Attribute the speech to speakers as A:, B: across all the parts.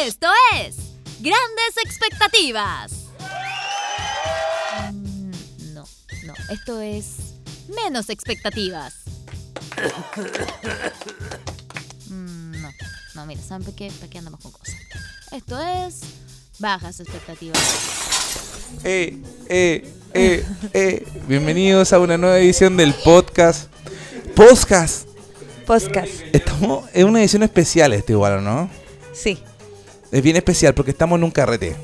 A: Esto es Grandes Expectativas. Mm, No, no, esto es Menos Expectativas. Mm, No, no, mira, ¿saben por qué, por qué andamos con cosas? Esto es Bajas Expectativas.
B: Eh, eh, eh, eh. Bienvenidos a una nueva edición del podcast. Podcast.
C: Podcast.
B: Estamos en una edición especial este igual, ¿o ¿no?
C: Sí,
B: Es bien especial porque estamos en un carrete.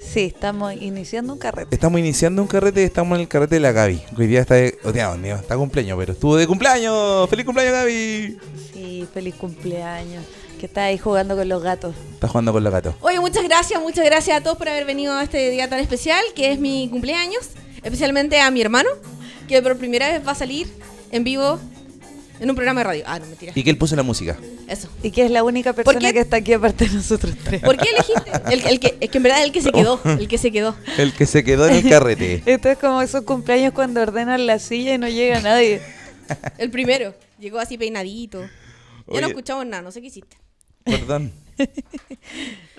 C: sí, estamos iniciando un carrete.
B: Estamos iniciando un carrete, estamos en el carrete de la Gaby. Hoy día está de, o sea, no, está cumpleaños, pero estuvo de cumpleaños. ¡Feliz cumpleaños, Gaby!
C: Sí, feliz cumpleaños. Que está ahí jugando con los gatos.
B: Está jugando con los gatos.
D: Oye, muchas gracias, muchas gracias a todos por haber venido a este día tan especial, que es mi cumpleaños. Especialmente a mi hermano, que por primera vez va a salir en vivo en un programa de radio. Ah, no, mentira.
B: Y que él puso la música.
D: Eso.
C: Y que es la única persona
D: qué?
C: que está aquí aparte de nosotros tres.
D: ¿Por qué elegiste? El, el que, es que en verdad el que se quedó, el que se quedó.
B: El que se quedó en el carrete.
C: Esto es como esos cumpleaños cuando ordenan la silla y no llega nadie.
D: El primero. Llegó así peinadito. Ya
B: Oye.
D: no escuchamos nada, no sé qué hiciste.
B: Perdón.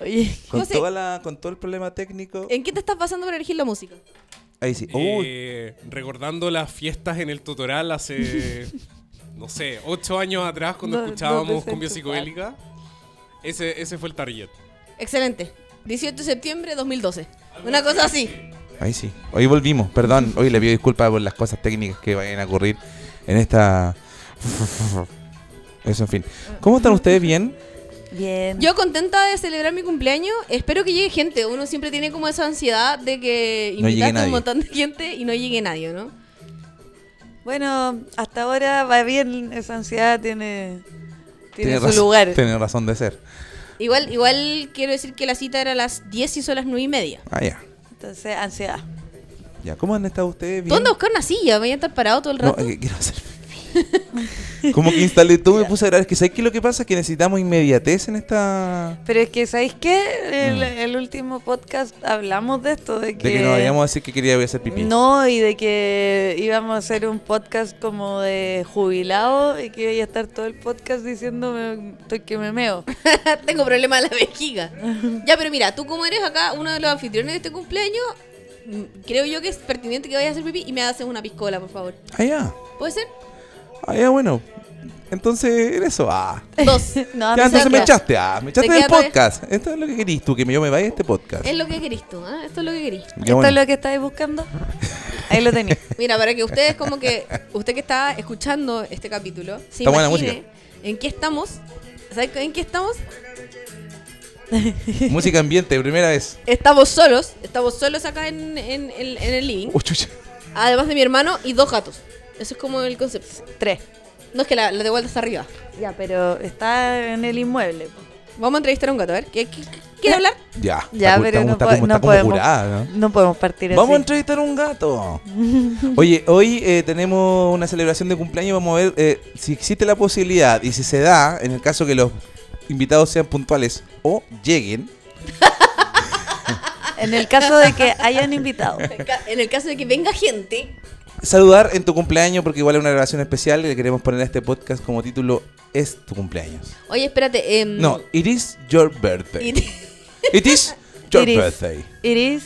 C: Oye,
B: Con,
D: José.
B: toda la, con todo el problema técnico.
D: ¿En qué te estás pasando para elegir la música?
B: Ahí sí. Uy,
E: Eh, recordando las fiestas en el tutorial hace, no sé, ocho años atrás cuando
C: No, no
E: escuchábamos
C: te
E: cumbia
C: sé
E: psicodélica. Ese, ese fue el target.
D: Excelente. 18 de septiembre de 2012. Una cosa así.
B: ahí sí. Hoy volvimos. Perdón. Hoy le pido disculpas por las cosas técnicas que vayan a ocurrir en esta. Eso, en fin. ¿Cómo están ustedes? ¿Bien?
C: bien.
D: Yo contenta de celebrar mi cumpleaños. Espero que llegue gente. Uno siempre tiene como esa ansiedad de que
B: No llegue
D: invitaste a
B: nadie.
D: un montón de gente y no llegue nadie, ¿no?
C: Bueno, hasta ahora va bien. Esa ansiedad tiene, tiene, su
B: razón-
C: lugar.
B: Tiene razón de ser.
D: Igual, igual quiero decir que la cita era a las 10 y son las 9 y media.
B: Ah, ya.
C: Entonces, ansiedad.
B: Ya. ¿Cómo han estado ustedes?
D: ¿Tú
B: ¿Bien?
D: andas a buscar una silla? ¿Voy a estar parado todo el
B: No, eh,
D: rato?
B: es que quiero hacer pipí. Como que instalé todo y me puse a grabar. Es que sabes que lo que pasa es que necesitamos inmediatez en esta.
C: Pero es que, ¿sabéis qué? El, el último podcast hablamos de esto, de que...
B: De que nos vayamos a decir que quería hacer pipí.
C: No, y de que íbamos a hacer un podcast como de jubilado y que iba a estar todo el podcast diciéndome estoy que me meo.
D: Tengo problema de la vejiga. ya, pero mira, tú como eres acá uno de los anfitriones de este cumpleaños, mm, creo yo que es pertinente que vayas a hacer pipí y me haces una piscola, por favor.
B: Ah, ya.
D: ¿Puede ser?
B: Ah, ya, bueno. Entonces, era eso. Ah.
D: Dos.
C: No,
B: ya,
C: no
B: entonces
C: sé
B: me
C: qué.
B: echaste. Ah, me echaste
D: Te
B: del
D: queda todavía-
B: podcast. Esto es lo que querís tú, que yo me vaya de este podcast.
D: es lo que querís tú, ¿ah? Esto es lo que querís.
B: Ya,
C: ¿Esto
B: bueno.
C: es lo que estáis buscando? Ahí lo tenéis.
D: Mira, para que ustedes como que usted que está escuchando este capítulo, se
B: Está buena
D: imagine en qué estamos. ¿Sabes en qué estamos?
B: Música ambiente, primera vez.
D: Estamos solos, estamos solos acá en, en- en- en el living,
B: Oh, chucha.
D: además de mi hermano y dos gatos. Eso es como el concepto.
C: Tres.
D: No es que la, la de vuelta está arriba.
C: Ya, pero está en el inmueble. po.
D: Vamos a entrevistar a un gato, a ver, ¿qué, qué- qué- quiere hablar?
B: Ya.
C: Ya,
B: está,
C: pero
B: está-
C: no,
B: está
C: po-
B: como-
C: no
B: está como
C: podemos,
B: curada, ¿no?
C: ¿no? podemos partir
B: Vamos a
C: así.
B: entrevistar a un gato. Oye, hoy eh, tenemos una celebración de cumpleaños. Vamos a ver eh, si existe la posibilidad y si se da, en el caso que los invitados sean puntuales o lleguen.
C: En el caso de que hayan invitado.
D: Ca- En el caso de que venga gente,
B: Saludar en tu cumpleaños, porque igual es una grabación especial y le queremos poner a este podcast como título Es tu cumpleaños.
D: oye, espérate. em,
B: No, it is your birthday.
D: It,
B: It is your
C: It is.
B: birthday.
C: Iris,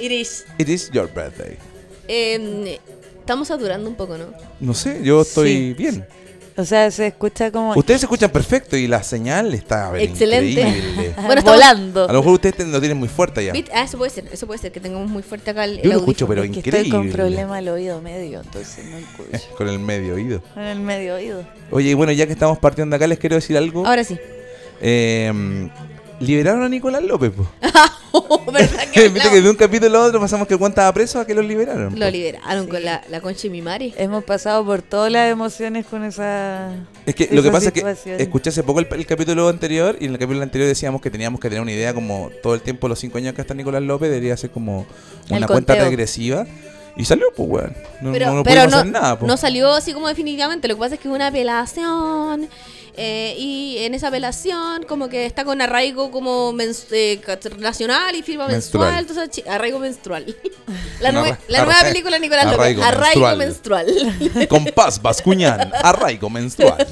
D: it is.
B: It is your birthday.
D: Em, estamos saturando un poco, ¿no?
B: No sé, yo estoy
C: Sí.
B: bien.
C: o sea, se escucha como...
B: Ustedes se escuchan perfecto y la señal está pero
D: Excelente.
B: increíble.
C: ah,
D: Bueno, estamos-
C: volando.
B: A lo mejor ustedes ten- lo tienen muy fuerte ya.
D: ¿Viste? Ah, eso puede ser, eso puede ser, que tengamos muy fuerte acá
B: Yo
D: el,
B: lo
D: el
B: escucho,
D: audífono.
B: pero
C: Es que estoy con
B: increíble.
C: problema al oído medio, entonces no escucho.
B: Con el medio oído.
C: En el medio oído.
B: Oye, y bueno, ya que estamos partiendo acá, les quiero decir algo.
D: Ahora sí.
B: Eh, liberaron a Nicolás López. po.
D: ¿Verdad que
B: Viste que de un capítulo a otro pasamos que el Juan estaba preso a que lo liberaron. po.
D: Lo liberaron con la, la concha y mi mari.
C: Hemos pasado por todas las emociones con esa.
B: Es que lo
C: esa
B: que pasa
C: situación.
B: es que escuché hace poco el, el capítulo anterior y en el capítulo anterior decíamos que teníamos que tener una idea como todo el tiempo, los cinco años que está Nicolás López, debería ser como
C: El
B: una cuenta
C: conteo.
B: regresiva. Y salió, pues, weón. No,
D: Pero,
B: no, no
D: pero
B: pudimos
D: no,
B: hacer nada, pues.
D: no salió así como definitivamente. Lo que pasa es que es una apelación. eh, y en esa apelación, como que está con arraigo como mens- eh, nacional y firma menstrual.
B: Menstrual.
D: entonces, chi- arraigo menstrual. la,
B: Un
D: nue-
B: arra-
D: la nueva
B: arra-
D: película de Nicolás López.
B: arraigo
D: Arraigo
B: menstrual.
D: menstrual.
B: Compás Bascuñán, arraigo menstrual.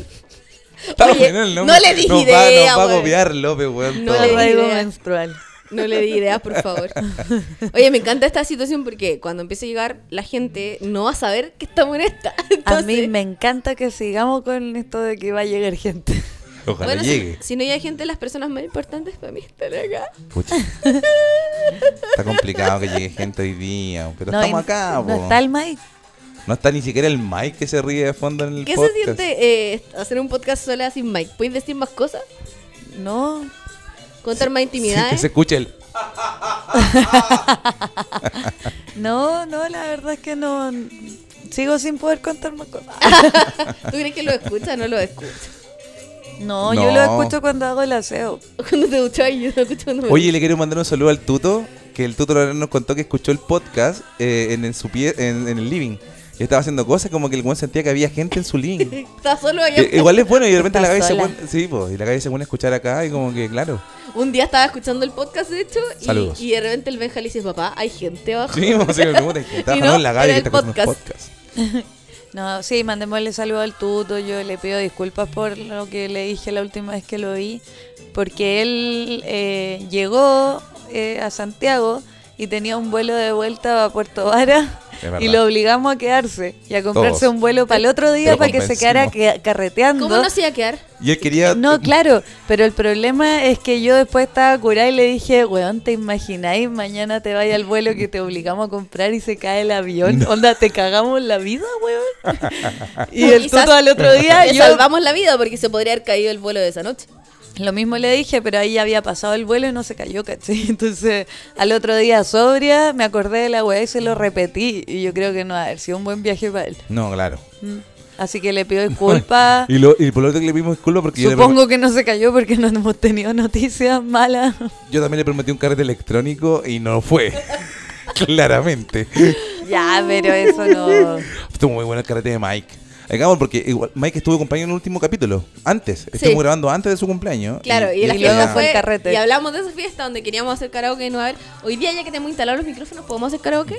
B: Está
D: Oye,
B: bueno el
D: no
B: nombre.
D: le di
B: Nos va-
D: idea,
B: Nos va a
D: weón.
B: copiar López, weón.
D: No
B: todo.
D: le di-
C: Arraigo
D: idea.
C: menstrual.
D: No le di ideas, por favor. Oye, me encanta esta situación porque cuando empiece a llegar la gente no va a saber que estamos en esta.
C: A
D: Entonces,
C: mí me encanta que sigamos con esto de que va a llegar gente.
B: Ojalá
D: bueno, si-
B: llegue.
D: Si, no hay gente, las personas más importantes para mí están acá.
B: Pucha. Está complicado que llegue gente hoy día, pero estamos
C: y-
B: acá,
C: No
B: po.
C: está el Mike.
B: No está ni siquiera el Mike que se ríe de fondo en el
D: ¿Qué
B: podcast.
D: se siente eh, hacer un podcast sola sin Mike? ¿Puedes decir más cosas?
C: No.
D: ¿Contar más
B: Sí,
D: intimidades?
B: que se escuche el...
C: No, no, la verdad es que no. Sigo sin poder contar más cosas.
D: ¿Tú crees que lo escucha o no lo escucha?
C: No,
B: No.
C: yo lo escucho cuando hago el aseo.
D: Cuando te duchas yo no escucho cuando me
B: Oye, le quiero mandar un saludo al Tuto, que el Tuto Lorena nos contó que escuchó el podcast eh, en, en su pie, en, en el living. Y estaba haciendo cosas como que el weón sentía que había gente en su living.
D: ducho. Está solo allá.
B: Que Eh, igual es bueno y de repente la cabeza
C: Está
B: se
C: sola.
B: pone, sí, po, y la cabeza se pone a escuchar acá y como que claro.
D: Un día estaba escuchando el podcast, de hecho,
B: Saludos.
D: y, y de repente el Benja le dice, papá, hay gente abajo.
B: Sí, vamos a hacer pregunta que está
D: Y
B: no,
D: no,
B: en la calle
D: era
B: que
D: el
B: está escuchando el
D: podcast.
B: podcast.
C: No, sí, mandémosle saludo al tuto. Yo le pido disculpas por lo que le dije la última vez que lo vi, porque él eh, llegó eh, a Santiago y tenía un vuelo de vuelta a Puerto Vara
B: Es verdad.
C: y lo obligamos a quedarse y a comprarse
B: Todos.
C: un vuelo para el otro día
B: Lo
C: para que se quedara
B: convencimos.
C: ca- carreteando.
D: ¿Cómo no se iba a quedar?
B: Y él quería
C: No, claro, pero el problema es que yo después estaba curada y le dije, weón, ¿te imagináis mañana te vaya al vuelo que te obligamos a comprar y se cae el avión? Onda, ¿te cagamos la vida, weón? y el
D: Quizás
C: tuto al otro día,
D: Le
C: yo
D: salvamos la vida porque se podría haber caído el vuelo de esa noche.
C: lo mismo le dije, pero ahí ya había pasado el vuelo y no se cayó, ¿cachai? Entonces, al otro día sobria, me acordé de la weá y se lo repetí. Y yo creo que no ha de haber sido un buen viaje para él.
B: No, claro.
C: Mm. Así que le pido disculpas.
B: Y, lo, y por lo tanto que le pedimos disculpas porque yo, le promet-
C: Ah. Supongo que no se cayó porque no hemos tenido noticias malas.
B: yo también le prometí un carrete electrónico y no fue. Claramente.
C: Ya, pero eso no.
B: Estuvo muy bueno el carrete de Mike. Hagamos porque igual Mike estuvo de cumpleaños en el último capítulo. Antes. Estuvimos grabando antes de su cumpleaños.
D: Claro, y, la
C: y
D: fiesta
C: luego
D: fue
C: fue el carrete.
D: Y hablamos de esa fiesta donde queríamos hacer karaoke y no va a haber. Hoy día, ya que tenemos instalados los micrófonos, ¿podemos hacer karaoke?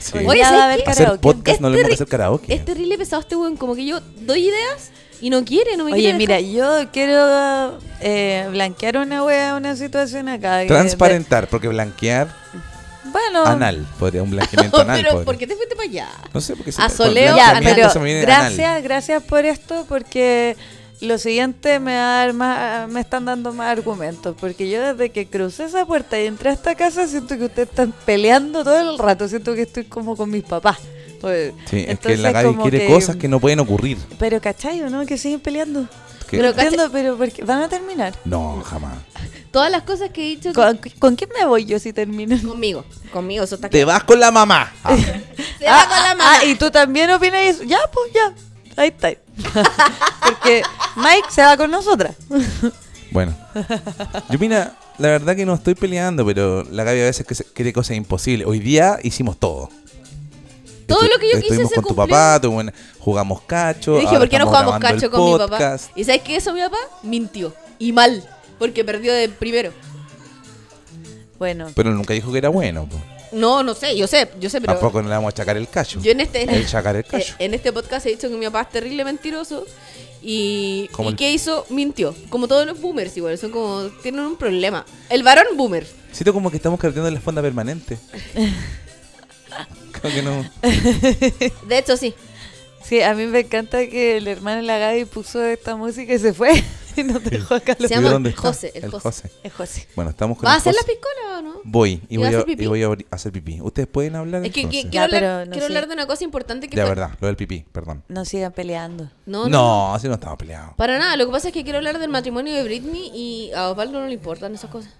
B: sí.
D: Oye,
C: Ya va a
D: ¿sabes
C: haber
D: qué?
B: hacer
C: karaoke.
B: podcast
D: Es
B: no lo vamos a
D: terri-
B: hacer karaoke.
D: Es terrible pesado este weón. Como que yo doy ideas y no quiere, no me
C: Oye,
D: quiere
C: mira,
D: dejar.
C: yo quiero eh, blanquear una wea, una situación acá. que-
B: Transparentar, porque blanquear
C: de- bueno,
B: anal. Podría un blanqueamiento anal.
D: pero
B: podría.
D: ¿por qué te fuiste para allá?
B: No sé, porque se-
D: A
B: por
D: soleo,
C: ya,
B: blanqueamiento
C: pero
B: se me viene anal.
C: eh, gracias, gracias por esto, porque lo siguiente me va a dar más, me están dando más argumentos, porque yo desde que crucé esa puerta y entré a esta casa siento que ustedes están peleando todo el rato, siento que estoy como con mis papás. Pues,
B: Sí, es que
C: entonces
B: la Gaby
C: como
B: quiere cosas que no pueden ocurrir.
C: Pero ¿cachai o no? Que siguen peleando.
B: Que-
D: Pero-
C: No entiendo, pero porque van a terminar.
B: No, jamás.
D: Todas las cosas que he dicho
C: ¿Con, con quién me voy yo si termino?
D: conmigo. Conmigo, eso está
B: Te vas con la mamá. Ah,
D: Se va con la mamá.
C: ah, y tú también opinas eso. Ya, pues ya. Ahí está. Porque Mike se va con nosotras.
B: bueno. Yo mira, la verdad que no estoy peleando, pero la Gaby a veces que se- quiere cosas imposibles. Hoy día hicimos todo.
D: Todo
B: Estu-
D: lo que yo quise
B: Estuvimos
D: se
B: con tu
D: cumplió.
B: papá, tuvimos una- jugamos cacho.
D: Yo dije,
B: ahora
D: ¿por qué no
B: estamos
D: jugamos
B: grabando
D: cacho
B: el
D: con mi papá?
B: podcast.
D: ¿Y sabes qué eso mi papá? Mintió. Y mal. Porque perdió de primero.
C: Bueno,
B: Pero nunca dijo que era bueno. po.
D: No, no sé, yo sé, yo sé, pero.
B: Tampoco le vamos a chacar el cacho.
D: Yo en este.
B: El chacar el cacho.
D: eh, en este podcast he dicho que mi papá es terrible mentiroso. ¿Y,
B: Como
D: ¿y
B: el-
D: qué hizo? Mintió. Como todos los boomers igual, son como. Tienen un problema. El varón boomer.
B: Siento como que estamos carteando en la fonda permanente. Creo que no.
D: De hecho, sí.
C: sí, a mí me encanta que el hermano de la Gaby puso esta música y se fue. Y nos dejó acá los...
D: Se
B: ¿Y
D: llama
B: dónde está?
D: José, el José.
C: Es Eh, José.
B: Bueno, estamos con
D: ¿Vas a
B: el
D: hacer la
B: José.
D: piscola o no?
B: Voy y
D: ¿Y vas
B: voy,
D: a
B: a,
D: hacer pipí?
B: y voy a abri- a hacer pipí. ¿Ustedes pueden hablar?
D: Es que, que-
B: entonces?
D: quiero, hablar,
C: pero no
D: quiero
C: sé.
D: hablar de una cosa importante que
B: Ya,
D: fue-
B: verdad, lo del pipí, perdón.
C: No sigan peleando.
D: No,
B: No,
D: no,
B: si no estamos peleados.
D: Para nada, lo que pasa es que quiero hablar del matrimonio de Britney y a Osvaldo no le importan esas cosas.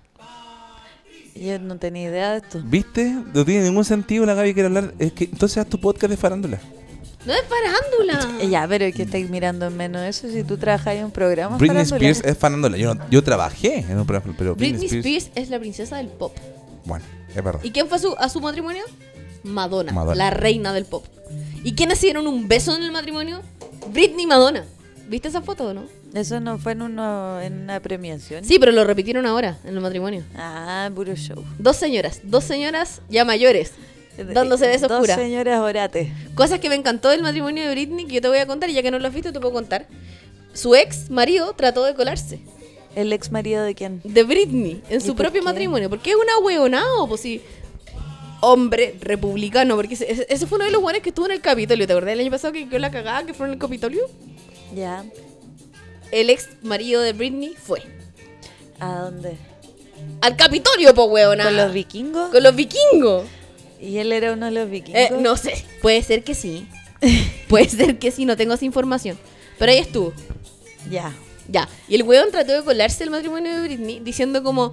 C: Yo no tenía idea de esto.
B: ¿Viste? No tiene ningún sentido la Gaby quiere hablar. Es que entonces haz tu podcast de farándula.
D: No es farándula.
C: Eh, Ya, pero que estáis mirando menos eso si tú trabajas en un programa.
B: Britney
C: farándula.
B: Spears eh. es farándula. Yo, no- yo trabajé en un programa, pero
D: Britney Spears es la princesa del pop.
B: Bueno, es verdad.
D: ¿Y quién fue a su, a su matrimonio? Madonna,
B: Madonna.
D: la reina del pop. ¿Y quiénes se dieron un beso en el matrimonio? Britney y Madonna. ¿Viste esa foto o no?
C: Eso no fue en, uno, en una premiación.
D: Sí, pero lo repitieron ahora en el matrimonio.
C: Ah, puro show.
D: Dos señoras, dos señoras ya mayores, dándose besos
C: Dos
D: pura.
C: señoras orate.
D: Cosas que me encantó del matrimonio de Britney que yo te voy a contar y ya que no lo has visto te puedo contar. su ex marido trató de colarse
C: ¿El ex marido de quién?
D: de Britney en
C: ¿Y
D: su
C: por
D: propio
C: qué?
D: matrimonio. Porque es una hueonao, pues sí. Hombre republicano, porque ese, ese fue uno de los buenos que estuvo en el Capitolio. ¿Te acordás el año pasado que quedó la cagada que fueron al Capitolio?
C: Ya.
D: El ex marido de Britney fue.
C: ¿A dónde?
D: Al Capitolio, po hueona.
C: ¿Con los vikingos?
D: Con los vikingos.
C: ¿Y él era uno de los vikingos?
D: Eh, no sé. Puede ser que sí. Puede ser que sí, no tengo esa información. Pero ahí estuvo.
C: Ya.
D: Ya. Y el weón trató de colarse el matrimonio de Britney diciendo como,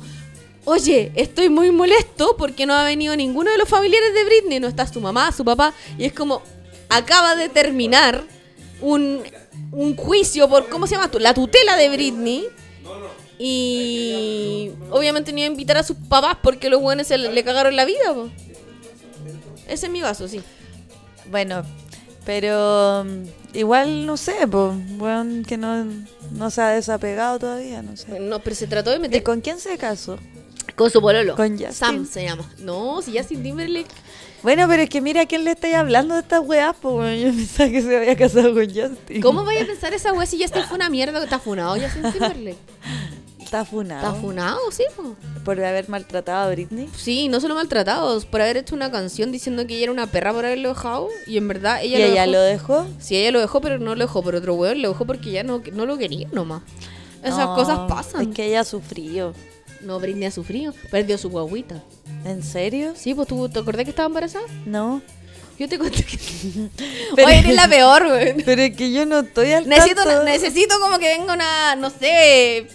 D: oye, estoy muy molesto porque no ha venido ninguno de los familiares de Britney, no está su mamá, su papá. Y es como, acaba de terminar un, un juicio por, ¿cómo se llama? esto? La tutela de Britney. Y obviamente no iba a invitar a sus papás porque los weones se le, le cagaron la vida. po. Ese es mi vaso, sí.
C: Bueno, pero mm, igual no sé, pues, bueno, que no, no se ha desapegado todavía, no sé.
D: No, pero se trató de meter
C: ¿Y con quién se casó?
D: con su pololo.
C: con Justin?
D: Sam se llama. No, si Justin Timberlake
C: Bueno, pero es que mira a quién le estáis hablando de estas weas, pues, bueno, yo pensaba que se había casado con Justin.
D: ¿Cómo vaya a pensar esa wea si Justin fue una mierda? ¿Está funado Justin Timberlake?
C: Está funado.
D: ¿Está funado? Sí, po.
C: Por haber maltratado a Britney.
D: Sí, no solo maltratados por haber hecho una canción diciendo que ella era una perra por haberlo dejado y en verdad ella
C: y
D: lo
C: ella
D: dejó.
C: lo dejó.
D: Sí, ella lo dejó, pero no lo dejó por otro weón, lo dejó porque ya no, no lo quería nomás. Esas
C: No,
D: cosas pasan.
C: Es que ella sufrió.
D: No, Britney ha sufrido, perdió su guaguita.
C: ¿En serio?
D: Sí, pues tú te acordás que estaba embarazada?
C: No.
D: Yo te conté que
C: Pero-
D: Oye, eres la peor, weón.
C: Pero es que yo no estoy al
D: Necesito,
C: tanto.
D: necesito como que venga una, no sé,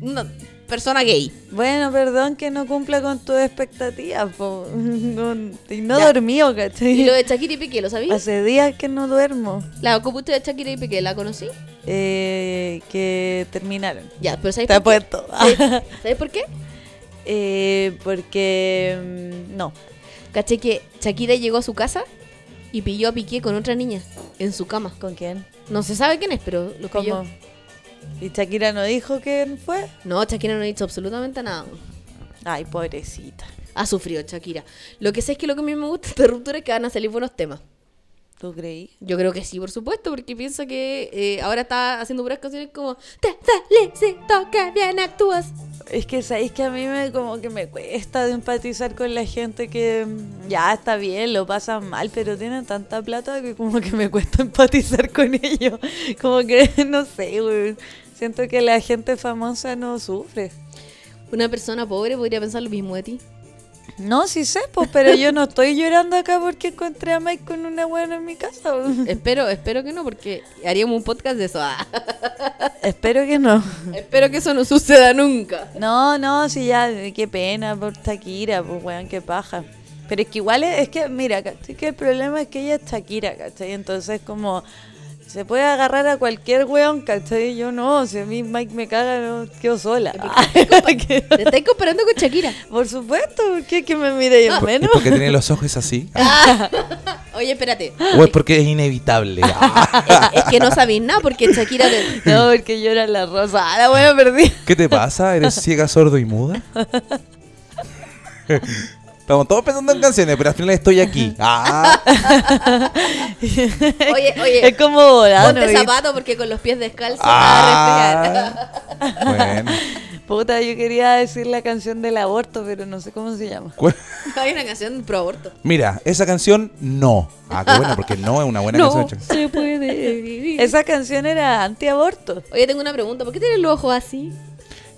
D: una persona gay.
C: Bueno, perdón que no cumpla con tus expectativas, po. No, y no
D: Ya.
C: dormido,
D: Y lo
C: ¿cachai?
D: de Shakira y Piqué, ¿lo sabías?
C: Hace días que no duermo.
D: La ocupaste de Shakira y Piqué, ¿la conocí?
C: Eh, que terminaron.
D: Ya, pero ¿sabes
C: Te
D: por qué?
C: apuesto.
D: ¿Sabes por qué?
C: Eh, porque. mm, No.
D: Caché que Shakira llegó a su casa y pilló a Piqué con otra niña en su cama.
C: ¿Con quién?
D: No se sabe quién es, pero lo pilló.
C: ¿Cómo? ¿Y Shakira no dijo quién fue?
D: No, Shakira no ha dicho absolutamente nada.
C: Ay, pobrecita.
D: Ha sufrido Shakira. Lo que sé es que lo que a mí me gusta de esta ruptura es que van a salir buenos temas.
C: ¿Tú creí?
D: Yo creo que sí, por supuesto, porque pienso que eh, ahora está haciendo puras canciones como Te felicito que bien actúas.
C: Es que sabéis que a mí me como que me cuesta de empatizar con la gente que mm, ya está bien, lo pasan mal, pero tienen tanta plata que como que me cuesta empatizar con ellos. Como que no sé, güey. Siento que la gente famosa no sufre.
D: Una persona pobre podría pensar lo mismo de ti.
C: No, sí sé, pues, pero yo no estoy llorando acá porque encontré a Mike con una buena en mi casa. güey.
D: espero, espero que no, porque haríamos un podcast de eso. Ah.
C: Espero que no.
D: Espero que eso no suceda nunca.
C: No, no, sí, ya, qué pena por Shakira, pues weón, qué paja. Pero es que igual es, es que, mira, ¿cachai? Que el problema es que ella es Shakira, ¿cachai? Entonces, como, se puede agarrar a cualquier weón, ¿cachai? Yo no, si a mí Mike me caga, no, quedo sola. Que-
D: Te estáis comparando con Shakira.
C: por supuesto, ¿por qué que me mire yo
B: ¿Por-
C: menos?
B: ¿Por qué tiene los ojos así?
D: Oye, espérate.
B: ¿O es porque es inevitable? Ah,
D: Es, es que no sabéis nada porque Shakira te-
C: No, porque yo era la rosa, ah, la weón perdida.
B: ¿Qué te pasa? ¿Eres ciega, sordo y muda? Estamos todos pensando en canciones, pero al final estoy aquí. Ah,
D: Oye,
C: Es
D: oye.
C: como volado,
D: Ponte
C: ¿no?
D: zapato porque con los pies descalzos va a resfriar.
B: ah. bueno.
C: Puta, yo quería decir la canción del aborto, pero no sé cómo se llama.
B: Cu-
D: Hay una canción pro aborto.
B: Mira, esa canción no. Ah, qué buena, porque no es una buena canción.
D: se puede vivir.
C: Esa canción era antiaborto.
D: Oye, tengo una pregunta. ¿Por qué tienes los ojos así?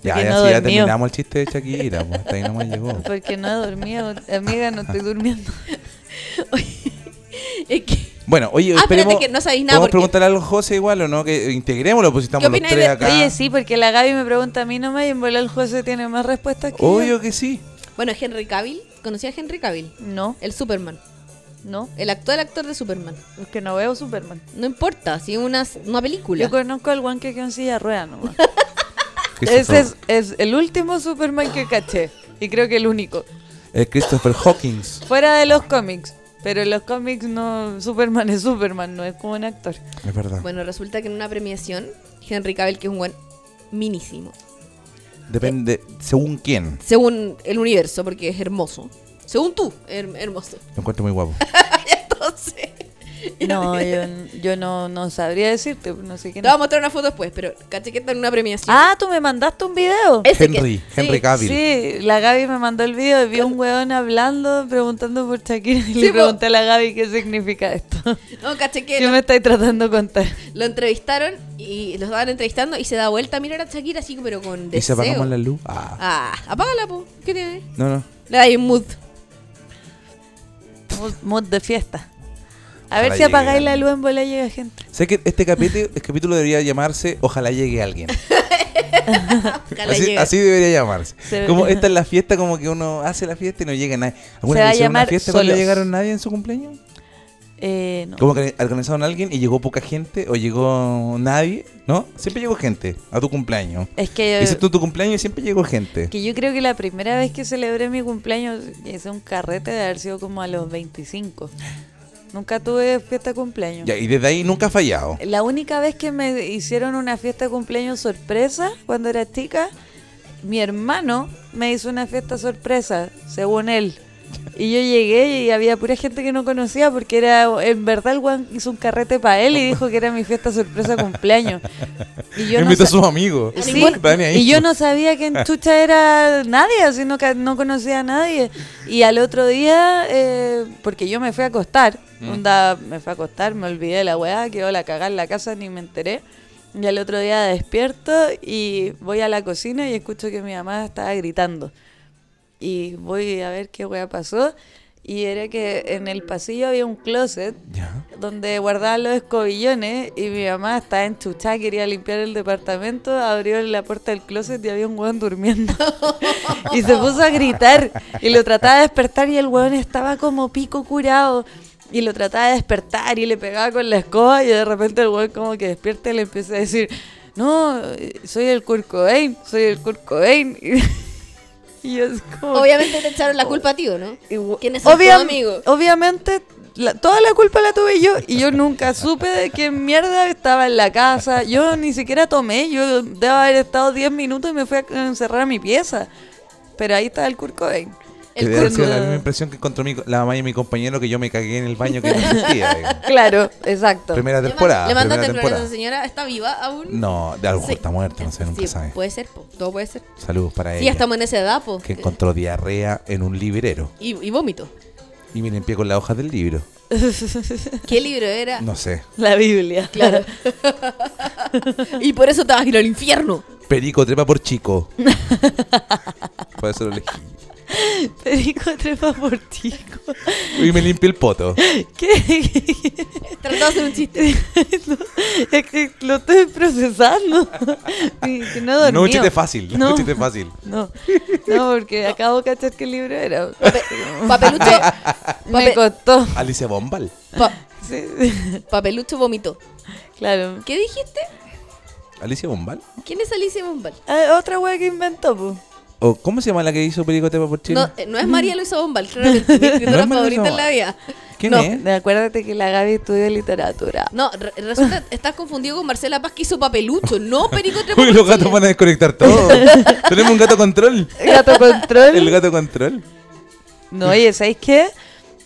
B: Ya,
C: Porque
B: ya,
C: no
B: sí, ya
C: dormió.
B: terminamos el chiste de Shakira. Pues, hasta ahí nomás llegó.
C: Porque no he dormido, amiga, no
B: Ah.
C: estoy durmiendo.
D: Es que...
B: Bueno, oye,
D: Ah, espérate,
B: esperemos.
D: que no sabéis nada,
B: ¿Podemos
D: porque-
B: preguntarle algo a José igual o no? Que integrémoslo, pues si estamos los
D: opináis
B: tres
D: de-
B: acá.
C: Oye, sí, porque la Gaby me pregunta a mí nomás y en volar el José tiene más respuestas que
B: Obvio
C: yo.
B: que sí.
D: Bueno, Henry Cavill. ¿Conocía a Henry Cavill?
C: No,
D: El Superman.
C: no,
D: El actual actor de Superman.
C: es que no veo Superman.
D: No importa, si es una, una película.
C: Yo conozco al one que quedó en silla de ruedas nomás. Ese
B: Christopher-
C: es, es el último Superman que caché y creo que el único.
B: eh, Christopher Hawkins.
C: Fuera de los cómics, pero en los cómics no, Superman es Superman, no es como un actor.
B: Es verdad.
D: Bueno, resulta que en una premiación, Henry Cavill, que es un buen minísimo,
B: Depende,
D: eh.
B: según quién.
D: según el universo, porque es hermoso. Según tú, her- hermoso.
B: Lo encuentro muy guapo.
D: Entonces,
C: No, yo, yo no, no sabría decirte, no sé qué.
D: Te voy a mostrar una foto después, pero caché que está en una premiación.
C: Ah, tú me mandaste un video.
D: Ese que-
B: Henry, Henry
D: sí,
B: Cavill.
C: Sí, la Gaby me mandó el video y vi un weón hablando, preguntando por Shakira. Y
D: po.
C: le pregunté a la Gaby qué significa esto.
D: No, caché que
C: ¿Qué me estáis tratando de contar?
D: lo entrevistaron y los estaban entrevistando y se da vuelta a mirar a Shakira así, pero con deseo.
B: ¿Y se apagamos la luz? Ah.
D: Ah, apágala, po. ¿Qué tiene?
B: No, no.
D: Le da un mood.
C: Mood, mood de fiesta. A ver
B: Ojalá
C: si apagáis
B: llegue
C: la
B: alguien.
C: luz en bola llega gente.
B: Sé que este capítulo, este capítulo debería llamarse Ojalá llegue alguien.
D: Ojalá
B: Así,
D: llegue.
B: así debería llamarse.
C: Se-
B: Como esta es la fiesta, como que uno hace la fiesta y no llega nadie. ¿Alguna
C: Se va
B: vez
C: a
B: hicieron una
C: llamar
B: fiesta cuando no
C: Solos.
B: llegaron nadie en su cumpleaños?
C: Eh, no.
B: Como que organizaron a alguien y llegó poca gente o llegó nadie, ¿no? Siempre llegó gente a tu cumpleaños.
C: Es que,
B: Excepto tu cumpleaños siempre llegó gente.
C: Eh, que yo creo que la primera vez que celebré mi cumpleaños hice un carrete de haber sido como a los 25. Nunca tuve fiesta de cumpleaños.
B: Ya, y desde ahí nunca ha fallado.
C: La única vez que me hicieron una fiesta de cumpleaños sorpresa cuando era chica, mi hermano me hizo una fiesta sorpresa, según él. Y yo llegué y había pura gente que no conocía porque era, en verdad el Juan hizo un carrete para él y dijo que era mi fiesta sorpresa de cumpleaños. Y yo, no,
B: Invitó a
C: sa-
B: sus amigos.
C: Sí,
B: Estaban ahí.
C: y yo no sabía que en Chucha era nadie, sino que no conocía a nadie. Y al otro día, eh, porque yo me fui a acostar, onda, me fui a acostar, me olvidé de la weá, quedó la cagada en la casa, ni me enteré. Y al otro día despierto y voy a la cocina y escucho que mi mamá estaba gritando. Y voy a ver qué weá pasó. Y era que en el pasillo había un closet
B: Ya.
C: donde guardaba los escobillones y mi mamá estaba enchuchada, quería limpiar el departamento, abrió la puerta del closet y había un hueón durmiendo. y se puso a gritar y lo trataba de despertar y el hueón estaba como pico curado. Y lo trataba de despertar y le pegaba con la escoba y de repente el hueón como que despierta y le empieza a decir, no, soy el Kurt Cobain, soy el Kurt Cobain". y es como...
D: Obviamente te echaron la culpa a ti, ¿o no?
C: Y wo-
D: ¿Quién es el
C: obvia-
D: tu amigo?
C: Obviamente, la- toda la culpa la tuve yo y yo nunca supe de qué mierda estaba en la casa. Yo ni siquiera tomé, yo debo haber estado 10 minutos y me fui a encerrar a mi pieza. Pero ahí estaba el Kurt Cobain.
B: Que
D: El
B: debe haber
D: Kurt
B: sido la
C: Cobain.
B: misma impresión que encontró mi- la mamá y mi compañero que yo me cagué en el baño que no existía. digamos.
C: Claro, exacto.
B: Primera
D: Le
B: temporada.
D: man- Le mandaste
B: primera
D: flores a
B: temporada.
D: esa señora, ¿está viva aún?
B: No, de algo
D: Sí.
B: está muerta, no sé, nunca
D: Sí,
C: pues.
B: sabe.
D: Puede ser, po. Todo puede ser.
B: Saludos para
D: Sí,
B: ella.
D: ya estamos en esa edad, po.
B: Que encontró diarrea en un librero.
D: Y, y vómito.
B: Y miren pie con las hojas del libro.
D: ¿Qué libro era?
B: No sé.
C: La Biblia.
D: Claro. y por eso te vas a ir al infierno.
B: Perico trepa por chico. por eso lo elegí.
C: Perico trepa por tico.
B: Y me limpié el poto.
C: ¿Qué?
D: Trataba de hacer un chiste.
C: No, es que lo estoy procesando. Y que no dormí.
B: No un chiste fácil. No. Un chiste fácil.
C: No, no, porque acabo de cachar qué libro era.
D: Pape- papelucho.
C: Me
D: pape-
C: costó.
B: Alicia Bombal.
D: pa-
C: Sí,
D: papelucho vomitó.
C: claro.
D: ¿Qué dijiste?
B: Alicia Bombal.
D: ¿Quién es Alicia Bombal?
C: Ah, otra wea que inventó, pu.
B: ¿O ¿Cómo se llama la que hizo Perico trepa por chico?
D: No, eh, no es María Luisa Bombal, claro que es mi
B: No
D: escritora
B: es María
D: favorita
B: Luisa
D: en la vida.
B: ¿Quién
D: no,
B: es?
C: Acuérdate que la Gaby estudió literatura.
D: No, re- resulta, estás confundido con Marcela Paz que hizo papelucho, no Perico Trepa
B: Uy,
D: por
B: los
D: Chile.
B: gatos van a desconectar todo. Tenemos un gato control.
C: Gato control.
B: El gato control.
C: No, oye, ¿sabéis qué?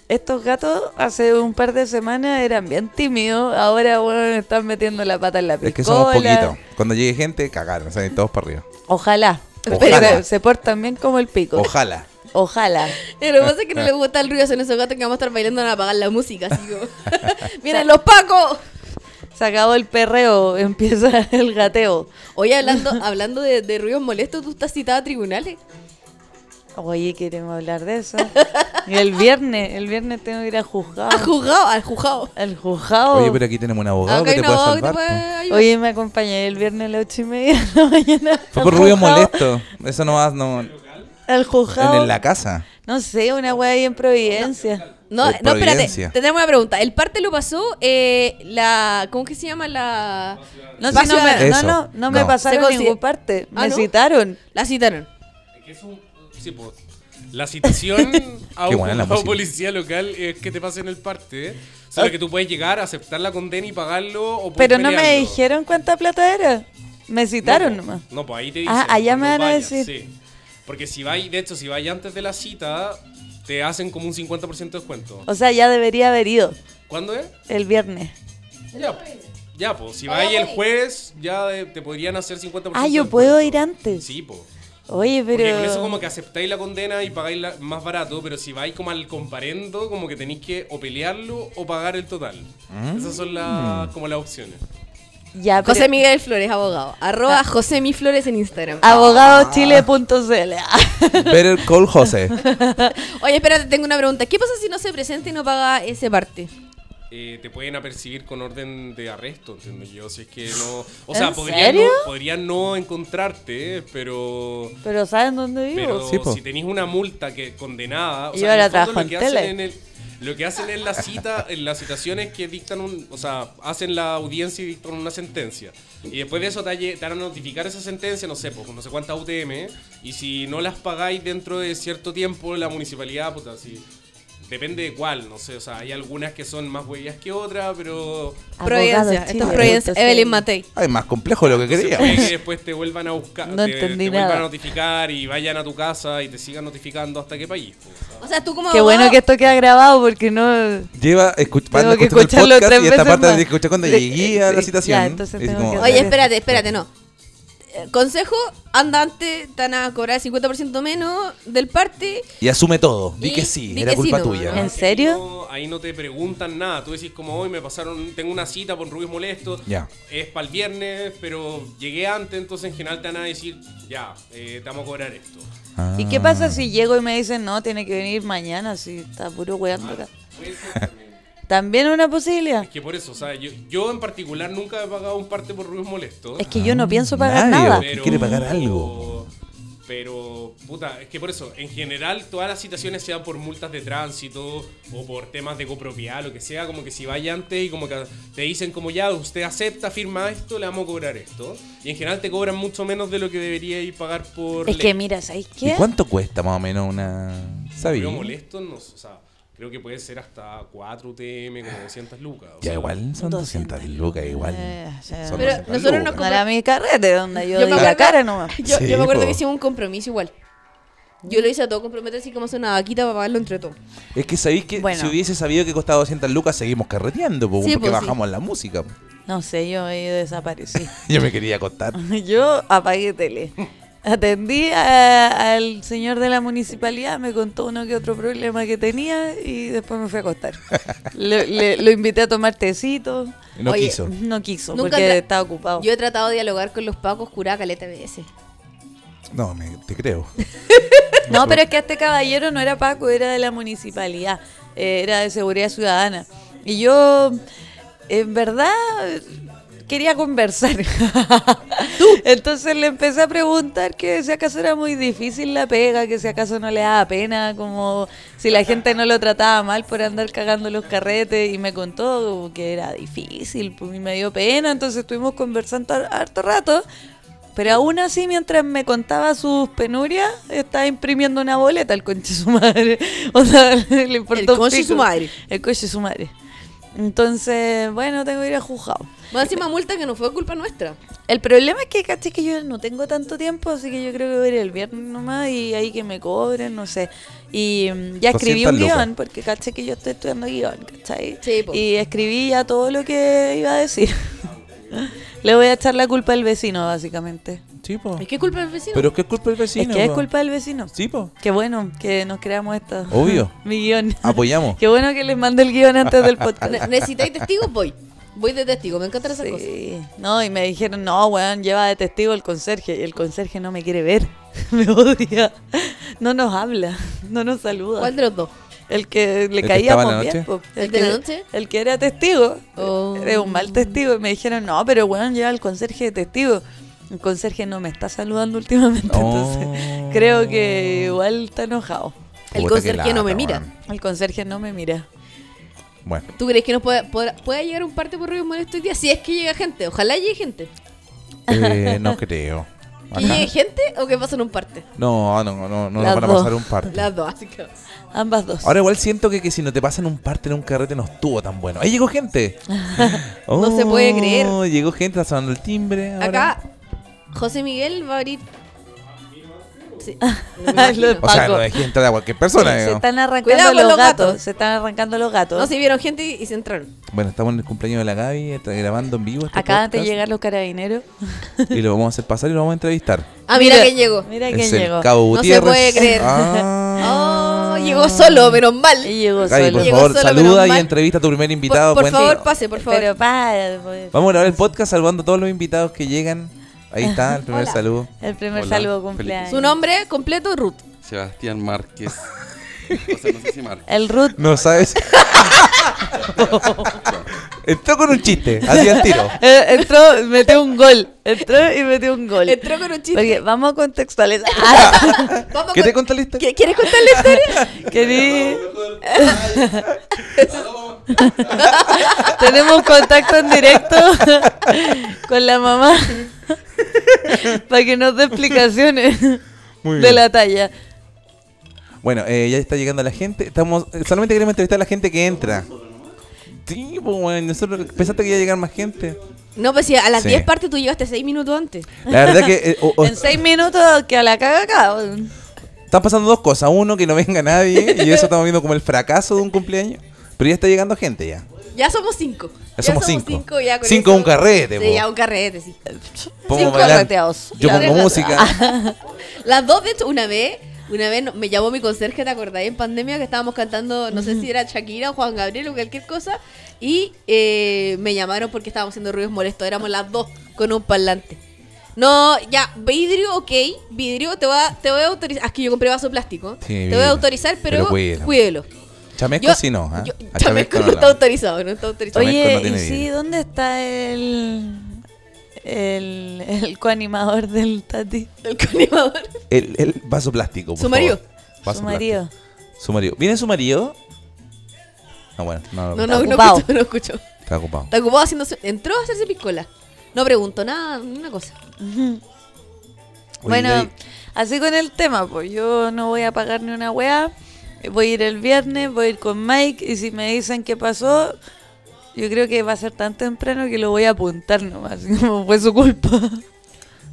C: Estos gatos hace un par de semanas eran bien tímidos. Ahora, bueno, están metiendo la pata en la piscola.
B: Es que somos poquitos. Cuando llegue gente, cagaron. Salen todos para arriba.
C: Ojalá.
B: Ojalá.
C: Pero se portan bien como el pico.
B: Ojalá.
C: Ojalá.
D: Eh, Lo que pasa es que no les gusta el ruido, son esos gatos que van a estar bailando van a apagar la música, así como. ¡Miren los pacos!
C: Se acabó el perreo, empieza el gateo.
D: Oye, hablando, hablando de, de ruidos molestos, tú estás citada a tribunales.
C: Oye, queremos hablar de eso. Y el viernes, el viernes tengo que ir a juzgado.
B: Ah.
D: Al juzgado, al juzgado.
C: Al juzgado.
D: Oh.
B: Oye, pero aquí tenemos un abogado
D: Acá
B: que
D: hay
B: te
D: un
B: puede
D: abogado que
B: salvar.
D: te puede
B: po.
D: ayudar.
C: Oye, me acompañé el viernes a las ocho y media de la mañana.
B: Fue
C: al
B: por ruido
C: juzgado-
B: molesto. Eso no va no,
C: Al
B: en,
C: juzgado.
B: en la casa.
C: No sé, una wea ahí en Providencia.
D: No,
B: de
D: no, espérate.
B: Providencia.
D: Tenemos una pregunta. El parte lo pasó eh, la. ¿Cómo que se llama la.?
C: No,
D: Paz
C: si no, me,
B: Eso,
C: no, no, no me
B: no.
D: Se
C: pasaron
D: consi-
C: en ningún parte.
D: Ah,
C: Me
D: ¿no?
C: citaron.
D: La citaron.
E: Es que es un- sí, po. La citación a
B: Qué
E: un
B: buena la
E: a un
B: música. Ah.
E: policía local es que te pasen el parte. ¿eh? Solo que tú puedes llegar, aceptar la condena y pagarlo. O puedes
C: Pero no me
E: pelearlo.
C: dijeron cuánta plata era. Me citaron
E: no, po.
C: nomás.
E: No, pues ahí te
C: Ah,
E: dicen.
C: allá me
E: cuando
C: van a
E: vayas,
C: decir.
E: sí. Porque si vais, de hecho, si vais antes de la cita, te hacen como un 50% de descuento.
C: O sea, ya debería haber ido
E: ¿Cuándo es?
C: el viernes.
E: Ya, ya pues, si vas ahí el jueves, ya de- te podrían hacer 50%.
C: Ah,
E: de
C: yo puedo
E: descuento.
C: ir antes.
E: Sí, pues.
C: Oye, pero.
E: Porque con eso como que aceptáis la condena y pagáis la- más barato, pero si vais como al comparendo, como que tenéis que o pelearlo o pagar el total.
C: Mm.
E: Esas son las como las opciones.
C: Ya, pero-
D: José Miguel Flores, abogado. Arroba José Mi Flores en Instagram.
B: Ah.
C: abogadoschile.cl.
B: Better Call José.
D: Oye, espérate, tengo una pregunta. ¿Qué pasa si no se presenta y no paga ese parte?
E: Eh, te pueden apercibir con orden de arresto, entiendo yo, si es que no... O sea,
C: ¿En
E: podrían no,
C: serio?
E: podrían no encontrarte, pero...
C: Pero ¿saben dónde vivo?
E: Pero
B: Sí, po.
E: si tenéis una multa que condenada, o
C: Y
E: sea,
C: ahora
E: en el
C: trabajo
E: fondo lo que
C: en
E: hacen
C: tele.
E: en el- lo que hacen en la cita, en las citaciones que dictan un, o sea, hacen la audiencia y dictan una sentencia. Y después de eso te, halle- te van a notificar esa sentencia, no sé, pues no sé cuántas UTM, y si no las pagáis dentro de cierto tiempo, la municipalidad, puta, si depende de cuál, no sé, o sea, hay algunas que son más huellas que otras, pero
D: Providencia. Esto es Providencia. Evelyn Matei.
C: Ah,
B: Ay, más complejo de lo que
E: se puede que
B: queríamos.
E: después te vuelvan a buscar,
C: No
E: te,
C: entendí
E: te vuelvan
C: nada.
E: a notificar y vayan a tu casa y te sigan notificando hasta qué país. pues, o sea.
D: O sea, tú como
C: Qué bueno
D: abogado-
C: que esto queda grabado porque no.
B: Lleva escuchando
C: Tengo que
B: el
C: escucharlo
B: podcast
C: tres
B: y esta
C: veces
B: parte
C: más.
B: de escuchar cuando
C: Sí,
B: llegué a la
C: sí,
B: citación.
C: ya, entonces
B: Y
C: tengo que
D: Oye, espérate, espérate, no. Eh, Consejo, anda antes, te van a cobrar 50% menos del parte.
B: Y asume todo. Di
D: Y-
B: que sí,
D: di
B: era
D: que sí
B: culpa
D: nomás.
B: tuya.
C: ¿En
E: Ahí
C: serio?
E: no- Ahí no te preguntan nada. Tú decís como hoy me pasaron, tengo una cita por Rubios Molesto.
B: Ya.
E: Es para el viernes, pero llegué antes, entonces en general te van a decir, ya, eh, te vamos a cobrar esto.
C: ¿Y qué pasa si llego y me dicen no, tiene que venir mañana si está puro weando acá?
E: Puede ser también.
C: También es una posibilidad.
E: Es que por eso, o sea, yo, yo en particular nunca he pagado un parte por Rubios Molesto.
C: Es que yo no pienso pagar
B: Nadie,
C: nada.
B: ¿Qué quiere pagar algo?
E: Pero, puta, es que por eso, en general todas las citaciones se dan por multas de tránsito o por temas de copropiedad, lo que sea, como que si vaya antes y como que te dicen como ya, usted acepta, firma esto, le vamos a cobrar esto. Y en general te cobran mucho menos de lo que debería ir pagar por...
C: Es
E: ley.
C: que mira, ¿sabes
B: ¿Y
C: qué?
B: cuánto cuesta más o menos una. ¿Sabí?
E: Creo molesto, no, o sea, creo que puede ser hasta 4 UTM, como 200 lucas. o
B: Ya
E: sea,
B: igual, son 200,
C: 200
B: lucas, igual.
C: Eh, o sea,
B: Son
D: Pero
B: 200
D: nosotros
B: lucas.
D: no
C: No era mi carrete, donde yo,
D: Yo me
C: di la
D: acuerdo-
C: cara nomás.
D: Yo,
B: Sí,
D: yo me acuerdo
B: po.
D: que hicimos un compromiso igual. Yo lo hice a todo comprometer así como hacer una vaquita para pagarlo entre todos.
B: Es que sabéis que
C: Bueno.
B: si hubiese sabido que costaba 200 lucas, seguimos carreteando, po,
D: Sí,
B: porque
D: po, sí.
B: bajamos la música. po.
C: No sé, yo ahí desaparecí.
B: Yo me quería acostar.
C: Yo apagué tele. Atendí a- al señor de la municipalidad, me contó uno que otro problema que tenía y después me fui a acostar. Le- le- lo invité a tomar tecito.
B: No
D: Oye,
B: quiso.
C: No quiso
D: Nunca tra-
C: porque estaba ocupado.
D: Yo he tratado de dialogar con los pacos curada caleta de veces.
B: No, me- te creo.
C: No, pero es que este caballero no era Paco, era de la municipalidad, eh, era de seguridad ciudadana. Y yo, en verdad, quería conversar. Entonces le empecé a preguntar que si acaso era muy difícil la pega, que si acaso no le daba pena, como si la gente no lo trataba mal por andar cagando los carretes. Y me contó que era difícil, pues, y me dio pena. Entonces estuvimos conversando har- harto rato. Pero aún así, mientras me contaba sus penurias, estaba imprimiendo una boleta al conche su madre. O sea, le importó un
D: conche
C: pico.
D: su madre.
C: El conche su madre. Entonces, bueno, tengo que ir a juzgado.
D: Más encima multa que no fue culpa nuestra.
C: El problema es que, caché, que yo no tengo tanto tiempo, así que yo creo que voy a ir el viernes nomás y ahí que me cobren, no sé. Y mm, ya escribí
B: 200
C: un
B: lucas.
C: guión, porque caché que yo estoy estudiando guión, ¿cachai?
D: Sí, po.
C: y escribí ya todo lo que iba a decir. Le voy a echar la culpa al vecino, básicamente.
B: Sí, po.
D: ¿Es que es culpa del vecino?
B: Oh. Pero es que es culpa del vecino.
C: es que es
B: po.
C: culpa del vecino.
B: Sí, po.
C: Qué bueno que nos creamos esto.
B: Obvio.
C: Mi guión.
B: Apoyamos.
C: Qué bueno que les mande el guión antes del podcast.
D: Ne- ¿Necesitáis testigos? Voy. Voy de testigo, me encantan esas cosas.
C: Sí. No, y me dijeron, no, weón, lleva de testigo el conserje. Y el conserje no me quiere ver. me odia. No nos habla. No nos saluda.
D: ¿Cuál de los dos?
C: El que le
B: ¿El que
C: caía
B: estaba en la
C: muy
B: noche?
C: bien. po.
D: ¿El de la
C: que-
D: noche?
C: El que era testigo.
D: Oh.
C: Era un mal testigo. Y me dijeron, no, pero weón, lleva el conserje de testigo. El conserje no me está saludando últimamente.
B: Oh.
C: Entonces, creo que igual está enojado.
B: Puta,
D: El
B: qué
D: conserje no me
B: lata,
D: mira.
B: man.
C: El conserje no me mira.
B: Bueno,
D: ¿Tú crees que nos puede, podrá- pueda llegar un parte por ruido molesto hoy día? Si es que llega gente, ojalá llegue gente.
B: eh, no creo.
D: ¿Que
B: Acá.
D: llegue gente o que pasen un parte?
B: No, no, no, no nos
C: Las
B: van a
C: dos.
B: pasar un parte.
D: Las dos, así que.
C: Ambas dos.
B: Ahora igual siento que, que si no te pasan un parte en un carrete no estuvo tan bueno. Ahí llegó gente. Oh,
D: No se puede creer.
B: Llegó gente, está sonando el timbre. ahora.
D: Acá, José Miguel va a abrir. Sí. No, me
C: Lo de
D: imagino.
B: O sea,
C: Paco.
B: no dejé entrar a cualquier persona. eh.
C: se
B: digamos.
C: están arrancando
D: Cuidado con
C: los,
D: los
C: gatos.
D: gatos.
C: Se están arrancando los gatos.
D: no, si vieron gente y y se entraron.
B: Bueno, estamos en el cumpleaños de la Gaby, está grabando en vivo. Este
C: Acaban de
B: podcast,
C: llegar los carabineros.
B: Y lo vamos a hacer pasar y lo vamos a entrevistar.
D: Ah, mira, quién llegó.
C: Mira
B: es
C: quién
B: el
C: llegó.
B: Cabo
D: No se
B: Gutiérrez.
D: puede creer.
B: Ah.
D: Oh, llegó solo, menos mal.
C: Y llegó
B: Gaby, por
C: solo.
D: Llegó
B: favor,
D: solo,
B: saluda
D: Oh, menos
B: y
D: mal.
B: entrevista a tu primer invitado. pues,
D: Por, por
B: cuenta.
D: favor, pase, por favor.
C: Pero para. pues,
B: Vamos a grabar el podcast saludando a todos los invitados que llegan. Ahí está, el primer saludo.
C: El primer
F: Hola,
C: saludo
F: Felipe.
C: cumpleaños.
D: Su nombre completo, Ruth.
F: Sebastián Márquez. o sea, no sé si Márquez.
C: El Ruth.
B: No sabes. Entró con un chiste, así al tiro.
C: Eh, entró, metió un gol. Entró y metió un gol.
D: Entró con un chiste.
C: Porque vamos a contextualizar.
D: Vamos
B: ¿Qué
D: con-
B: te contó la historia?
D: ¿Qui- ¿Quieres contar la historia?
C: Querí. Tenemos un contacto en directo con la mamá para que nos dé explicaciones de la talla.
B: Bueno, eh, ya está llegando la gente. Estamos, eh, solamente queremos entrevistar a la gente que entra. Sí, pues, bueno, nosotros pensaste que iba a llegar más gente.
D: No, pues si a las
B: Sí.
D: 10 partes tú llegaste 6 minutos antes.
B: La verdad que eh, o- o-
C: En seis minutos que a la caga acá.
B: están pasando dos cosas. Uno, que no venga nadie, y eso estamos viendo como el fracaso de un cumpleaños. Pero ya está llegando gente ya.
D: Ya somos 5.
B: Ya somos cinco.
D: ya con
B: Cinco
D: eso-
B: un carrete, po.
D: Sí, ya un carrete, sí.
B: Pongo a
C: Cinco
B: bailar.
C: rateados.
B: Yo
D: Ya.
B: pongo música.
D: Las dos, de hecho, una vez, una vez no- me llamó mi conserje, ¿te acordáis? En pandemia que estábamos cantando, no sé si era Shakira o Juan Gabriel o cualquier cosa. Y eh, me llamaron porque estábamos haciendo ruidos molestos. Éramos las dos con un parlante. No, ya, vidrio, ok. Vidrio, te voy a, te voy a autorizar. Ah, Es que yo compré vaso plástico.
B: Sí,
D: te voy
B: vidrio.
D: a autorizar, pero,
B: Pero cuídelo.
D: cuídelo.
B: Chamesco
D: Yo-
B: sí no. ¿ah?
D: yo-
B: A
D: Chameco no
B: no
D: está
B: la-
D: autorizado, no está autorizado.
B: Flamenco no
C: Oye,
B: tiene
C: y sí,
B: vidrio.
C: ¿dónde está el. el. el coanimador del Tati?
D: El colimador.
B: El, el vaso plástico. Por
D: Su marido.
B: favor. Vaso
C: Su marido.
B: plástico. Su marido. ¿Viene su marido? Ah, bueno, no,
D: No,
B: no,
D: no, no
C: ocupado.
D: escucho, no escucho.
B: está ocupado.
D: Está ocupado haciendo. Entró a hacerse piscola. No pregunto nada, ni una cosa.
B: Oye,
C: Bueno,
B: Gaby,
C: así con el tema, pues yo no voy a pagar ni una weá. Voy a ir el viernes, voy a ir con Mike y si me dicen qué pasó, yo creo que va a ser tan temprano que lo voy a apuntar nomás, como fue su culpa.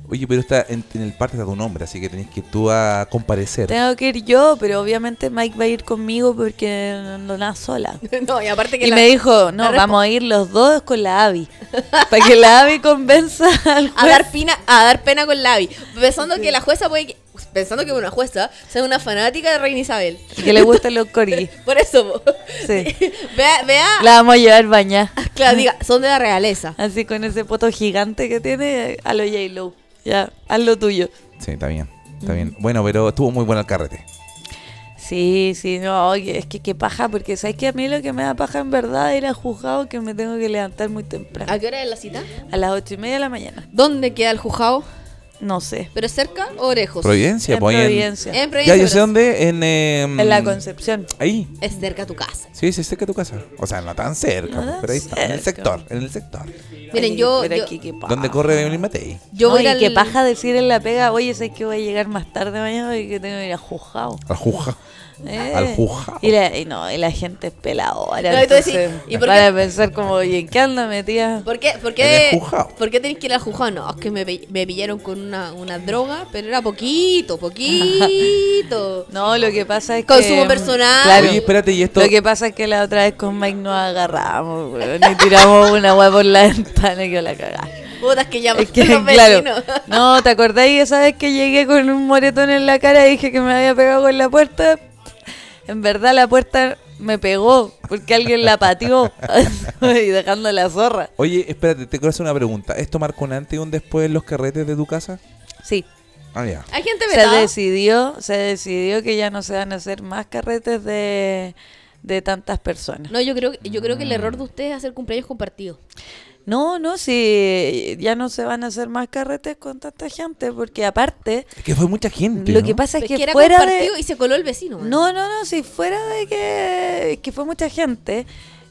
B: Oye, pero está en, en el parte está tu nombre, así que tenés que tú a comparecer.
C: Tengo que ir yo, pero obviamente Mike va a ir conmigo porque no no nada sola.
D: No, y aparte que
C: Y
D: la-
C: me dijo, no,
D: la respo-
C: vamos a ir los dos con la Abby, para que la Abby convenza al
D: a
C: juez.
D: dar pena, a dar pena con Lavi, pensando que la jueza puede que- pensando que una jueza sea una fanática de Reina Isabel.
C: Que le gusten los corgis.
D: Por eso, po.
C: Sí.
D: vea, vea,
C: La vamos a llevar bañada.
D: claro, diga, son de la realeza.
C: Así con ese poto gigante que tiene, a lo J-Lo. Ya, haz lo tuyo.
B: Sí, está bien. Está
C: Mm.
B: bien. Bueno, pero estuvo muy bueno el carrete.
C: Sí, sí, no, oye, es que qué paja, porque sabes que a mí lo que me da paja en verdad era juzgado que me tengo que levantar muy temprano.
D: ¿A qué hora es la cita?
C: A las ocho y media de la mañana.
D: ¿Dónde queda el juzgado?
C: No sé.
D: ¿Pero cerca o lejos?
B: Providencia,
C: En
B: pues ahí en-
C: Providencia.
D: En
B: Ya,
D: Providencia.
B: yo sé
D: pero
B: dónde. En, em,
C: En la Concepción.
B: Ahí.
D: Es cerca a tu casa.
B: Sí, sí, cerca de tu casa. O sea, no tan cerca, pues,
C: No tan
B: pero ahí está. En el
C: cerca.
B: sector, en el sector.
D: Miren,
C: Ay,
D: yo-
C: pero
D: yo-
C: aquí qué paja.
B: Donde corre Evelyn Matei.
D: Yo
C: No,
D: voy a
C: y
D: ir
C: qué
D: al-
C: paja decir en la pega, oye, sabes que voy a llegar más tarde mañana porque tengo que ir a juzgado.
B: Al Juja.
C: Eh.
B: Al juzgado.
C: Y, la, y no, y la gente es peladora.
D: No, y tú decís,
C: entonces,
D: ¿y por qué?
C: Para pensar como, oye, ¿en qué anda metida?
D: ¿Por qué, por
B: En
D: qué,
B: el juzgado.
D: por qué tenés que ir al juzgado? No, es que me, pe- me pillaron con una, una droga, pero era poquito, poquito.
C: No, lo que pasa es que.
D: Consumo personal.
C: Claro.
B: Oye, espérate, y esto.
C: Lo que pasa es que la otra vez con Mike nos agarramos, weón, y tiramos una hueá por la ventana y que la cagá.
D: Putas que llaman
C: Es que,
D: los
C: claro.
D: vecinos.
C: No, ¿te acordáis esa vez que llegué con un moretón en la cara y dije que me había pegado con la puerta? En verdad, la puerta me pegó porque alguien la pateó y dejando la zorra.
B: Oye, espérate, te quiero hacer una pregunta. ¿Esto marcó un antes y un después en los carretes de tu casa?
C: Sí.
B: Ah, ya.
D: Hay gente
C: se
D: vetada.
C: decidió, se decidió que ya no se van a hacer más carretes de, de tantas personas.
D: No, yo creo, yo creo que el error de ustedes es hacer cumpleaños compartidos.
C: No, no, sí, ya no se van a hacer más carretes con tanta gente, porque aparte,
B: Es que fue mucha gente.
C: lo
B: ¿no?
C: que pasa
D: Es
C: es
D: que,
C: que
D: era
C: fuera
D: compartido
C: de...
D: y se coló el vecino. man.
C: No, no, no, si fuera de que, que fue mucha gente,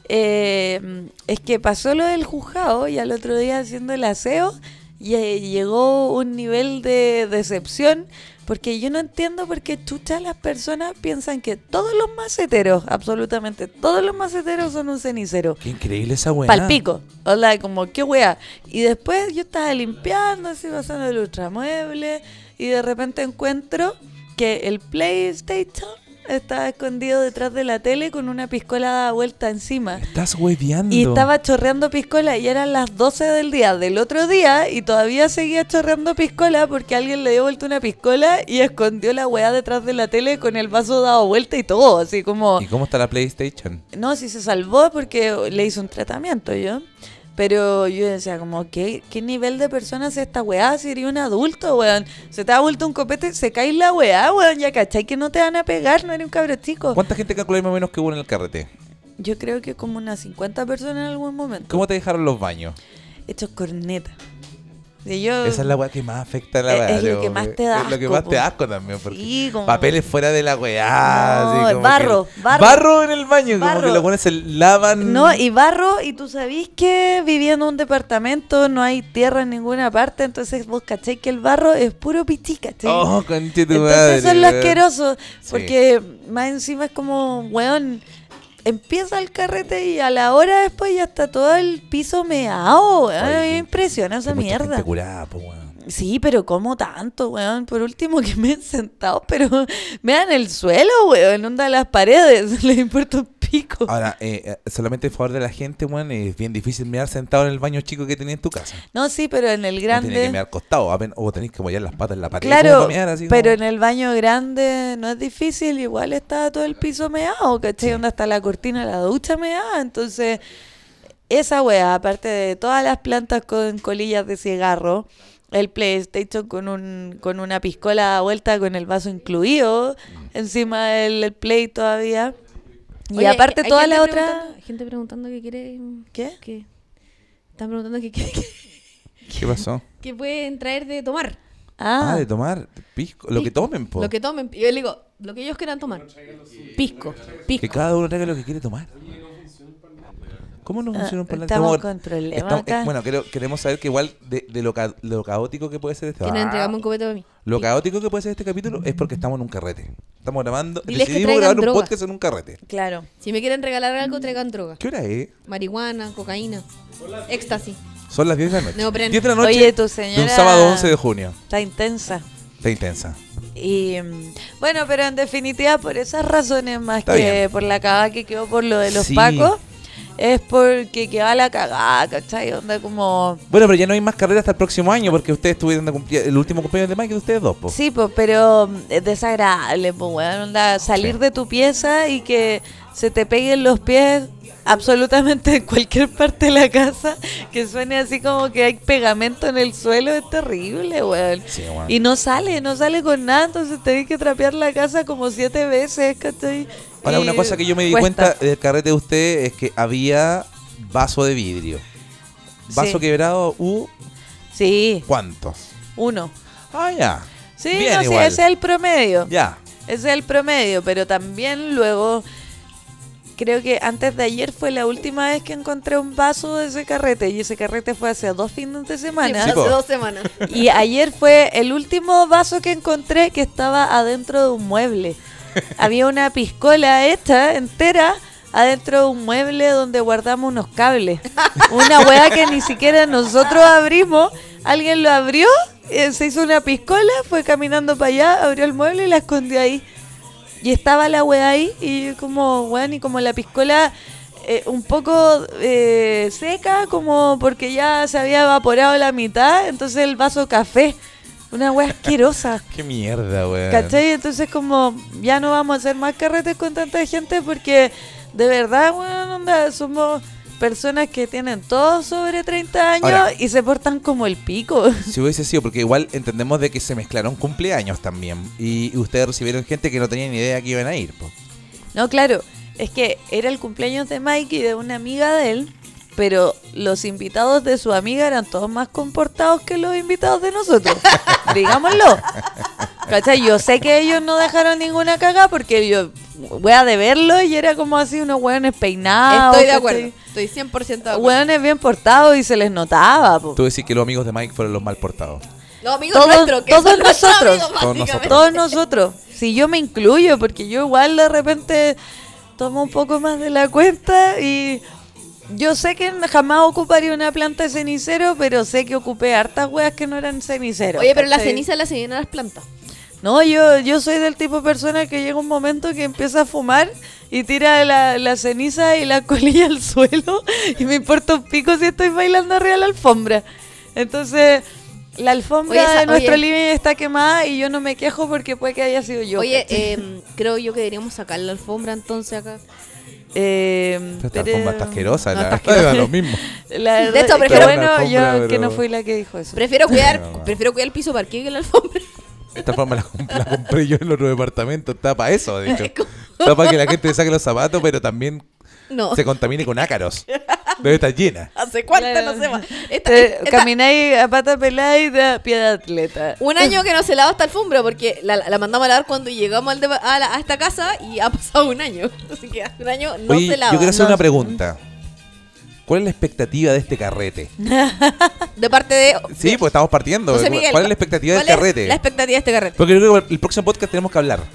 C: eh, es que pasó lo del juzgado y al otro día haciendo el aseo y, eh, llegó un nivel de decepción, porque yo no entiendo por qué chucha las personas piensan que todos los maceteros, absolutamente todos los maceteros son un cenicero.
B: Qué increíble esa weá.
C: Palpico. O sea, como, qué wea. Y después yo estaba limpiando, así, pasando el ultramueble. y de repente encuentro que el PlayStation estaba escondido detrás de la tele con una piscola dada vuelta encima.
B: Estás hueveando.
C: Y estaba chorreando piscola y eran las 12 del día del otro día y todavía seguía chorreando piscola porque alguien le dio vuelta una piscola y escondió la weá detrás de la tele con el vaso dado vuelta y todo, así como...
B: ¿Y cómo está la PlayStation?
C: No, sí se salvó porque le hizo un tratamiento yo. Pero yo decía, como, ¿qué, qué nivel de persona es esta weá? Si eres un adulto, weón. Se te ha vuelto un copete, se cae la weá, weón. Ya cachai que no te van a pegar, no eres un cabro chico.
B: ¿Cuánta gente calculáis más o menos que hubo en el carrete?
C: Yo creo que como unas 50 personas en algún momento.
B: ¿Cómo te dejaron los baños?
C: Hechos corneta. Y yo,
B: Esa es la weá que más afecta a la
C: Um, Es- es
B: weá,
C: lo
B: digo,
C: que más te
B: porque-
C: da
B: Es lo que
C: asco,
B: más te
C: po.
B: da asco también. Porque
C: Sí, como-
B: Papeles fuera de la weá.
C: No,
B: así como
C: barro,
B: que-
C: barro.
B: Barro en el baño. Como
C: Barro.
B: que los buenos se lavan.
C: No, y barro, y tú sabís que viviendo en un departamento no hay tierra en ninguna parte, entonces vos cachai que el barro es puro pichí, cachai.
B: Oh, conche tu madre.
C: Entonces eso es lo
B: weón.
C: asqueroso,
B: Sí.
C: porque más encima es como, weón, empieza el carrete y a la hora después ya está todo el piso meao, weón,
B: Oye,
C: a mí me impresiona
B: Hay
C: esa
B: mucha gente
C: mierda.
B: curada, po, weón.
C: Sí, pero ¿cómo tanto, weón? Por último que me he sentado, pero me dan el suelo, weón, onda las paredes, les importa un pico.
B: Ahora, eh, eh, solamente en favor de la gente, weón, es bien difícil mirar sentado en el baño chico que tenés en tu casa.
C: No, sí, pero en el
B: Uno Tiene
C: grande...
B: que mirar costado, apen- o tenés que apoyar las patas en la pared.
C: Claro,
B: como para mirar, así
C: pero en
B: como-
C: el baño grande no es difícil, igual está todo el piso meado, ¿cachai? Onda hasta la cortina de la ducha meada, entonces esa weá, aparte de todas las plantas con colillas de cigarro, el PlayStation con, un, con una piscola a vuelta con el vaso incluido,
B: Mm.
C: encima del el Play todavía, y
D: Oye,
C: aparte
D: hay
C: toda
D: gente
C: la
D: preguntando-
C: otra...
D: hay gente preguntando que quiere.
C: ¿Qué?
D: que- están preguntando que quiere. Que,
B: ¿Qué pasó?
D: que pueden traer de tomar.
B: Ah,
C: Ah,
B: de tomar pisco. Lo que
D: Pisco.
B: tomen, po.
D: Lo que tomen. Yo le digo, lo que ellos quieran tomar. Pisco.
B: Que
D: Pisco.
B: cada uno traiga lo que quiere tomar. ¿Cómo no funciona un
C: Ah,
B: parlante?
C: estamos
B: ¿Cómo-
C: con problemas
B: estamos- eh,
C: acá.
B: bueno, creo- queremos saber que igual de, de lo, ca- lo caótico que puede ser este
D: Que nos entregamos un
B: Ah.
D: copete para mí.
B: Lo caótico que puede ser este capítulo es porque estamos en un carrete. Estamos grabando.
D: Diles que
B: decidimos
D: traigan
B: grabar un
D: droga.
B: podcast en un carrete.
C: claro.
D: Si me quieren regalar algo, traigan droga.
B: ¿Qué hora es?
D: Marihuana, cocaína, éxtasis.
B: Son las 10 de la noche.
D: Neopren.
B: 10 de la noche.
C: Oye, tu
B: De un
C: señora-
B: sábado 11 de junio.
C: Está intensa.
B: Está intensa.
C: Y mm, bueno, pero en definitiva, por esas razones más
B: Está
C: que
B: bien.
C: por la cagada que quedó por lo de los
B: Sí.
C: pacos, es porque quedaba la cagada, ¿cachai? Onda como.
B: Bueno, pero ya no hay más carrera hasta el próximo año porque ustedes tuvieron de cumplir el último cumpleaños de Mike de ustedes dos, po.
C: Sí, pues, pero mm, es desagradable, pues, weón. Onda, salir
B: Sí.
C: de tu pieza y que se te peguen los pies absolutamente en cualquier parte de la casa, que suene así como que hay pegamento en el suelo, es terrible, weón.
B: Sí, weón.
C: Y no sale, no sale con nada, entonces tenés que trapear la casa como siete veces, ¿cachai?
B: Ahora,
C: Y
B: una cosa que yo me di
C: cuesta.
B: cuenta eh, del carrete de ustedes es que había vaso de vidrio. Vaso
C: Sí.
B: quebrado, u
C: Sí,
B: ¿cuántos?
C: uno.
B: Ah, ya.
C: Sí,
B: Bien
C: no, sí,
B: igual.
C: ese es el promedio.
B: Ya.
C: Ese es el promedio, pero también luego, creo que antes de ayer fue la última vez que encontré un vaso de ese carrete, y ese carrete fue hace dos fines de semana.
B: Sí,
D: hace
B: po.
D: dos semanas.
C: Y ayer fue el último vaso que encontré que estaba adentro de un mueble. Había una piscola esta entera adentro de un mueble donde guardamos unos cables. Una hueá que ni siquiera nosotros abrimos. Alguien lo abrió, eh, se hizo una piscola, fue caminando para allá, abrió el mueble y la escondió ahí. Y estaba la weá ahí y yo como, weón, y como la piscola eh, un poco eh, seca, como porque ya se había evaporado la mitad, entonces el vaso café, una weá asquerosa.
B: Qué mierda, weón.
C: ¿Cachai? Entonces como ya no vamos a hacer más carretes con tanta gente porque de verdad, weón, onda, somos personas que tienen todo sobre 30 años
B: Ahora.
C: y se portan como el pico.
B: Si hubiese sido, porque igual entendemos de que se mezclaron cumpleaños también. Y ustedes recibieron gente que no tenía ni idea que iban a ir, po.
C: No, claro, es que era el cumpleaños de Mike y de una amiga de él, pero los invitados de su amiga eran todos más comportados que los invitados de nosotros. Digámoslo. ¿Cachai? Yo sé que ellos no dejaron ninguna cagada porque yo voy a de verlo y era como así unos hueones peinados.
D: Estoy de
C: ¿cachai?
D: acuerdo. Estoy 100% de acuerdo.
C: Hueones bien portados y se les notaba. po.
B: Tú decís que los amigos de Mike fueron los mal portados.
D: Los amigos
C: Todos-
D: nuestros, que
C: todos
D: son nuestros
C: nosotros.
D: amigos,
B: Todos
D: básicamente.
C: Todos nosotros. Si yo me incluyo, porque yo igual de repente tomo un poco más de la cuenta y Yo sé que jamás ocuparía una planta de cenicero, pero sé que ocupé hartas weas que no eran ceniceros.
D: Oye, pero la
C: ¿cachai?
D: ceniza la se llena las plantas.
C: No, yo, yo soy del tipo de persona que llega un momento que empieza a fumar y tira la, la ceniza y la colilla al suelo y me importa un pico si estoy bailando arriba de la alfombra. Entonces, la alfombra
D: Oye, esa-
C: de nuestro
D: oye.
C: living está quemada y yo no me quejo porque puede que haya sido yo.
D: Oye,
C: ¿cachai?
D: em, creo yo que deberíamos sacar la alfombra entonces acá.
C: Eh,
B: Pero esta
C: pero-
B: alfombra está asquerosa,
C: No,
B: la
C: está
B: verdad,
C: asquerosa.
B: da lo mismo.
C: La
D: De
C: verdad es
D: hecho,
C: que,
D: prefiero-
C: bueno, yo
B: Alfombra,
C: que
B: pero-
C: no fui la que dijo eso.
D: Prefiero
B: No.
D: cuidar, prefiero cuidar el piso parque que la alfombra.
B: Esta alfombra la, comp- la compré yo en el otro departamento. Está para eso, de hecho. Está para que la gente le saque los zapatos, pero también
D: No.
B: se contamine con ácaros. Debe estar llena.
D: ¿Hace cuánto no se va? Esta-
C: Te-
D: esta-
C: Eh, Camináis a pata pelada y da pie de atleta.
D: un año que no se lava esta alfombra porque la, la mandamos a lavar cuando llegamos al depa- a, la- a esta casa y ha pasado un año. Así que hace un año no
B: Oye,
D: se lava.
B: yo quiero hacer
D: No.
B: una pregunta. ¿Cuál es la expectativa de este carrete?
D: De parte de.
B: Sí, pues estamos partiendo.
D: José Miguel,
B: ¿Cuál es la expectativa del
D: ¿cuál es
B: carrete?
D: La expectativa de este carrete.
B: Porque yo creo que el próximo podcast tenemos que hablar.
E: No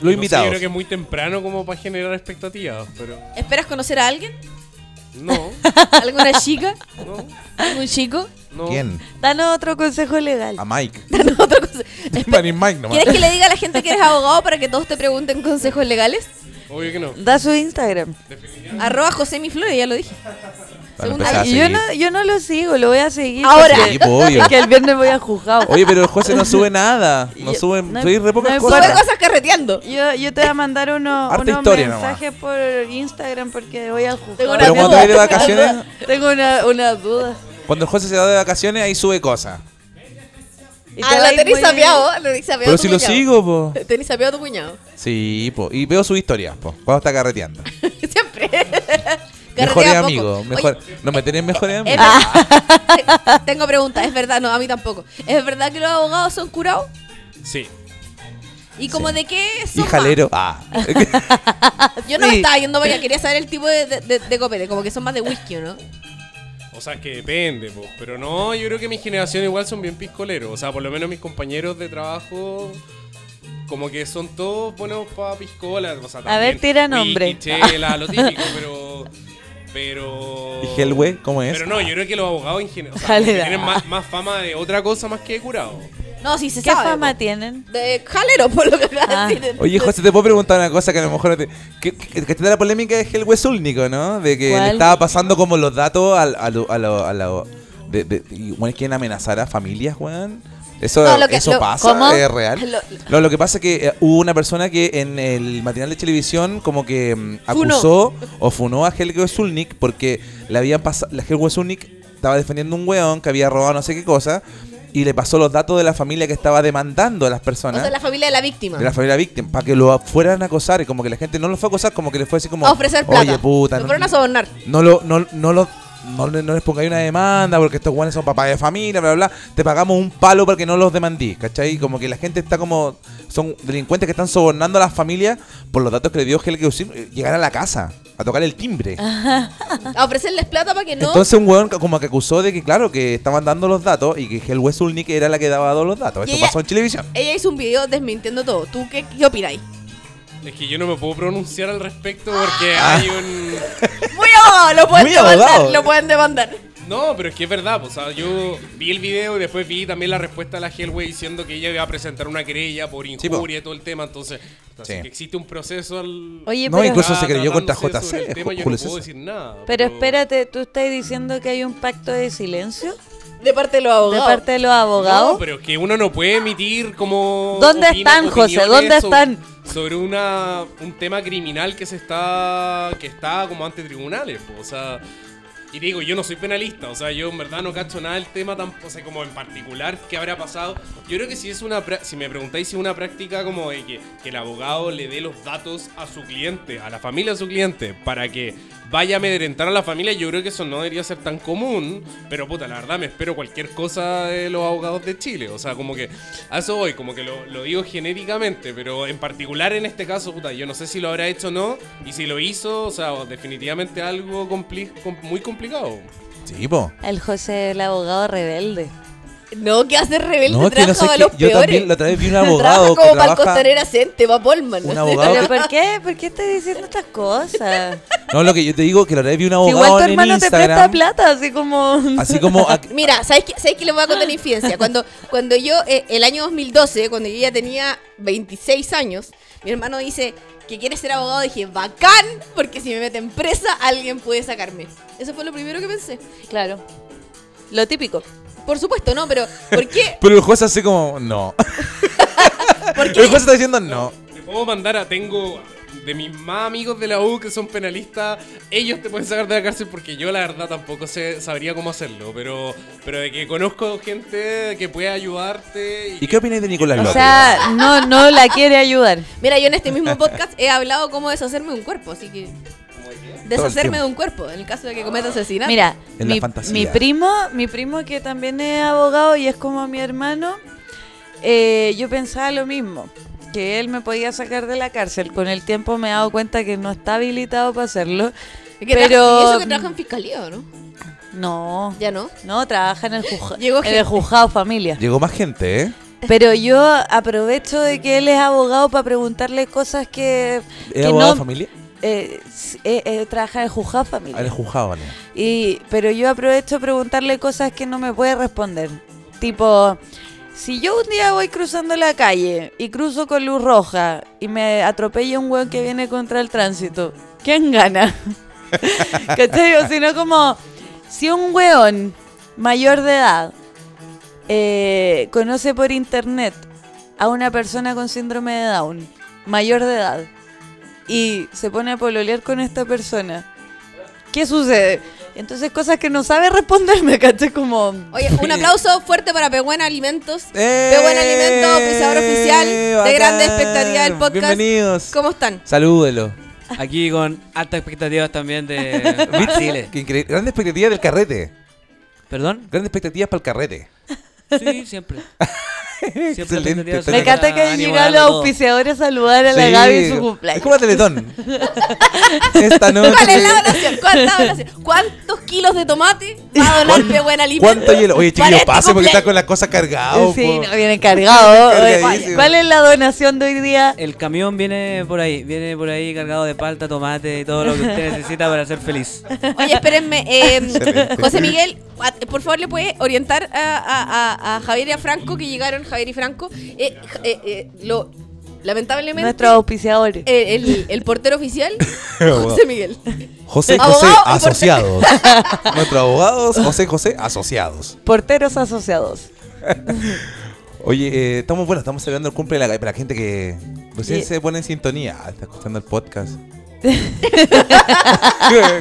B: Los
E: sé,
B: invitados.
E: yo creo que es muy temprano como para generar expectativas, pero
D: ¿Esperas conocer a alguien?
E: no,
D: ¿Alguna chica?
E: no,
D: ¿Algún chico?
E: no.
B: ¿Quién?
C: Danos otro consejo legal.
B: A Mike.
D: No, otra cosa.
B: Manny Mike nomás.
D: ¿Quieres que le diga a la gente que eres abogado para que todos te pregunten consejos legales?
E: Obvio que no.
C: Da su Instagram.
D: Arroba José Mi Flores, ya lo dije.
B: Van a
D: Segunda-
B: empezar a
C: Ay, yo,
B: seguir.
C: no, yo no lo sigo, lo voy a seguir.
D: Ahora.
C: porque-
B: Sí, pues, obvio.
C: es que el viernes voy a juzgar.
B: Oye, pero el José no sube nada. No
C: Yo-
B: sube.
C: no
B: soy re
C: im-
B: pocas
C: no
B: cosas.
D: Sube cosas carreteando.
C: Yo, yo te voy a mandar uno-
B: Harta
C: unos
B: historia
C: mensajes por Instagram porque voy a juzgar.
D: Tengo una
B: Pero cuando te
D: duda.
B: vas de vacaciones,
C: Tengo una, una duda.
B: cuando el José se va de vacaciones, ahí sube cosas.
C: Y te
D: Ah,
C: va
D: lo
C: ir
D: tenéis
C: muy bien.
D: sapeado. Lo tenéis sapeado
B: Pero
D: tu
B: si lo
D: cuñado.
B: sigo, po.
D: Tenéis sapeado a tu cuñado.
B: Sí, po. Y veo sus historias, po. Cuando está carreteando.
D: Siempre.
B: Mejores
D: Carretea poco. Eh,
B: amigos. Mejor, no me tenés mejores
D: Oye, es
B: amigos.
D: verdad- Tengo preguntas, es verdad, no, a mí tampoco. ¿Es verdad que los abogados son curados?
E: Sí.
D: ¿Y como de qué
B: y
D: son? más?
B: jalero. Ah.
D: Yo no me
C: Sí.
D: estaba yendo para allá, quería saber el tipo de, de, de- de copete, como que son más de whisky, ¿o ¿no?
E: O sea, que depende, po. pero no, yo creo que mi generación igual son bien piscoleros. O sea, por lo menos mis compañeros de trabajo, como que son todos buenos para piscolas. O sea,
C: A ver,
E: también
C: tira
E: whisky,
C: nombre.
E: chela, lo típico, pero. Pero.
B: ¿Y Helwe, cómo es?
E: Pero no, yo creo que los abogados en general. O sea,
C: Dale,
E: como que
C: da.
E: tienen más, más fama de otra cosa más que de curado.
D: No, sí se
C: ¿Qué
D: sabe.
C: fama
D: po.
C: tienen?
D: De jalero, por lo que acabas de
C: Ah.
D: decir.
B: Oye, José, te puedo preguntar una cosa que a lo mejor no te. Que, que- que te da la polémica de Helwe Zúlnico, ¿no? De que le
C: ¿Cuál?
B: estaba pasando como los datos al- a lo. A lo, a lo- de, de, y, bueno, es que amenazar a familias, weón. Eso,
D: No, lo que-
B: eso
D: lo-
B: pasa,
D: ¿cómo?
B: es real.
D: Lo-
B: No, lo que pasa es que eh, hubo una persona que en el matinal de televisión como que mm,
D: Funó.
B: acusó o funó a Helge Zulnik porque le habían pasado, la Helge Zulnik estaba defendiendo un weón que había robado no sé qué cosa y le pasó los datos de la familia que estaba demandando a las
D: O
B: personas.
D: sea, la familia de la víctima.
B: de la familia víctima, para que lo fueran a acosar y como que la gente no lo fue a acosar, como que le fue así como...
D: a ofrecer plata.
B: Oye, puta.
D: Lo
B: no-
D: fueron a sobornar.
B: no lo, no, no lo- no le- no les pongáis una demanda porque estos guanes son papás de familia, bla, bla, bla. Te pagamos un palo para que no los demandís, ¿cachai? Como que la gente está como. Son delincuentes que están sobornando a las familias por los datos que le dio Helge Usil, eh, llegar a la casa, a tocar el timbre.
D: A ofrecerles plata para que Ah. no.
B: Entonces un weón ca- como que acusó de que, claro, que estaban dando los datos y que Helge Zulnik era la que daba todos los datos.
D: Y
B: Esto
D: ella-
B: pasó en televisión.
D: Ella hizo un video desmintiendo todo. ¿Tú qué, qué opináis?
E: Es que yo no me puedo pronunciar al respecto porque
C: Ah.
E: hay un.
D: Muy abogado, lo pueden
B: Muy
D: demandar.
B: abogado.
D: Lo pueden demandar.
E: No, pero es que es verdad, po. o sea, yo vi el video y después vi también la respuesta de la Hellway diciendo que ella iba a presentar una querella por
B: po.
E: injuria y todo el tema, entonces, así
B: Sí.
E: que existe un proceso al...
C: Oye,
B: No,
C: pero,
B: incluso-
E: Ah,
B: se creyó contra
E: tratándose
B: JC,
E: sobre el tema,
B: Julio
E: yo no puedo
B: César.
E: decir nada.
C: pero espérate, ¿tú estás diciendo que hay un pacto de silencio
D: De parte de los
C: de
D: abogados.
C: parte de los abogados?
E: No, pero es que uno no puede emitir como...
C: ¿Dónde están,
E: opiniones
C: José? ¿Dónde
E: sobre-
C: están?
E: Sobre una, un tema criminal que se está... que está como ante tribunales, po, o sea... Y digo, yo no soy penalista, o sea, yo en verdad no cacho nada del tema, tan, o sea, como en particular qué habrá pasado. Yo creo que si es una pra- si me preguntáis si es una práctica como de que, que el abogado le dé los datos a su cliente, a la familia de su cliente, para que vaya a amedrentar a la familia, yo creo que eso no debería ser tan común. Pero puta, la verdad me espero cualquier cosa de los abogados de Chile. O sea, como que a eso voy, como que lo, lo digo genéricamente, pero en particular en este caso, puta, yo no sé si lo habrá hecho o no. Y si lo hizo, o sea, definitivamente algo compli- com- muy complicado.
B: Sí, po.
C: El José, el abogado rebelde.
D: No, que hace rebelde
B: No, que
D: trabaja
B: no sé
D: para
B: qué-
D: los
B: Yo
D: peores.
B: también la otra vez vi un
D: trabaja
B: abogado
D: como para
B: que
D: el
B: trabaja.
D: costanera Cente, para Polman.
B: Un abogado
C: ¿Pero
B: que-
C: por qué? ¿Por qué estás diciendo estas cosas?
B: No, lo que yo te digo que la verdad vi un
C: Si
B: abogado
C: igual tu
B: en
C: hermano te presta
B: Instagram.
C: plata, así como.
B: así como a-
D: Mira, ¿sabes qué, ¿sabes qué les voy a contar la infidencia? Cuando, cuando yo, eh, el año 2012, cuando yo ya tenía 26 años, mi hermano dice que quiere ser abogado. Dije, bacán, porque si me meten presa, alguien puede sacarme. Eso fue lo primero que pensé.
C: Claro. Lo típico.
D: Por supuesto, no, pero ¿por qué?
B: Pero el juez así como, no. El juez está diciendo no.
E: Te puedo mandar a. Tengo de mis más amigos de la U que son penalistas. Ellos te pueden sacar de la cárcel porque yo, la verdad, tampoco sé, sabría cómo hacerlo. Pero, pero de que conozco gente que puede ayudarte.
B: ¿Y qué opináis de Nicolás
C: O
B: López?
C: sea, no, no la quiere ayudar.
D: Mira, yo en este mismo podcast he hablado cómo deshacerme de un cuerpo, así que... Deshacerme de un cuerpo, en el caso de que cometa asesinato.
C: Mira,
B: En la
C: mi,
B: fantasía.
C: mi primo, mi primo que también es abogado y es como mi hermano, eh, yo pensaba lo mismo, que él me podía sacar de la cárcel. Con el tiempo me he dado cuenta que no está habilitado para hacerlo.
D: Que
C: pero-
D: trabaja- y eso que trabaja en fiscalía, ¿o ¿no?
C: No,
D: Ya no.
C: no, trabaja en el, juzga-
D: Llegó
C: en el juzgado familia.
B: Llegó más gente, ¿eh?
C: Pero yo aprovecho de que él es abogado para preguntarle cosas que,
B: ¿Es
C: que
B: abogado
C: no...
B: de familia?
C: eh, s- eh, eh, trabaja en el juzgado familia.
B: Ah, el juzgado, vale.
C: Y, pero yo aprovecho a preguntarle cosas que no me puede responder. Tipo, si yo un día voy cruzando la calle y cruzo con luz roja y me atropella un weón que viene contra el tránsito, ¿quién gana? ¿Cachai? O sino como, si un weón mayor de edad eh, conoce por internet a una persona con síndrome de Down, mayor de edad, y se pone a pololear con esta persona, ¿qué sucede? Entonces cosas que no sabe responderme, ¿cachai? Como...
D: Oye, un aplauso fuerte para Pehuen Alimentos.
B: ¡Eh!
D: Pehuen Alimentos, oficiador oficial de
B: Bacán.
D: Grande Expectativa del Podcast.
B: Bienvenidos.
D: ¿Cómo están?
B: Salúdelo.
G: Aquí con altas expectativas también de Chile.
B: Qué increíble. Grande expectativa del carrete.
G: ¿Perdón?
B: Grandes expectativas para el carrete.
G: Sí, siempre. Siempre
B: Excelente.
G: expectativas
C: Me
G: sobre
B: Teletón.
C: encanta que hayan
G: ánimo,
C: llegado los
G: darlo todo.
C: auspiciadores a saludar a la
B: Sí.
C: Gaby en su cumpleaños.
B: Es como la Teletón. Esta noche.
D: ¿Cuál es la donación? ¿Cuánta donación? ¿Cuántos kilos de tomate
C: Ah,
D: va a donar Pehuen Alimentos?
B: ¿Cuánto hielo? Oye,
D: Para
B: chiquillos,
D: este
B: pase porque
D: cumpleaños.
B: está con las cosas cargadas.
C: Sí,
B: po.
C: no, viene cargado.
B: Cargadísimo.
C: ¿Cuál es la donación de hoy día?
G: El camión viene por ahí, viene por ahí cargado de palta, tomate y todo lo que usted necesita para ser feliz.
D: Oye, espérenme. eh,
B: Excelente.
D: José Miguel, a- por favor, ¿le puede orientar a, a- a- a Javier y a Franco que llegaron, Javier y Franco? Eh, ja- eh, eh, lo, lamentablemente,
C: Nuestros auspiciadores.
D: eh, el, el portero oficial,
B: Oh,
D: José Miguel.
B: José José
D: Abogado y portero.
B: Asociados. Nuestros abogados, José José Asociados.
C: Porteros asociados.
B: Oye, eh, estamos bueno, estamos celebrando el cumple de la, para la gente que recién
C: Sí.
B: se pone en sintonía. Ah, está escuchando el podcast. eh,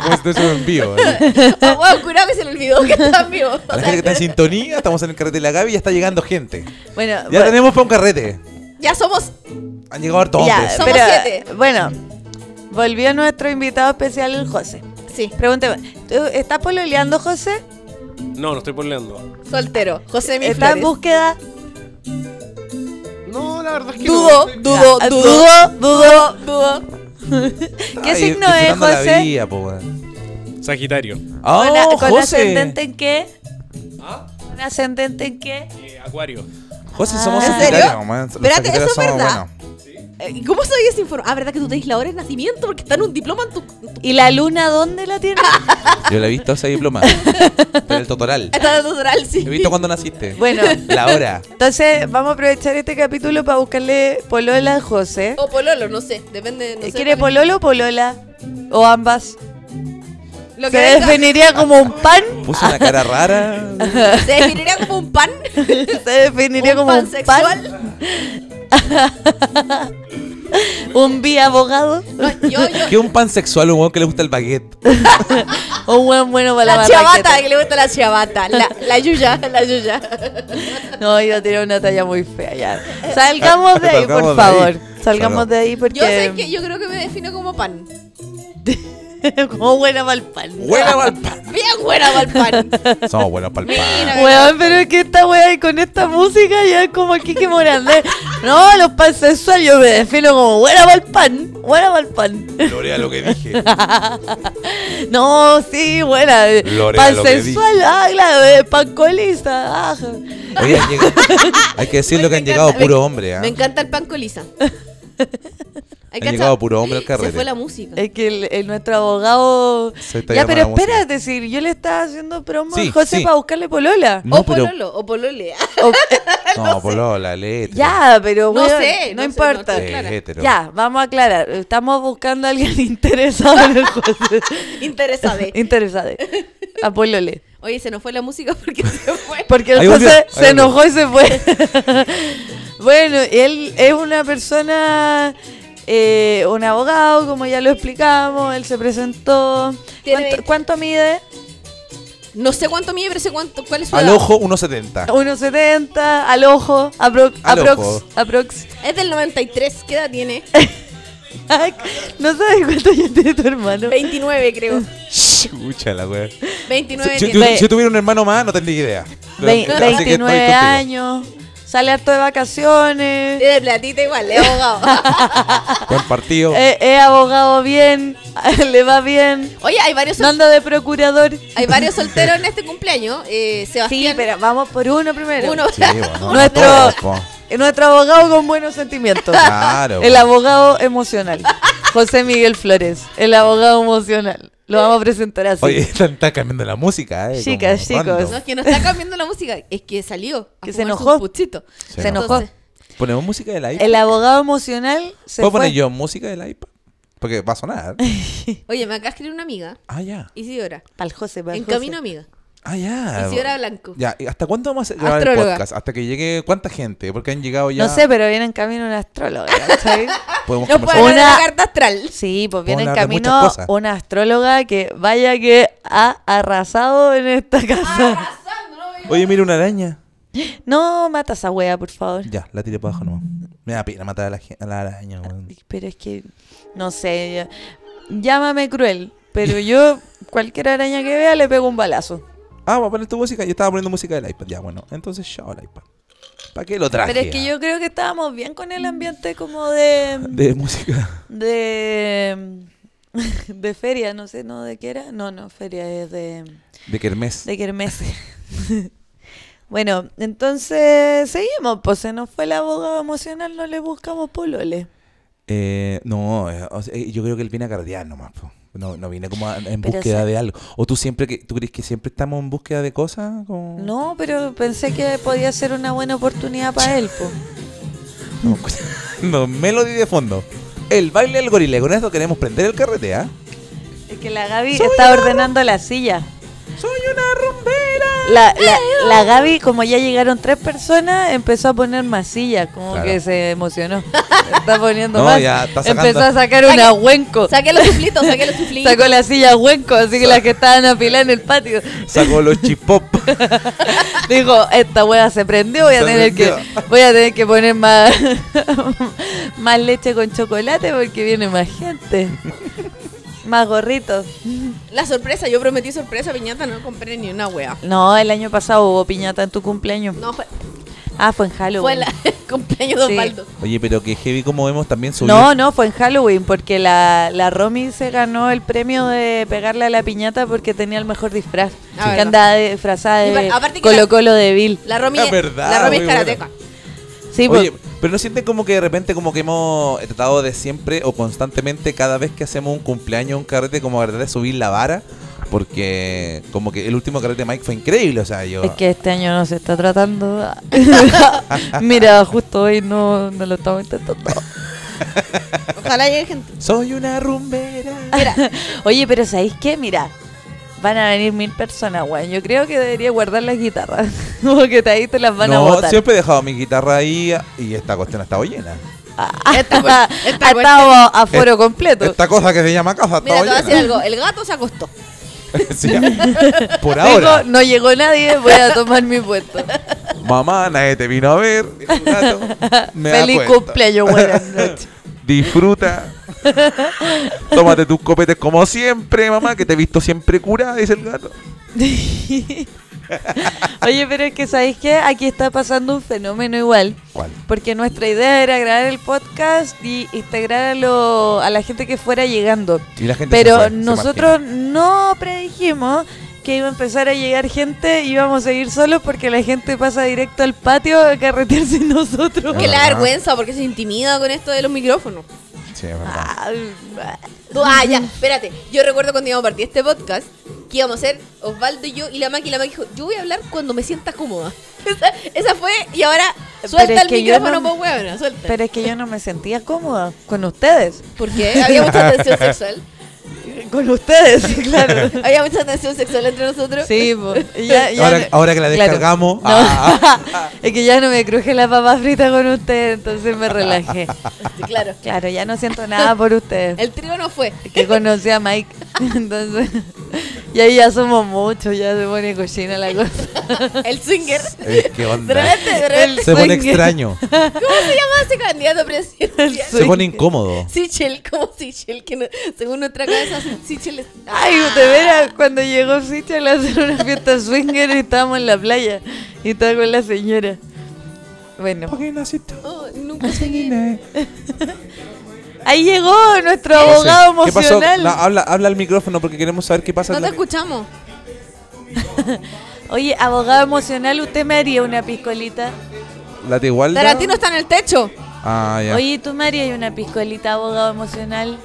B: Como si estuviésemos en vivo. así.
D: Oh, wow, curado que se le olvidó que están vivos.
B: A la gente que está en sintonía, estamos en el carrete de la Gaby y ya está llegando gente.
C: Bueno,
B: Ya
C: bueno,
B: tenemos para un carrete.
D: Ya somos
B: Han llegado hartos
C: ya,
B: hombres.
D: Somos siete.
C: Bueno, volvió nuestro invitado especial, el José.
D: Sí,
C: Pregúnteme, ¿tú estás pololeando, José?
E: No, no estoy poniendo.
D: soltero. José Mi
C: ¿Estás en
D: Flores.
C: búsqueda?
E: No, la verdad es que
D: Dudo,
E: no.
D: dudo,
C: Ah,
D: dudo,
C: dudo,
D: dudo.
C: ¿Qué
B: Ay,
C: signo es,
B: disfrutando la
C: José?
B: vida, po, weón.
E: Sagitario.
B: Ah,
C: ¿Con, a- con
B: José.
C: ascendente en qué?
E: ¿Ah?
C: ¿Con ascendente en qué?
E: Eh, acuario.
B: José, somos
C: ¿En
B: sagitarios,
D: serio?
B: man. Los
D: Espérate,
B: sagitarios
D: ¿eso es
B: somos
D: verdad?
B: buenos.
D: Eh, ¿y ¿Cómo sabías esa información? Ah, ¿verdad que tú tenés la hora de nacimiento? Porque está en un diploma en tu... en tu-
C: ¿Y la luna dónde la tiene?
B: Yo le he visto ese diploma. Está en el totoral.
D: Está en tu oral, sí.
B: He visto cuando naciste.
C: Bueno,
B: La hora.
C: entonces vamos a aprovechar este capítulo para buscarle polola a José.
D: O pololo, no sé. Depende, Oh, no sé.
C: ¿Quiere
D: cuál
C: pololo o polola? ¿O ambas?
D: es. Lo
C: ¿Se
D: que venga,
C: definiría como un pan?
B: Puso una cara rara.
D: se definiría como un pan.
C: ¿Se definiría
D: un
C: como
D: pan
C: un pan?
D: sexual.
C: ¿Un biabogado?
D: No, yo, yo.
B: ¿Qué un pansexual, un weón que le gusta el baguette?
C: ¿O un buen bueno para la,
D: La
C: barraqueta?
D: chavata, que le gusta la chavata. La, la yuya, la yuya.
C: No, iba a tirar una talla muy fea ya. Salgamos de ahí, por
B: Salgamos de ahí.
C: favor. Salgamos
B: Salgamos.
C: de ahí porque...
D: Yo sé que yo creo que me defino como pan.
C: como buena para el pan.
B: Buena pa'l pan.
D: Bien buena para pan.
B: Somos buenos pa'l pan.
D: Mira.
C: Weón, pero es que esta weá y con esta música ya es como Kiki Morandé. No, los pansexuales yo me defino como buena pa'l pan, buena pa'l pan.
B: Lorea lo que dije.
C: No, sí, buena. eh,
B: Lorea, lo que
C: Pansexual, ah, claro, eh, pancolista. Ah.
B: Oye, han ¿ah? llegado- hay que decir lo que han llegado puro hombre. ¿ah?
D: Me encanta el pan con lisa. Ay,
B: Ha
D: cacha,
B: llegado puro hombre al carrete.
D: Se fue la música.
C: Es que el, el- nuestro abogado.
B: Se está
C: Ya,
B: llamando
C: pero
B: la música.
C: espérate, si yo le estaba haciendo promo
B: Sí,
C: a José
B: sí.
C: para buscarle polola.
B: No,
D: o
B: pero.
D: pololo, o polole.
C: O- eh,
B: No, polo, la letra.
C: ya, pero
D: No
C: weón,
D: sé,
C: no,
D: no sé, no
C: importa.
D: estoy clara.
C: ya, vamos a aclarar. Estamos buscando a alguien interesado en el José.
D: Interesade.
C: interesado. A polole.
D: Oye, se nos fue la música porque se fue.
C: Porque
B: Ahí
C: el
B: volvió,
C: José
B: ahí
C: se enojó
B: volvió.
C: y se fue. bueno, él es una persona, eh, un abogado, como ya lo explicamos, él se presentó.
D: Tiene
C: ¿Cuánto, cuánto mide?
D: No sé cuánto mide, pero sé cuánto, cuál es su
B: Al
D: edad.
B: ojo, 1.70.
C: 1,70, al ojo, apro-
B: Al
C: aprox,
B: ojo.
C: aprox.
D: Es del 93, ¿qué edad tiene?
C: Ay, no sabes cuánto ya tiene tu hermano.
D: 29 creo.
B: Chucha la wea. Si,
D: 29
B: si-
D: tiene.
C: Ve-
B: si tuviera un hermano más, no tendría idea. Pero-
C: Ve-
B: así que estoy
C: 29
B: contigo.
C: años, sale harto de vacaciones.
D: Tiene platita igual, es abogado.
B: Buen partido.
C: eh, He abogado bien, le va bien,
D: Oye, hay varios,
C: no anda de procurador.
D: hay varios solteros en este cumpleaños. Eh,
C: Sí,
D: Sebastián,
C: pero vamos por uno primero.
D: uno.
B: Sí, bueno,
C: Nuestro-
B: todos, po.
C: Eh, Nuestro abogado con buenos sentimientos.
B: Claro.
C: El abogado emocional. José Miguel Flores, el abogado emocional. Lo vamos a presentar así.
B: Oye, están, están cambiando la música, eh.
C: Chicas,
B: como random.
D: No,
C: chicos.
D: es que no está cambiando la música, es que salió. a
C: Que se
D: fumarse
C: enojó.
D: Un puchito.
B: Se
C: Se enojó.
D: Entonces,
B: Ponemos música del iPad.
C: El abogado emocional se
B: ¿Puedo
C: fue.
B: poner yo música del iPad? Porque va a sonar.
D: Oye, me acaba de escribir una amiga,
B: Ah, ya.
D: Isidora.
C: Pal José, pal
D: en
C: José.
D: camino, amiga.
B: Ah, ya.
D: Isidora Blanco.
B: Ya, ¿y ¿hasta cuándo vamos a grabar el
D: Astróloga.
B: podcast? Hasta que llegue cuánta gente, porque han llegado ya.
C: No sé, pero viene en camino una astróloga. ¿cachai?
B: Podemos
D: No
B: conversar.
D: puede hablar de la
C: Una-
D: carta astral.
C: sí,
B: Puedo
C: pues viene en
B: hablar de muchas
C: camino
B: cosas.
C: una astróloga que vaya que ha arrasado en esta casa.
B: Oye, mira una araña.
C: No mata a esa wea, por favor.
B: Ya, la tiré para abajo nomás. Me da pena matar a la, gen- a la araña, weón.
C: Pero es que, no sé, ya- llámame cruel, pero yo cualquier araña que vea le pego un balazo.
B: Ah, voy a poner tu música. Yo estaba poniendo música del iPad. Ya, bueno. Entonces, chao el iPad. ¿Para qué lo traje?
C: Pero es que yo creo que estábamos bien con el ambiente como de...
B: De música.
C: de... de feria, no sé, ¿no? ¿De qué era? No, no, feria es de...
B: De Kermés.
C: de kermés. bueno, entonces seguimos, pues se nos fue el abogado emocional, no le buscamos polole.
B: Eh, no, eh, o sea, eh, yo creo que él viene a cardear nomás. po. No, no viene como a- en
C: Pero
B: búsqueda
C: se-
B: de algo. ¿O tú siempre que tú crees que siempre estamos en búsqueda de cosas? Como-
C: No, pero pensé que podía ser una buena oportunidad para él, pues.
B: Estamos escuchando pues, melody de fondo. El baile del gorila. Con esto queremos prender el carrete, ¿ah?
C: Es que la Gaby está ordenando la silla.
B: ¡Soy una rumbera!
C: La, la, la Gaby, como ya llegaron tres personas, empezó a poner más sillas, como
B: Claro.
C: que se emocionó. Está poniendo
B: No,
C: más.
B: ya, está sacando-
C: empezó a sacar una huenco.
D: Saqué los chuflitos, saqué los chuflitos.
C: Sacó la silla huenco, así que las que estaban apiladas en el patio.
B: Sacó los chipop.
C: Dijo, esta hueá se prendió, voy a
B: Se
C: tener que,
B: prendió.
C: voy a tener que poner más, más leche con chocolate porque viene más gente. Más gorritos.
D: La sorpresa, yo prometí sorpresa, piñata, no compré ni una wea.
C: No, el año pasado hubo piñata en tu cumpleaños.
D: No, fue,
C: Ah, fue en Halloween.
D: fue la- el cumpleaños de
C: Sí.
D: Osvaldo.
B: Oye, pero que heavy como vemos también subió.
C: No, no, fue en Halloween, porque la, la Romy se ganó el premio de pegarle a la piñata porque tenía el mejor disfraz.
D: Ah,
C: Que
D: verdad.
C: andaba de- disfrazada
D: Y
C: de
D: pa- aparte que la-
C: Colo Colo de Bill.
D: La Romy,
B: La verdad,
D: la Romy es
B: muy buena.
D: karateca.
C: Sí,
B: Oye,
C: pues,
B: pero no sienten como que de repente como que hemos tratado de siempre o constantemente cada vez que hacemos un cumpleaños, un carrete, como tratar de subir la vara, porque como que el último carrete de Mike fue increíble, o sea, yo...
C: es que este año no se está tratando. Mira, justo hoy no, no lo estamos intentando.
D: Ojalá llegue gente.
B: Soy una rumbera.
C: Oye, pero ¿sabéis qué? Mira, van a venir mil personas, weón. Yo creo que debería guardar las guitarras. porque de ahí te las van a
B: no,
C: botar.
B: siempre he dejado mi guitarra ahí y esta cuestión ha estado llena.
C: ha estado a foro completo.
B: Eh, Esta cosa que se llama casa ha
D: Mira, te
B: estado
D: voy a decir
B: llena.
D: algo. El gato se acostó.
B: Ah, Sí, ya. Por
C: Digo,
B: ahora.
C: no llegó nadie, voy a tomar mi puesto.
B: Mamá, nadie te vino a ver. Un gato me da
C: Feliz
B: puesto.
C: cumpleaños, buenas noches.
B: Disfruta. Tómate tus copetes como siempre, mamá, que te he visto siempre curada, dice el gato.
C: Oye, pero es que sabéis que aquí está pasando un fenómeno igual.
B: ¿Cuál?
C: Porque nuestra idea era grabar el podcast y integrar a, lo- a la gente que fuera llegando.
B: Y la gente
C: Pero
B: se fue, se
C: nosotros no predijimos que iba a empezar a llegar gente y íbamos a seguir solos porque la gente pasa directo al patio a carretear sin nosotros.
B: Es
D: Que le da
B: verdad.
D: vergüenza porque se intimida con esto de los micrófonos.
B: imagina. Sí, es verdad.
C: Ah, ah.
D: Tú- ah, ya, espérate. Yo recuerdo cuando íbamos a partir este podcast que íbamos a ser Osvaldo y yo y la Maki. Y la Maki dijo: Yo voy a hablar cuando me sienta cómoda. Esa, esa fue, y ahora
C: Pero
D: suelta
C: es
D: el
C: que yo
D: micrófono,
C: no-
D: pues, huevona, suelta.
C: Pero es que yo no me sentía cómoda con ustedes.
D: ¿Por qué? Había mucha tensión sexual.
C: Con ustedes, claro.
D: Había mucha tensión sexual entre nosotros.
C: Sí, pues. Ya, ya
B: ahora,
C: no-
B: ahora que la
C: claro.
B: descargamos.
C: No.
B: ah, ah,
C: es que ya no me cruje la papa frita con ustedes, entonces me relajé.
D: Claro.
C: Claro, ya no siento nada por ustedes.
D: El trío no fue.
C: Que conocí a Mike. Entonces, y ahí ya somos muchos, ya se pone cochina la cosa.
D: El swinger.
B: eh, ¿Qué
D: De
B: onda?
D: repente, de repente.
B: Se pone
C: swing.
B: extraño.
D: ¿Cómo se llama ese candidato presidencial?
B: Se pone incómodo.
D: Sichel, como Sichel, que no- según nuestra cabeza, Sichel es.
C: Ay, de veras, cuando llegó Sichel a hacer una fiesta swinger y estábamos en la playa y estaba con la señora. Bueno,
D: Oh, nunca seguí.
C: ahí llegó nuestro
B: No sé,
C: abogado
B: ¿Qué pasó?
C: emocional.
B: No, habla, habla al micrófono porque queremos saber qué pasa.
D: No
B: en
D: te
B: la-
D: escuchamos.
C: Oye, abogado emocional, ¿usted me haría una piscolita?
B: la de igualdad.
D: Tarantino está en el techo.
B: Ah, ya.
C: Oye, ¿tú me harías una piscolita, abogado emocional?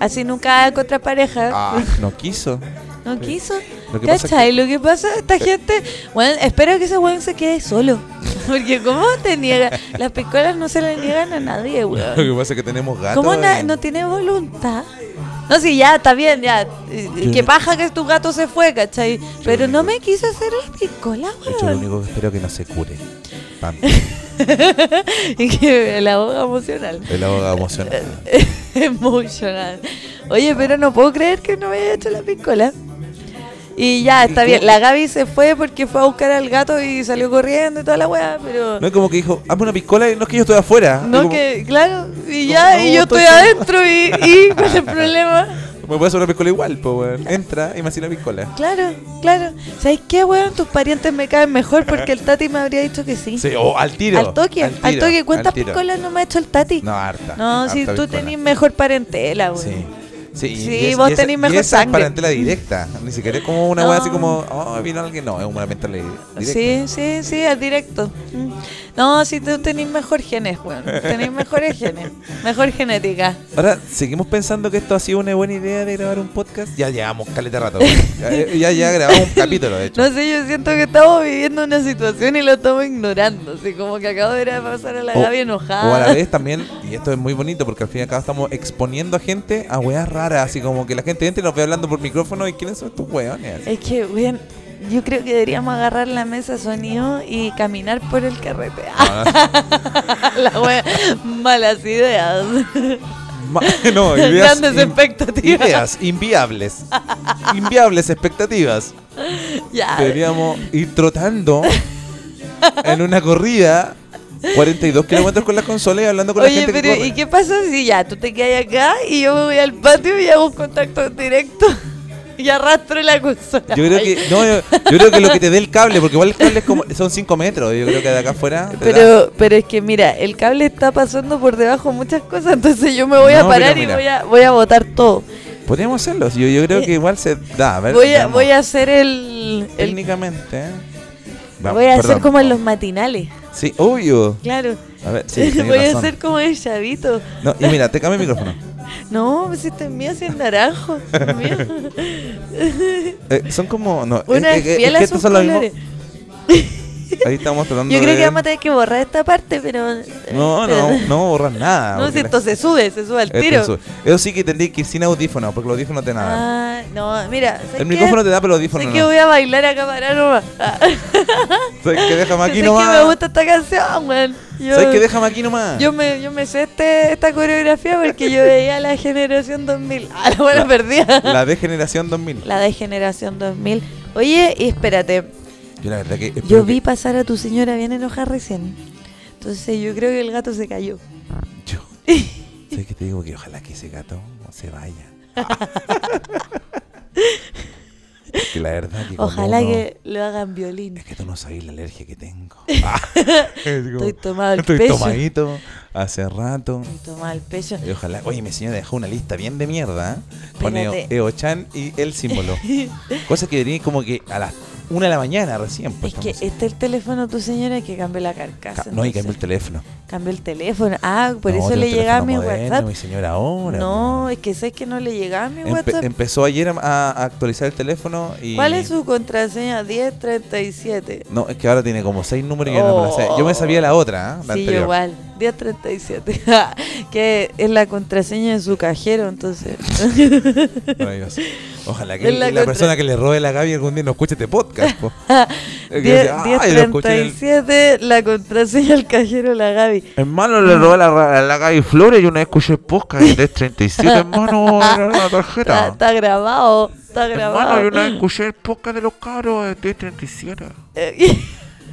C: Así nunca haga con otra pareja.
B: Ah, no quiso.
C: No quiso.
B: Lo que pasa es
C: ¿Cachai? Lo que pasa, esta gente. Bueno, espero que ese weón se quede solo. Porque, ¿cómo te niega? Las piscolas no se le niegan a nadie,
B: Lo
C: weón.
B: que pasa es que tenemos gatos.
C: ¿Cómo na-
B: eh.
C: no tiene voluntad? No, sí, ya, está bien, ya.
B: Yo-
C: Qué paja que tu gato se fue, ¿cachai? Pero no me quiso hacer las piscolas,
B: De hecho, lo
C: weón.
B: único que espero es que no se cure. Tanto.
C: Y que el abogado emocional.
B: El abogado emocional.
C: Emocional. Oye, pero no puedo creer que no me haya hecho la piscola. Y ya, está bien. La Gaby se fue porque fue a buscar al gato y salió corriendo y toda la weá, pero.
B: No es como que dijo, hazme una piscola y no es que yo estoy afuera.
C: No,
B: Es como,
C: que, claro, y ya,
B: No,
C: y yo
B: estoy
C: estoy adentro y, y ¿cuál es el problema?
B: Me puede hacer una piscola igual, pues, weón. Entra y me hace una piscola.
C: Claro, claro. ¿Sabes qué, weón? Tus parientes me caen mejor porque el Tati me habría dicho que sí.
B: Sí, o al tiro.
C: al toque, al,
B: tiro,
C: toque. ¿Cuántas
B: al tiro.
C: piscolas no me ha hecho el Tati?
B: No, harta.
C: No, si
B: harta
C: tú
B: piscola.
C: tenés mejor parentela, weón.
B: Sí. Sí, y-
C: Sí,
B: y es-
C: vos
B: y esa-
C: tenés
B: y
C: mejor
B: esa es
C: sangre.
B: parentela directa. Ni siquiera es como una
C: No.
B: weá así como, oh, vino alguien. No, es una parentela directa.
C: Sí, sí, sí, al directo. Mm. No, si tú tenés mejor genes, weón. Tenés mejores genes. Mejor genética.
B: Ahora, ¿seguimos pensando que esto ha sido una buena idea de grabar un podcast? Ya llevamos caleta rato. weón. ya, ya, ya grabamos un capítulo, de hecho.
C: No sé, yo siento que estamos viviendo una situación y lo estamos ignorando. Así como que acabo de ir a pasar a la Gaby enojada.
B: o a la vez también, y esto es muy bonito porque al fin y al cabo estamos exponiendo a gente a weas raras, así como que la gente entra y nos ve hablando por micrófono y quiénes son estos weones.
C: Es que, weón, yo creo que deberíamos agarrar la mesa sonido y caminar por el carrete.
B: Ah.
C: la wea, malas ideas.
B: Ma- no,
C: Grandes expectativas.
B: Ideas inviables. Inviables expectativas.
C: ya.
B: Deberíamos ir trotando en una corrida 42 kilómetros con las consolas y hablando con la
C: Oye,
B: gente
C: pero
B: que corre.
C: ¿y qué pasa si ya tú te quedas acá y yo me voy al patio y hago un contacto directo y arrastro la consola?
B: Yo creo que, no, yo, yo creo que lo que te dé el cable, porque igual el cable es como, son 5 metros, yo creo que de acá afuera. te da-
C: Pero, pero es que mira, el cable está pasando por debajo muchas cosas, entonces yo me voy a
B: No,
C: parar
B: pero
C: y
B: mira.
C: voy a, voy a botar todo.
B: Podríamos hacerlo, yo, yo creo que igual se da. A ver,
C: Eh, Voy a,
B: veamos.
C: voy a hacer el... el-
B: Técnicamente. ¿eh? Va-
C: voy a hacer
B: perdón.
C: como en los matinales,
B: Sí, obvio.
C: claro.
B: A ver, sí, tenés
C: voy a
B: razón.
C: hacer como el chavito.
B: No, y mira, te cambio el micrófono.
C: No, si este es mío, si es naranjo. es mío.
B: Eh, son como. No,
C: Una
B: es, es- es
C: fiel
B: que
C: a
B: estos
C: sus
B: son los mismos.
C: colores.
B: Ahí estamos tratando
C: Yo creo
B: de-
C: que vamos a tener que borrar esta parte, pero...
B: No, no, no borras nada.
C: No,
B: porque
C: si
B: la-
C: esto se sube, se sube al
B: Ah, esto
C: tiro.
B: sube. Eso sí que tendría que ir sin audífonos, porque los audífonos te nada.
C: Ah, no, mira. ¿sabes qué?
B: el micrófono te da, pero los audífonos
C: Sé
B: no.
C: que voy a bailar acá para nomás. Ah.
B: ¿Sabes qué? Déjame
C: sé
B: aquí
C: que me
B: nomás.
C: gusta esta canción, weón. Yo,
B: ¿Sabes qué? Déjame aquí nomás.
C: yo me, yo me sé este- esta coreografía porque yo veía la generación 2000. Ah, la buena perdida. La,
B: La de generación 2000.
C: de generación 2000. Oye, y espérate.
B: Yo la verdad que.
C: Yo
B: espero
C: vi
B: que-
C: pasar a tu señora bien enojada recién. Entonces yo creo que el gato se cayó.
B: Yo. ¿Sabes qué te digo? Que ojalá que ese gato no se vaya. que la verdad que. cuando
C: Ojalá
B: uno-
C: que lo hagan violín.
B: Es que tú no sabes la alergia que tengo. Ah.
C: Estoy tomado el
B: Estoy
C: pecho.
B: tomadito hace rato.
C: Me toma el pecho.
B: Y ojalá. Oye, mi señora dejó una lista bien de mierda. ¿eh? Con Eo-
C: Espérate.
B: Eo-chan y el símbolo. Cosa que diría como que a las una de la mañana recién.
C: Es
B: pues,
C: que
B: estamos-
C: está el teléfono de tu señora que cambió la carcasa.
B: Ca- no, y
C: entonces.
B: cambió el teléfono.
C: Cambió el teléfono. Ah, por
B: No,
C: eso
B: tiene
C: le
B: un
C: llegaba mi
B: teléfono moderno,
C: WhatsApp.
B: Mi señora ahora.
C: No,
B: pues.
C: es que sabes que no le llegaba mi
B: Empe-
C: WhatsApp.
B: empezó ayer a, a actualizar el teléfono y...
C: ¿Cuál es su contraseña? 1037.
B: No, es que ahora tiene como seis números y yo no me la sé. Yo me sabía la otra, ¿eh? la
C: sí,
B: anterior.
C: igual. 1037. que es la contraseña de su cajero, entonces.
B: Maravilloso. Ojalá que
C: Es
B: la,
C: la contra-
B: persona que le robe la Gaby algún día no escuche este podcast. po. Es que dice, "Ay, lo escuché en el-
C: 1037, la contraseña del cajero, la Gaby.
B: Hermano, le robé la, la, la Gaby Flores y una vez escuché el podcast de 337, hermano, era la
C: Está,
B: tarjeta.
C: está grabado, está
B: Hermano, yo
C: grabado.
B: una vez escuché el podcast de los caros de 337.
C: Eh,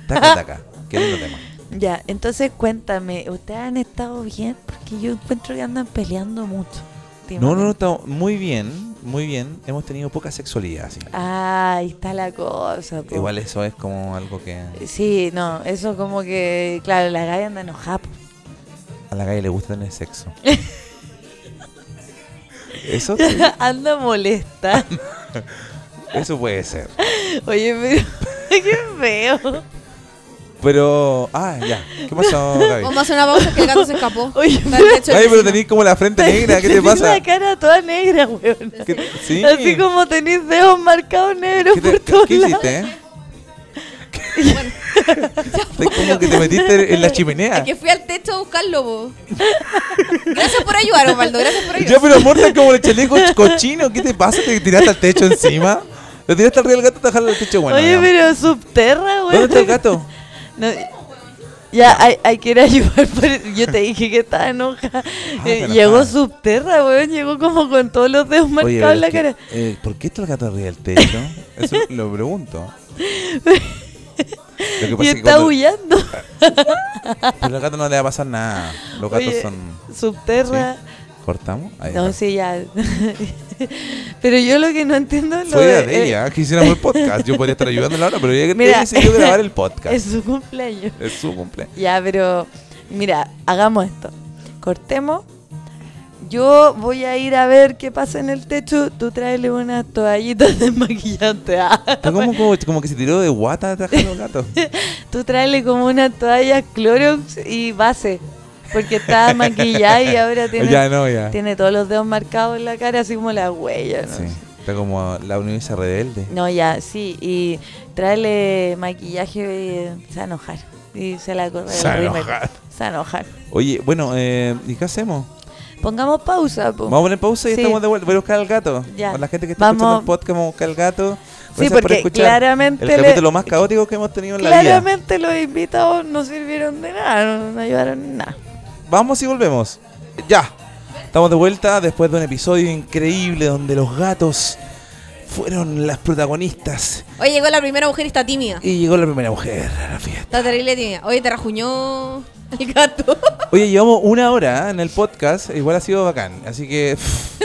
B: Taca, taca. Qué lindo tema.
C: ya, entonces cuéntame, ¿ustedes han estado bien? Porque yo encuentro que andan peleando mucho.
B: No, no, no,
C: últimamente.
B: estamos muy bien, muy bien. Hemos tenido poca sexualidad, sí.
C: Ah, ahí está la cosa. po.
B: Igual eso es como algo que
C: Sí, no, eso como que, claro, la Gaby anda enojada. po.
B: a la Gaby le gusta tener sexo. Eso,
C: anda molesta.
B: eso puede ser.
C: Oye, pero qué feo.
B: Pero, ah, ya. ¿Qué pasó, Gaby?
D: Vamos a hacer una pausa que el gato se escapó.
C: Oye,
D: Está el techo
B: Ay, pero
D: encima.
B: tenés como la frente negra, ¿qué te
C: Tenés
B: pasa?
C: la cara toda negra, weón.
B: ¿Qué- sí.
C: Así como tenés dedos marcados negros
B: ¿Qué, te-
C: por
B: qué-
C: todos
B: qué
C: lados.
B: hiciste, eh? Estás como que te metiste en la chimenea.
D: Es que fui al techo a buscarlo, po. Gracias por ayudar, Osvaldo. Gracias por ayudar.
B: Ya, pero amor, estás como el chaleco ch- cochino. ¿Qué te pasa? Te tiraste al techo encima. Lo tiraste al río del gato, te jalaste al techo. Bueno,
C: Oye,
B: ya.
C: pero subterra, weón.
B: ¿Dónde está el gato?
C: No, ya, hay, hay que ir a ayudar. por- Yo te dije que estaba enojada.
B: Ah,
C: Eh,
B: está
C: llegó
B: enojada.
C: subterra, weón. Llegó como con todos los dedos
B: Oye,
C: marcados
B: pero
C: en la
B: es que,
C: cara.
B: eh, ¿Por qué está el gato arriba del techo? Eso lo pregunto. Lo que pasa es
C: Y
B: que
C: está
B: cuando-
C: huyendo.
B: pero al gato no le va a pasar nada. Los gatos
C: Oye,
B: son.
C: Subterra.
B: ¿Cortamos? Ahí
C: No,
B: está.
C: sí, ya. Pero yo lo que no entiendo es lo
B: Fue idea
C: de- eh,
B: de ella que hiciéramos el podcast. Yo podría estar ayudándola ahora, pero ella,
C: Mira,
B: ella decidió grabar el podcast.
C: Es
B: Es,
C: su cumpleaños.
B: su cumpleaños.
C: Ya, pero mira, hagamos esto. Cortemos. Yo voy a ir a ver qué pasa en el techo. Tú tráele unas toallitas desmaquillantes. Ah,
B: Está como, como, como que se tiró de guata atrás de los gatos.
C: Tú tráele como una toalla Clorox y base. Porque está maquillada y ahora tiene,
B: ya no, ya.
C: tiene todos los dedos marcados en la cara, así como la huella. ¿no?
B: Sí, está como la universidad rebelde.
C: No, ya, sí. Y tráele maquillaje eh, se va a enojar. Y se la corre
B: Se va a
C: el rímel.
B: enojar.
C: Se va a enojar.
B: Oye, bueno, eh, ¿y qué hacemos?
C: Pongamos pausa, po.
B: Vamos a poner pausa y
C: Sí.
B: estamos de vuelta. Voy a buscar al gato.
C: Ya.
B: Con la gente que está
C: Vamos.
B: escuchando el podcast, vamos a buscar al gato.
C: Sí,
B: Gracias por
C: porque
B: escuchar
C: claramente
B: El
C: le-
B: capítulo más caótico que hemos tenido en la vida.
C: Claramente los invitados no sirvieron de nada, no, no ayudaron en nada.
B: Vamos y volvemos. Ya. Estamos de vuelta después de un episodio increíble donde los gatos fueron las protagonistas.
D: Oye, llegó la primera mujer y está tímida.
B: Y llegó la primera mujer a la fiesta.
D: Está terrible tímida. Oye, te rajuñó el gato.
B: Oye, llevamos una hora ¿eh? en el podcast. Igual ha sido bacán. Así que. pff,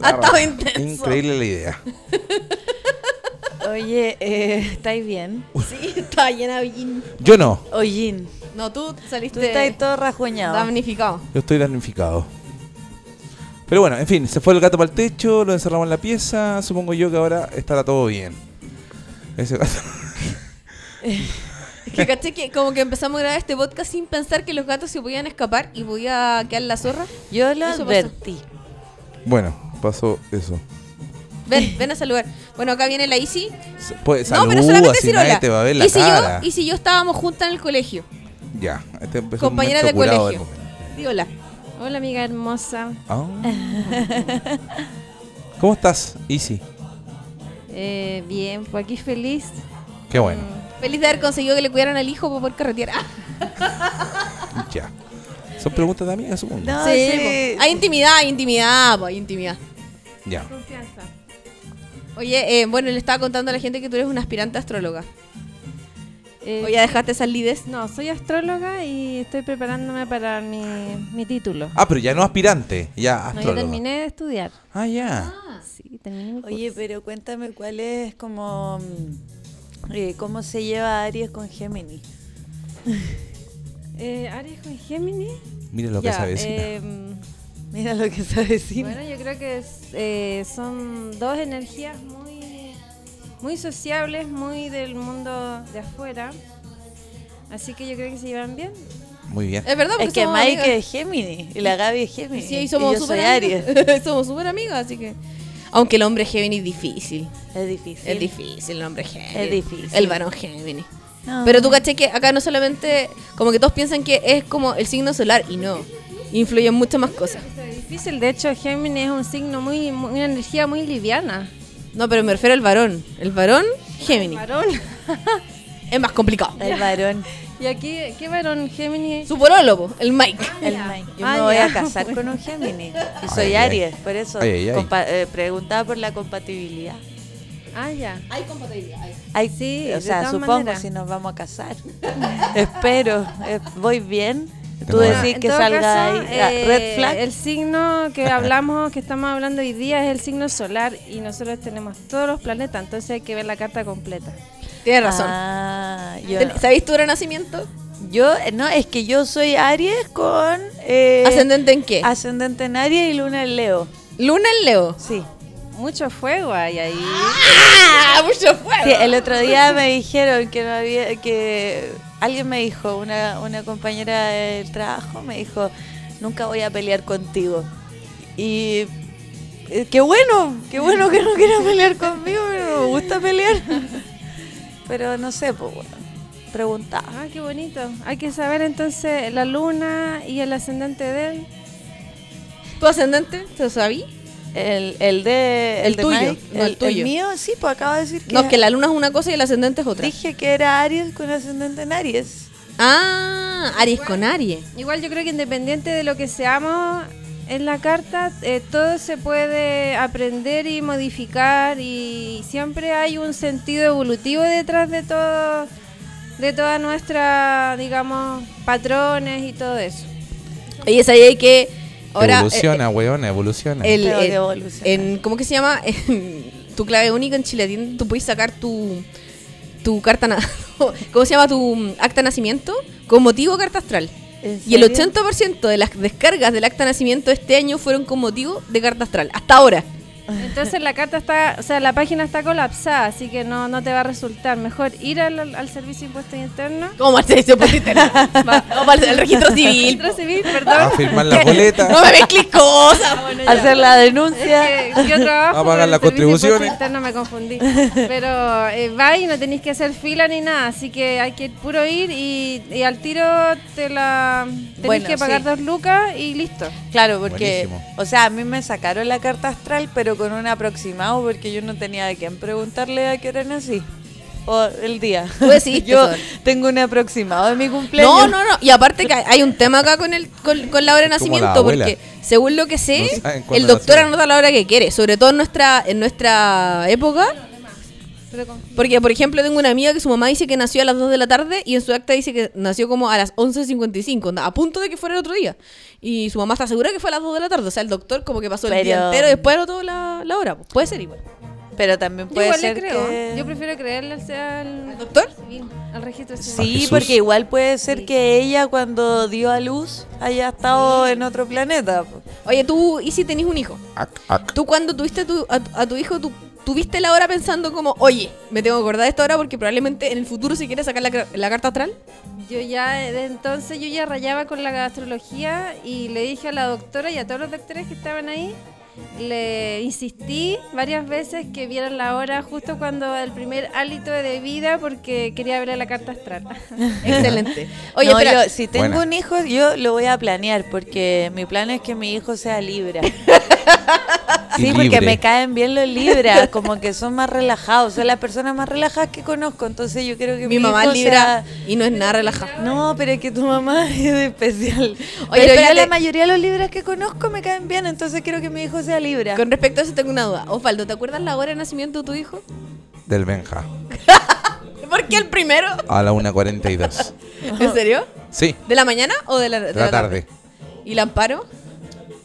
D: Ha estado
B: barra.
D: intenso.
B: Increíble la idea.
C: Oye, eh, ¿estáis bien?
D: Sí, estaba llena de hollín.
B: Yo no.
C: Oyin,
D: No, tú
C: tú
D: saliste
C: estáis todo rajuñado.
D: damnificado.
B: Yo estoy damnificado. Pero bueno, en fin, se fue el gato para el techo, lo encerramos en la pieza. Supongo yo que ahora estará todo bien. Ese gato.
D: Es que caché que como que empezamos a grabar este podcast sin pensar que los gatos se podían escapar y podía quedar la zorra.
C: Yo lo
D: Eso pasó.
C: advertí.
B: Bueno, pasó eso.
D: Ven, ven a saludar. Bueno, acá viene la Isi.
B: S- Pues,
D: no, pero
B: saluda,
D: solamente
B: si
D: Cirola.
B: nadie te va a ver la
D: Isi,
B: cara.
D: Yo, Isi y yo estábamos juntas en el colegio.
B: Ya, este empezó un
D: Compañeras de
B: momento curado del
D: colegio.
B: momento.
D: Di hola. Hola, amiga hermosa.
B: Ah. ¿Cómo estás, Easy?
H: Eh, bien, pues aquí feliz.
B: Qué bueno.
D: Feliz de haber conseguido que le cuidaran al hijo para poder carretear. Ah,
B: Ya. Son preguntas de amigas, supongo.
C: No,
D: sí,
C: Ah, sí.
D: po. Hay intimidad, hay intimidad, po, hay intimidad.
B: Ya.
D: Oye, eh, bueno, le estaba contando a la gente que tú eres una aspirante astróloga.
H: Eh,
D: O ya dejaste esas lides.
H: No, soy astróloga y estoy preparándome para mi, mi título.
B: Ah, pero ya no aspirante, ya
H: No, yo
B: astrólogo.
H: terminé de estudiar.
B: ah, ya.
H: Sí, terminé mi
C: Oye,
H: curso.
C: pero cuéntame cuál es como. mm, eh, ¿Cómo se lleva Aries con Géminis?
H: Eh, Aries con Géminis.
B: Mira lo
H: Ya,
B: que sabe vecina.
H: eh,
C: Mira lo que se avecina.
H: bueno, yo creo que es, eh, son dos energías muy muy sociables, muy del mundo de afuera. Así que yo creo que se llevan bien.
B: Muy bien.
D: Es verdad, porque
C: Es que
D: pues somos
C: Mike
D: amigas.
C: es Géminis y la Gaby es Géminis.
D: Sí, y
C: y
D: somos
C: yo soy
D: súper
C: Aries.
D: amigas. somos súper amigas, así que. Aunque el hombre Géminis es difícil.
C: Es difícil.
D: Es difícil el hombre Géminis.
C: Es difícil. Ah.
D: El varón Géminis.
C: No.
D: Pero tú caché que acá no solamente. Como que todos piensan que es como el signo solar y no. Influyen muchas más cosas.
H: Es difícil, de hecho, Géminis es un signo muy, muy- una energía muy liviana.
D: No, pero me refiero al varón. El varón Géminis.
H: Varón.
D: Es más complicado.
C: El varón.
H: y aquí, ¿qué varón Géminis?
D: Su polólogo, el Mike.
C: El Mike. Yo
H: Ah,
C: me voy
H: ya.
C: a casar con un Géminis. Y soy
B: Ay, ay.
C: Aries, por eso.
B: Ay, ay, ay.
C: compa- eh, preguntaba por la compatibilidad.
H: Ah, ya.
C: Ay,
H: Sí,
C: o
H: de
C: sea,
H: todas
C: supongo
H: maneras.
C: si nos vamos a casar. Espero. eh, voy bien. Tú
B: Bueno,
C: decís
H: En
C: que
H: todo
C: salga
H: caso,
C: ahí la
H: eh,
C: red flag.
H: El signo que hablamos, que estamos hablando hoy día es el signo solar y nosotros tenemos todos los planetas, entonces hay que ver la carta completa.
D: Tienes razón.
C: Ah, yo,
D: Ten- ¿Sabéis tu hora de nacimiento?
C: yo, eh, no, es que yo soy Aries con eh,
D: ¿Ascendente en qué?
C: ascendente en Aries y luna en Leo.
D: Luna en Leo.
C: Sí.
H: Mucho fuego hay ahí.
D: ¡Ah! ¡Mucho fuego!
C: Sí, el otro día me dijeron que no había, que alguien me dijo, una, una compañera del trabajo me dijo, nunca voy a pelear contigo. Y eh, qué bueno, qué bueno que no quiera pelear conmigo, pero me gusta pelear. Pero no sé, pues bueno, preguntaba.
H: Ah, qué bonito. Hay que saber entonces la luna y el ascendente de él.
D: ¿Tu ascendente? ¿Te lo sabí?
C: El, el de...
D: El
C: de
D: tuyo,
C: Mike,
D: no, el tuyo.
C: mío, sí, pues acabo de decir que...
D: No, es que la luna es una cosa y el ascendente es otra.
C: Dije que era Aries con ascendente en Aries.
D: Ah, Aries con Aries.
H: Igual yo creo que independiente de lo que seamos en la carta, eh, todo se puede aprender y modificar y siempre hay un sentido evolutivo detrás de todo, de toda nuestra, digamos, patrones y todo eso.
D: Oye, es ahí que ahora eh,
B: evoluciona, weón, evoluciona.
D: el,
C: Tengo
D: el-
C: que evolucionar.
D: en ¿cómo que se llama? En tu clave única en Chile, tú puedes sacar tu tu carta na- ¿cómo se llama tu mm, acta de nacimiento? Con motivo carta astral.
C: ¿En
D: Y el
C: serio?
D: 80% de las descargas del acta de nacimiento este año fueron con motivo de carta astral. Hasta ahora.
H: Entonces la carta está, o sea, la página está colapsada, así que no, no te va a resultar. Mejor ir al, al servicio de impuestos internos.
D: ¿Cómo se dice por internet? Va- No, para el registro civil.
H: Registro civil,
B: A
H: perdón.
B: firmar la boleta.
D: No me mezcles cosas.
C: Ah, Hacer la denuncia.
H: Eh, yo trabajo
B: A pagar
H: por el
B: las
H: servicio de impuestos
B: contribuciones.
H: internos, me confundí. Pero eh, va y no tenéis que hacer fila ni nada, así que hay que puro ir y, y al tiro te la tenéis
C: Bueno,
H: que pagar
C: sí.
H: dos lucas y listo.
C: Claro, porque,
B: Buenísimo.
C: o sea, a mí me sacaron la carta astral, pero con un aproximado, porque yo no tenía a quién preguntarle a qué hora nací. O el día.
D: Tú decidiste,
C: yo
D: Sol.
C: tengo un aproximado de mi cumpleaños.
D: No, no, no. Y aparte que hay un tema acá con el con, con la hora de
B: Es como la
D: nacimiento,
B: abuela.
D: porque según lo que sé,
B: No saben cuándo
D: el doctor
B: nació.
D: anota la hora que quiere, sobre todo en nuestra, en nuestra época. Porque, por ejemplo, tengo una amiga que su mamá dice que nació a las 2 de la tarde y en su acta dice que nació como a las 11.55, onda, a punto de que fuera el otro día. Y su mamá está segura que fue a las 2 de la tarde. O sea, el doctor como que pasó el día
C: Pero-
D: entero y después anotó la, la hora. pues. Puede ser igual.
C: Pero también
H: Yo
C: puede
H: igual
C: ser
H: le creo.
C: que...
H: Yo prefiero creerle al, al-
D: ¿Doctor?
H: al registro civil.
C: Sí,
B: Jesús.
C: porque igual puede ser que ella cuando dio a luz haya estado en otro planeta. po.
D: Oye, tú, ¿y si tenés un hijo?
B: Ac, ac.
D: Tú cuando tuviste tu- a, tu- a tu hijo, tú tuviste la hora pensando como, oye, me tengo que acordar de esta hora porque probablemente en el futuro se quiere sacar la, cra- la carta astral.
H: Yo ya, eh, de entonces yo ya rayaba con la astrología y le dije a la doctora y a todos los doctores que estaban ahí, le insistí varias veces que vieran la hora justo cuando el primer hálito de vida porque quería ver la carta astral.
D: Excelente. Oye,
C: No,
D: espera,
C: yo, si tengo
B: Buena.
C: un hijo, yo lo voy a planear, porque mi plan es que mi hijo sea Libra.
B: Y
C: Sí, porque
B: libre.
C: me caen bien los libras, como que son más relajados, son las personas más relajadas que conozco, entonces yo creo que
D: mi mamá
C: hijo
D: es
C: sea-
D: libra y no es nada relajada.
C: No, pero es que tu mamá es especial.
D: Oye,
C: pero
D: espérate.
C: yo la mayoría de los libras que conozco me caen bien, entonces quiero que mi hijo sea libra.
D: Con respecto a eso tengo una duda. Osvaldo, ¿te acuerdas la hora de nacimiento de tu hijo?
B: Del Benja.
D: ¿Por qué el primero?
B: A la 1.42.
D: ¿En serio?
B: Sí,
D: ¿De la mañana o de la, de
B: de la tarde.
D: ¿Y la amparo?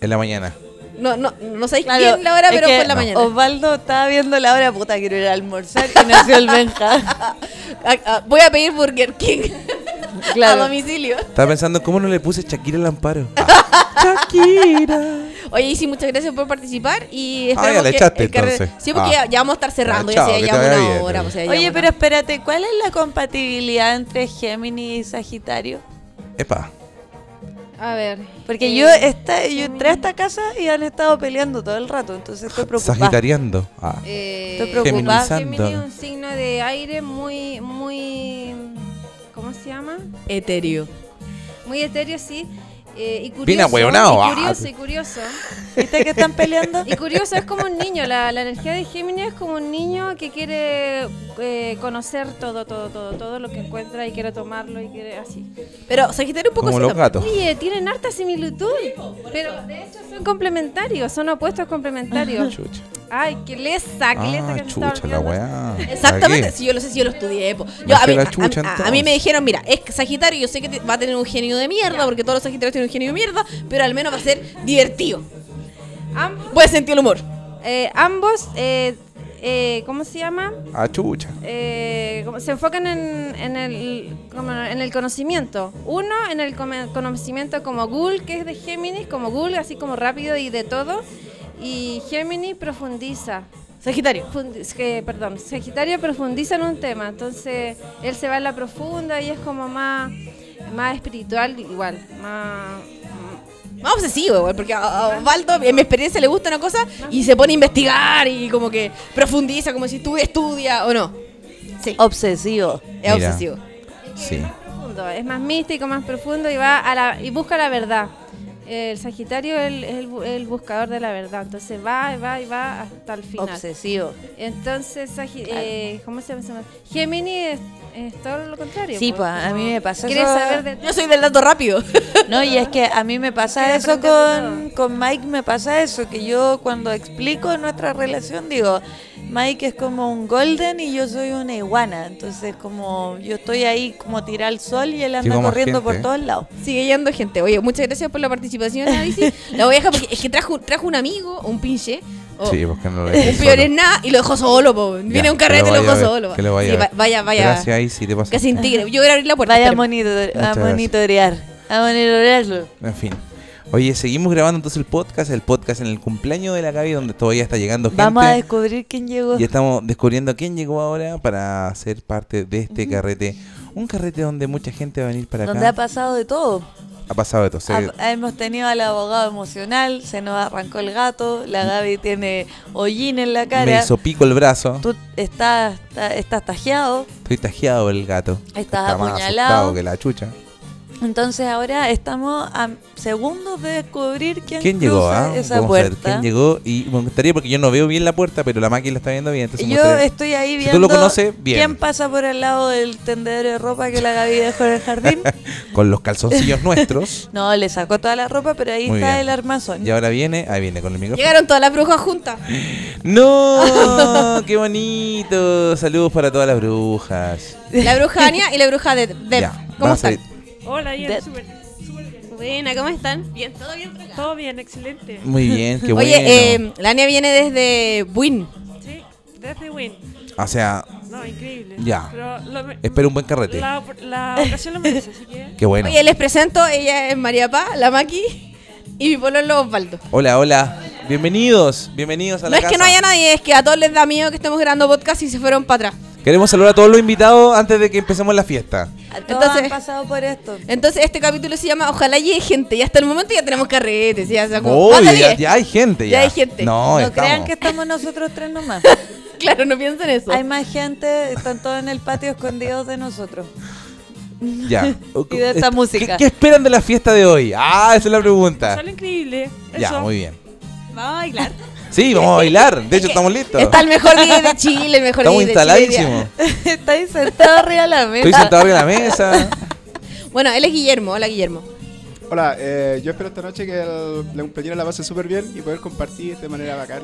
B: En la mañana.
D: No, no, no sabéis
C: Claro,
D: quién la hora,
C: es
D: pero
C: que
D: fue en la
B: No.
D: mañana.
C: Osvaldo estaba viendo la hora, puta, quiero ir a almorzar y nació el Benja.
D: Ah, ah, voy a pedir Burger King
C: Claro.
D: a domicilio.
B: Estaba pensando, ¿cómo no le puse Shakira al amparo? Shakira.
D: Oye, Isi, muchas gracias por participar
B: Ah,
D: y
B: ya
D: esperamos
B: la
D: que
B: echaste,
D: el carrete-
B: entonces.
D: Sí, porque
B: Ah.
D: ya, ya vamos a estar cerrando,
B: Ah, chao,
D: ya sea
B: que
D: ya
B: te vaya
D: una
B: bien,
D: hora.
B: ¿no?
D: pues, ya
C: Oye,
D: una-
C: pero espérate, ¿cuál es la compatibilidad entre Géminis y Sagitario?
B: Epa.
H: A ver.
C: Porque
H: eh,
C: yo esta, yo entré a esta casa y han estado peleando todo el rato, entonces estoy preocupada.
B: Sagitariando. Ah.
H: eh,
C: Estoy preocupada.
H: Géminis
B: Feminizando.
H: es un signo de aire muy, muy. ¿Cómo se llama?
D: Etéreo.
H: Muy etéreo, sí. Eh, y curioso.
B: Bien ahueonado, ah.
H: y curioso, y curioso.
C: ¿Viste que están peleando?
H: Y curioso, es como un niño. La, la energía de Géminis es como un niño que quiere eh, conocer todo, todo, todo, todo lo que encuentra y quiere tomarlo y quiere así.
D: Pero Sagitario un poco
B: Como
D: así
B: los
D: también.
B: gatos.
H: Oye, tienen harta similitud. Pero de hecho son complementarios, son opuestos complementarios.
B: Ah, Chucha.
H: Ay, qué lesa, qué lesa
B: Ah,
H: que me estaba
B: chucha la
H: olvidando.
B: weá.
D: Exactamente,
B: Cagué.
D: si yo lo sé, si yo lo estudié. po.
B: Me
D: Yo, a,
B: fui
D: mí,
B: la
D: a-
B: chucha,
D: a- a
B: entonces.
D: mí me dijeron, mira, es que Sagitario, yo sé que te- va a tener un genio de mierda, porque todos los Sagitarios tienen un genio de mierda, pero al menos va a ser divertido.
H: Ambos,
D: Puedes sentir el humor.
H: eh, ambos eh, eh, ¿cómo se llama?
B: Ah, chucha.
H: Eh, como- se enfocan en, en el, como en el conocimiento. Uno, en el come- conocimiento como Google, que es de Géminis, como Google, así como rápido y de todo. Y Géminis profundiza.
D: Sagitario.
H: Fundi- es que, perdón, Sagitario profundiza en un tema, entonces él se va a la profunda y es como más, más espiritual igual, más...
D: Más obsesivo, igual, porque a- a Osvaldo, en mi experiencia, le gusta una cosa y se pone a investigar y como que profundiza, como si estudia, estudia o no. Sí,
C: Obsesivo.
B: Mira.
D: es obsesivo.
B: Sí.
H: profundo, es más místico, más profundo y va a la, y busca la verdad. El Sagitario es el, el bu- el buscador de la verdad, entonces va y va y va hasta el final.
C: Obsesivo.
H: Entonces, Sagi-
C: Ah.
H: eh, ¿cómo se llama? ese más? Géminis es, es todo lo contrario.
C: Sí, pues, a mí me pasa
H: Quiere
C: eso-
H: saber de
D: Yo soy del dato rápido.
C: No, y es que a mí me pasa
H: Quiere
C: eso con,
H: preguntar
C: con Mike, me pasa eso, que yo cuando explico nuestra relación digo, Mike es como un golden y yo soy una iguana, entonces como yo estoy ahí como tirar al sol y él anda
B: Llegó más
C: corriendo
B: gente,
C: por
B: ¿eh?
C: todos lados.
D: Sigue yendo gente. Oye, muchas gracias por la participación, Daisy. La voy a dejar porque es que trajo, trajo un amigo, un pinche. o
B: Sí, porque no lo
D: Un Oh. peor es nada y lo dejó solo, po. Viene
B: Ya,
D: un carrete
B: que
D: y
B: lo
D: lo dejó
B: vaya a ver,
D: solo. po.
B: que lo vaya
D: Sí,
B: a
D: va-
B: ver.
D: vaya, vaya.
B: Gracias ahí sí te pasa.
D: Casi integre. Yo voy a abrir la puerta.
C: Vaya a,
D: espera.
C: monitor- a
B: Muchas gracias.
C: monitorear, a monitorearlo.
B: En fin. Oye, seguimos grabando entonces el podcast, el podcast en el cumpleaños de la Gaby, donde todavía está llegando gente.
C: Vamos a descubrir quién llegó.
B: Y estamos descubriendo quién llegó ahora para ser parte de este carrete. Un carrete donde mucha gente va a venir para
C: Donde ha
B: acá.
C: pasado de todo.
B: Ha pasado de todo. se-
C: Ha- hemos tenido al abogado emocional, se nos arrancó el gato, la Gaby tiene hollín en
B: Mm.
C: la
B: me
C: cara,
B: hizo pico el brazo.
C: tú estás, ta- estás tajeado.
B: Estoy tajeado el gato.
C: Estás
B: más
C: apuñalado.
B: asustado que la chucha.
C: Entonces ahora estamos a segundos de descubrir quién,
B: ¿Quién llegó?
C: cruza
B: ah?
C: esa
B: Vamos a ver
C: puerta.
B: quién llegó. Y me gustaría, porque yo no veo bien la puerta, pero la máquina la está viendo bien. Entonces me
C: Yo
B: gustaría-
C: estoy ahí
B: Si
C: viendo
B: tú lo conoces, bien.
C: quién pasa por el lado del tendedero de ropa que la Gaby dejó en el jardín.
B: Con los calzoncillos nuestros.
C: No, le sacó toda la ropa, pero ahí
B: Muy
C: está
B: bien.
C: el armazón.
B: Y ahora viene, ahí viene con el micrófono.
D: Llegaron todas las brujas juntas.
B: ¡No! ¡Qué bonito! Saludos para todas las brujas.
D: La bruja Ania y la bruja de Dev.
B: Ya,
D: ¿Cómo
B: vas a
D: están?
B: ir-
I: Hola, bien,
C: De-
I: súper, súper bien.
D: Buena, ¿cómo están? Bien, todo bien. por acá?
I: Todo bien, excelente.
B: Muy bien, qué bueno.
D: Oye, eh, la Ania viene desde Buin.
I: Sí, desde Win.
B: o sea,
I: No, increíble.
B: Ya.
I: Pero lo me-
B: espero un buen carrete.
I: la, op- la ocasión lo merece, así que.
B: Qué bueno.
D: Oye, les presento, ella es María Paz, la Maki y mi pololo Osvaldo.
B: Hola, hola. Bienvenidos, bienvenidos a
D: No
B: la
D: es que no
B: casa.
D: haya nadie, es que a todos les da miedo que estemos grabando podcast y se fueron para atrás.
B: Queremos saludar a todos los invitados antes de que empecemos la fiesta.
C: A todos
D: Entonces-
C: han pasado por esto.
D: Entonces este capítulo se llama Ojalá llegue gente y hasta el momento ya tenemos carretes. Ya, o sea, como,
B: Oye,
D: "Pásale".
B: ya, ya hay gente. Ya,
D: Ya hay gente.
B: No,
C: No
B: estamos.
C: crean que estamos nosotros tres nomás.
D: Claro, no piensen eso.
C: Hay más gente, están todos en el patio escondidos de nosotros.
B: Ya.
C: Y de esta
B: Est-
C: música.
B: ¿Qué, qué esperan de la fiesta de hoy? Ah, esa es la pregunta.
I: Sale increíble. Eso.
B: Ya, muy bien.
D: Vamos a bailar.
B: Sí, vamos a bailar. De hecho, estamos listos.
D: Está el mejor día de Chile, el mejor
B: Estamos
D: día de Chile.
B: instaladísimos.
C: Está ahí sentado arriba de la mesa.
B: Estoy sentado arriba de la mesa.
D: Bueno, él es Guillermo. Hola, Guillermo.
J: Hola, eh, yo espero esta noche que el- la compañera la pase súper bien y poder compartir de manera bacán.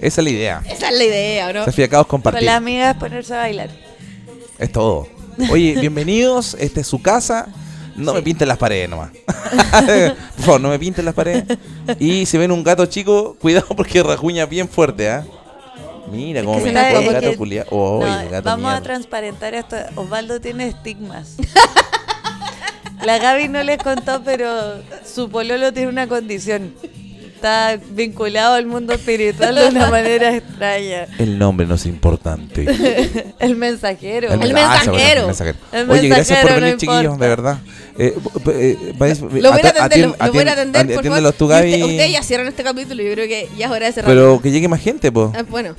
B: Esa es la idea.
D: Esa es la idea, ¿no?
B: Safiacados compartir.
C: Con las amigas ponerse a bailar.
B: Es todo. Oye, bienvenidos. Esta es su casa. No me pinten las paredes nomás. Por favor, no me pinten las paredes. Y si ven un gato chico, cuidado porque rajuña bien fuerte, ¿ah? Mira cómo
C: que
B: me
C: se está-
B: tocó el
C: es
B: gato
C: que-
B: culiado. Oh,
C: No,
B: el gato
C: vamos a
B: mierda.
C: transparentar esto. Osvaldo tiene estigmas. La Gaby no les contó, pero su pololo tiene una condición. Está vinculado al mundo espiritual de una manera extraña.
B: El nombre no es importante.
C: El mensajero.
B: Ah, esa buena, el mensajero.
C: El
B: Oye, gracias por
C: mensajero,
B: venir,
C: no
B: chiquillos, de
C: importa.
B: verdad. Eh, eh, eh, vais-
D: Lo voy a
B: atien-
D: atender, lo- lo voy a
B: atien-
D: atender, por favor.
B: atiéndelos tú,
D: Y usted-
B: Gaby.
D: Ustedes ya cierran este capítulo, yo creo que ya es hora de cerrar.
B: Pero que llegue más gente, pues.
D: Ah, bueno,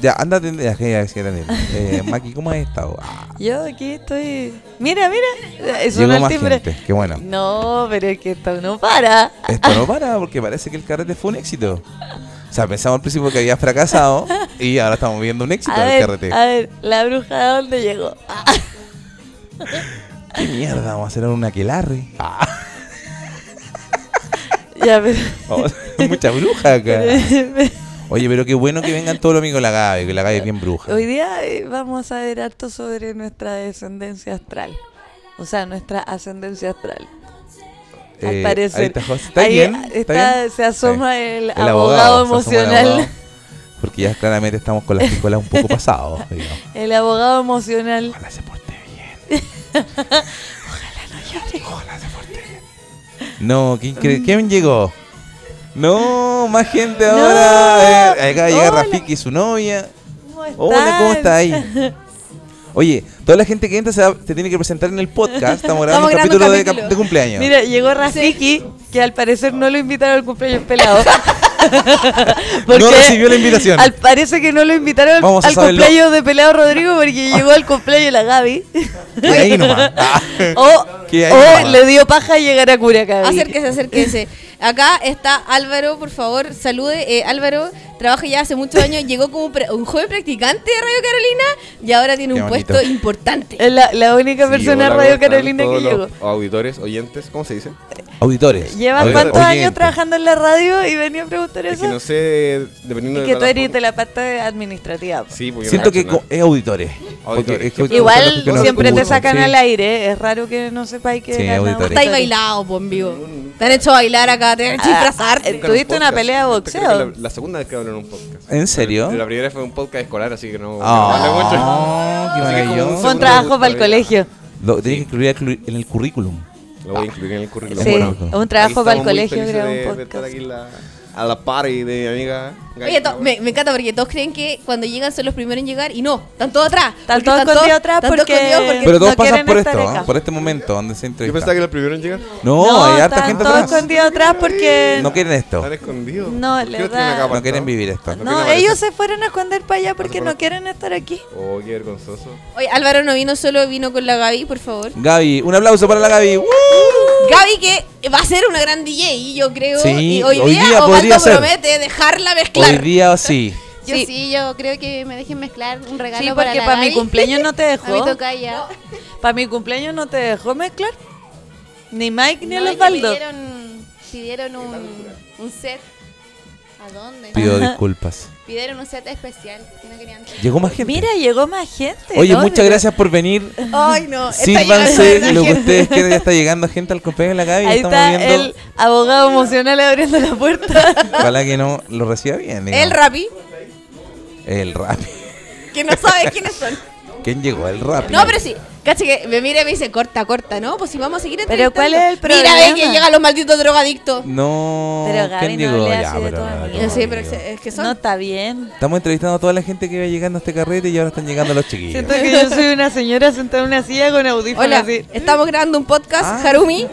B: Ya, anda a atender. Ya, ya, ya, atender. Eh, Maki, ¿cómo has estado? Ah,
C: Yo aquí estoy. Mira, mira. Es
B: llegó
C: una
B: más
C: timbre.
B: gente. Qué bueno.
C: No, pero es que esto no para.
B: Esto no para porque parece que el carrete fue un éxito. O sea, pensamos al principio que había fracasado y ahora estamos viendo un éxito
C: A
B: del
C: ver,
B: carrete.
C: a ver, la bruja a dónde llegó. Ah,
B: ¿Qué mierda? Vamos a hacer un aquelarre. Ah,
C: ya, pero.
B: vamos a hacer oh, mucha bruja acá.
C: pero-
B: Oye, pero qué bueno que vengan todos los amigos de la Gaby, que la Gaby es bien bruja.
C: Hoy día eh, vamos a ver harto sobre nuestra descendencia astral. O sea, nuestra ascendencia astral. Al
B: Eh,
C: parecer.
B: ahí está José. ¿Está
C: Ahí
B: bien? ¿Está
C: está-
B: bien?
C: se asoma
B: Sí.
C: el abogado
B: se asoma el
C: emocional.
B: abogado, porque ya claramente estamos con las picolas un poco pasados. digamos.
C: El abogado emocional. Ojalá
B: se porte
C: bien. Ojalá no llore.
B: No, ¿quién, cre- quién llegó? No, más gente ahora. Eh, acá llega
C: Hola.
B: Rafiki y su novia.
C: ¿Cómo
B: Hola, ¿cómo está ahí?
C: están?
B: Oye, toda la gente que entra se, va- se tiene que presentar en el podcast. Estamos grabando
C: Estamos
B: un
C: grabando un
B: capítulo, de,
C: capítulo.
B: cap- de cumpleaños.
C: Mira, llegó Rafiki, que al parecer no lo invitaron al cumpleaños pelado.
B: no recibió la invitación.
C: Al parece que no lo invitaron al-
B: Vamos a
C: al
B: saberlo.
C: cumpleaños de pelado Rodrigo porque
F: Ah.
C: llegó al cumpleaños de la Gaby.
B: Que ahí nomás. Ah.
C: O,
B: Que ahí
C: o
B: nomás.
C: le dio paja llegar a Curacaví.
D: acérquese, acérquese. Acá está Álvaro, por favor, salude. Eh, Álvaro trabaja ya hace muchos años, llegó como pra- un joven practicante de Radio Carolina y ahora tiene
F: Qué
D: un
F: bonito.
D: puesto importante.
C: Es la, la única
F: Sí,
C: persona de Radio
F: hola, ¿cómo están
C: Carolina que
F: todos los
C: llegó.
F: auditores, oyentes, ¿cómo se dice?
B: Auditores.
C: ¿Llevas
F: Oye,
C: cuántos
F: oyente.
C: años trabajando en la radio y venía a preguntar
F: Es
C: eso?
F: que no sé, dependiendo
C: Y
F: de
C: que
F: la
C: tú eres de la parte administrativa. po.
F: Sí, porque yo
B: Siento
F: no
B: que
F: cacho
B: co- es auditores. Porque
F: Auditores.
B: es que-
C: Igual
B: que no-
C: siempre te
B: mucho,
C: sacan
B: sí.
C: al aire, ¿eh? es raro que no sepáis que
B: Sí,
C: gana un
B: auditores.
D: Estáis bailados, pues, en vivo.
B: Eh,
D: Te han hecho bailar acá, te han hecho disfrazarte.
F: nada.
C: Ah, eh, Tuviste una pelea de
F: Esta creo que
C: boxeo.
F: es La, la segunda vez que hablo en un podcast.
B: ¿En serio?
F: La primera fue un podcast escolar, así que no.
B: Ah, qué
F: Así que como un
B: maravilloso.
C: Fue un
F: segundo
C: trabajo
F: gusto
C: para el
F: de vida.
C: colegio.
B: Lo tenés que incluir al- en el currículum.
F: Lo voy a incluir en el currículum.
C: Sí,
B: Bueno,
C: un trabajo
F: Aquí
C: para el
F: estamos muy
C: colegio
F: felices
C: grabar
F: de-
C: un
F: de estar
C: podcast.
F: aquí en la- a la party de mi amiga. Gaby
D: Oye, to-
F: Bravo.
D: me, me encanta porque todos creen que cuando llegan son los primeros en llegar y no, están todos atrás.
C: Están
D: Porque
C: todos escondidos atrás
D: están todos
C: porque-
D: escondidos porque-
B: Pero
C: no
B: todos pasan
C: quieren
B: por
C: estar
B: esto,
C: acá.
B: ¿ah? por este momento donde se
F: Yo
B: entrevista.
F: pensaba que era el primero en llegar.
B: No, hay harta
C: están
B: gente
C: todos
B: atrás.
C: escondidos atrás porque...
B: No quieren esto.
F: Están escondidos.
C: No,
F: ¿Por qué
C: le
F: tienen
C: da-
F: acá
B: No
F: apartado?
B: quieren vivir esto.
F: No
C: No,
F: quieren
C: ellos
F: aparecer.
C: se fueron a esconder para allá porque
F: Hace
C: no
F: por-
C: quieren estar aquí.
F: Oh, qué vergonzoso.
D: Oye, Álvaro no vino solo, vino con la Gaby, por favor.
B: Gaby, un aplauso para la Gaby. ¡Woo!
D: Gaby que va a ser una gran DJ, yo creo.
B: Sí,
D: y hoy,
B: hoy
D: día,
B: día
D: Osvaldo
B: podría ser.
D: promete dejarla mezclar.
B: Hoy día sí.
A: Yo
C: Sí.
A: sí. yo creo que me dejen mezclar un regalo
C: Sí,
A: para
C: porque
A: la
C: para mi
A: Gaby.
C: cumpleaños no te
A: A mí
C: dejó.
A: toca ya.
C: Para mi cumpleaños no te dejó mezclar. Ni Mike ni
A: No,
C: el
A: y que
C: Osvaldo.
A: Pidieron, pidieron un, un set. ¿A dónde?
B: Pido disculpas.
A: Pidieron un set especial. que no querían.
B: Llegó más gente.
C: Mira, este llegó más gente.
B: Oye,
C: ¿no?
B: muchas
C: Pero-
B: gracias por venir.
D: Ay, no. está
B: Sírvanse
D: llegando
B: lo
D: la
B: que
D: gente.
B: ustedes quieran. Ya está llegando gente al cumpleaños de la Gaby.
C: Ahí
B: estamos
C: está
B: viendo.
C: el abogado emocional abriendo la puerta.
B: Ojalá que no lo reciba bien.
D: El
B: digamos.
D: Rappi,
B: El rap.
D: que no sabe quiénes son.
B: ¿Quién llegó? El rap.
D: No, pero sí. Caché que me mira y me dice, corta, corta, ¿no? Pues si vamos a seguir
C: Pero ¿cuál
D: entrevistando.
C: es el
D: Mira, ve que
C: problema?
D: llegan los malditos drogadictos.
B: No.
C: Pero Gaby
B: ¿Quién
C: no
B: llegó?
C: le
B: Ya,
C: hace de
B: pero
C: todo
B: no,
C: el
B: no,
D: No sé, pero
B: no.
D: es que son.
C: No está bien.
B: Estamos entrevistando a toda la gente que iba llegando a este carrete y ahora están llegando los chiquillos.
C: Siento que yo soy una señora sentada en una silla con audífonos
D: Hola,
C: así.
D: estamos grabando un podcast,
B: Ah.
D: Harumi.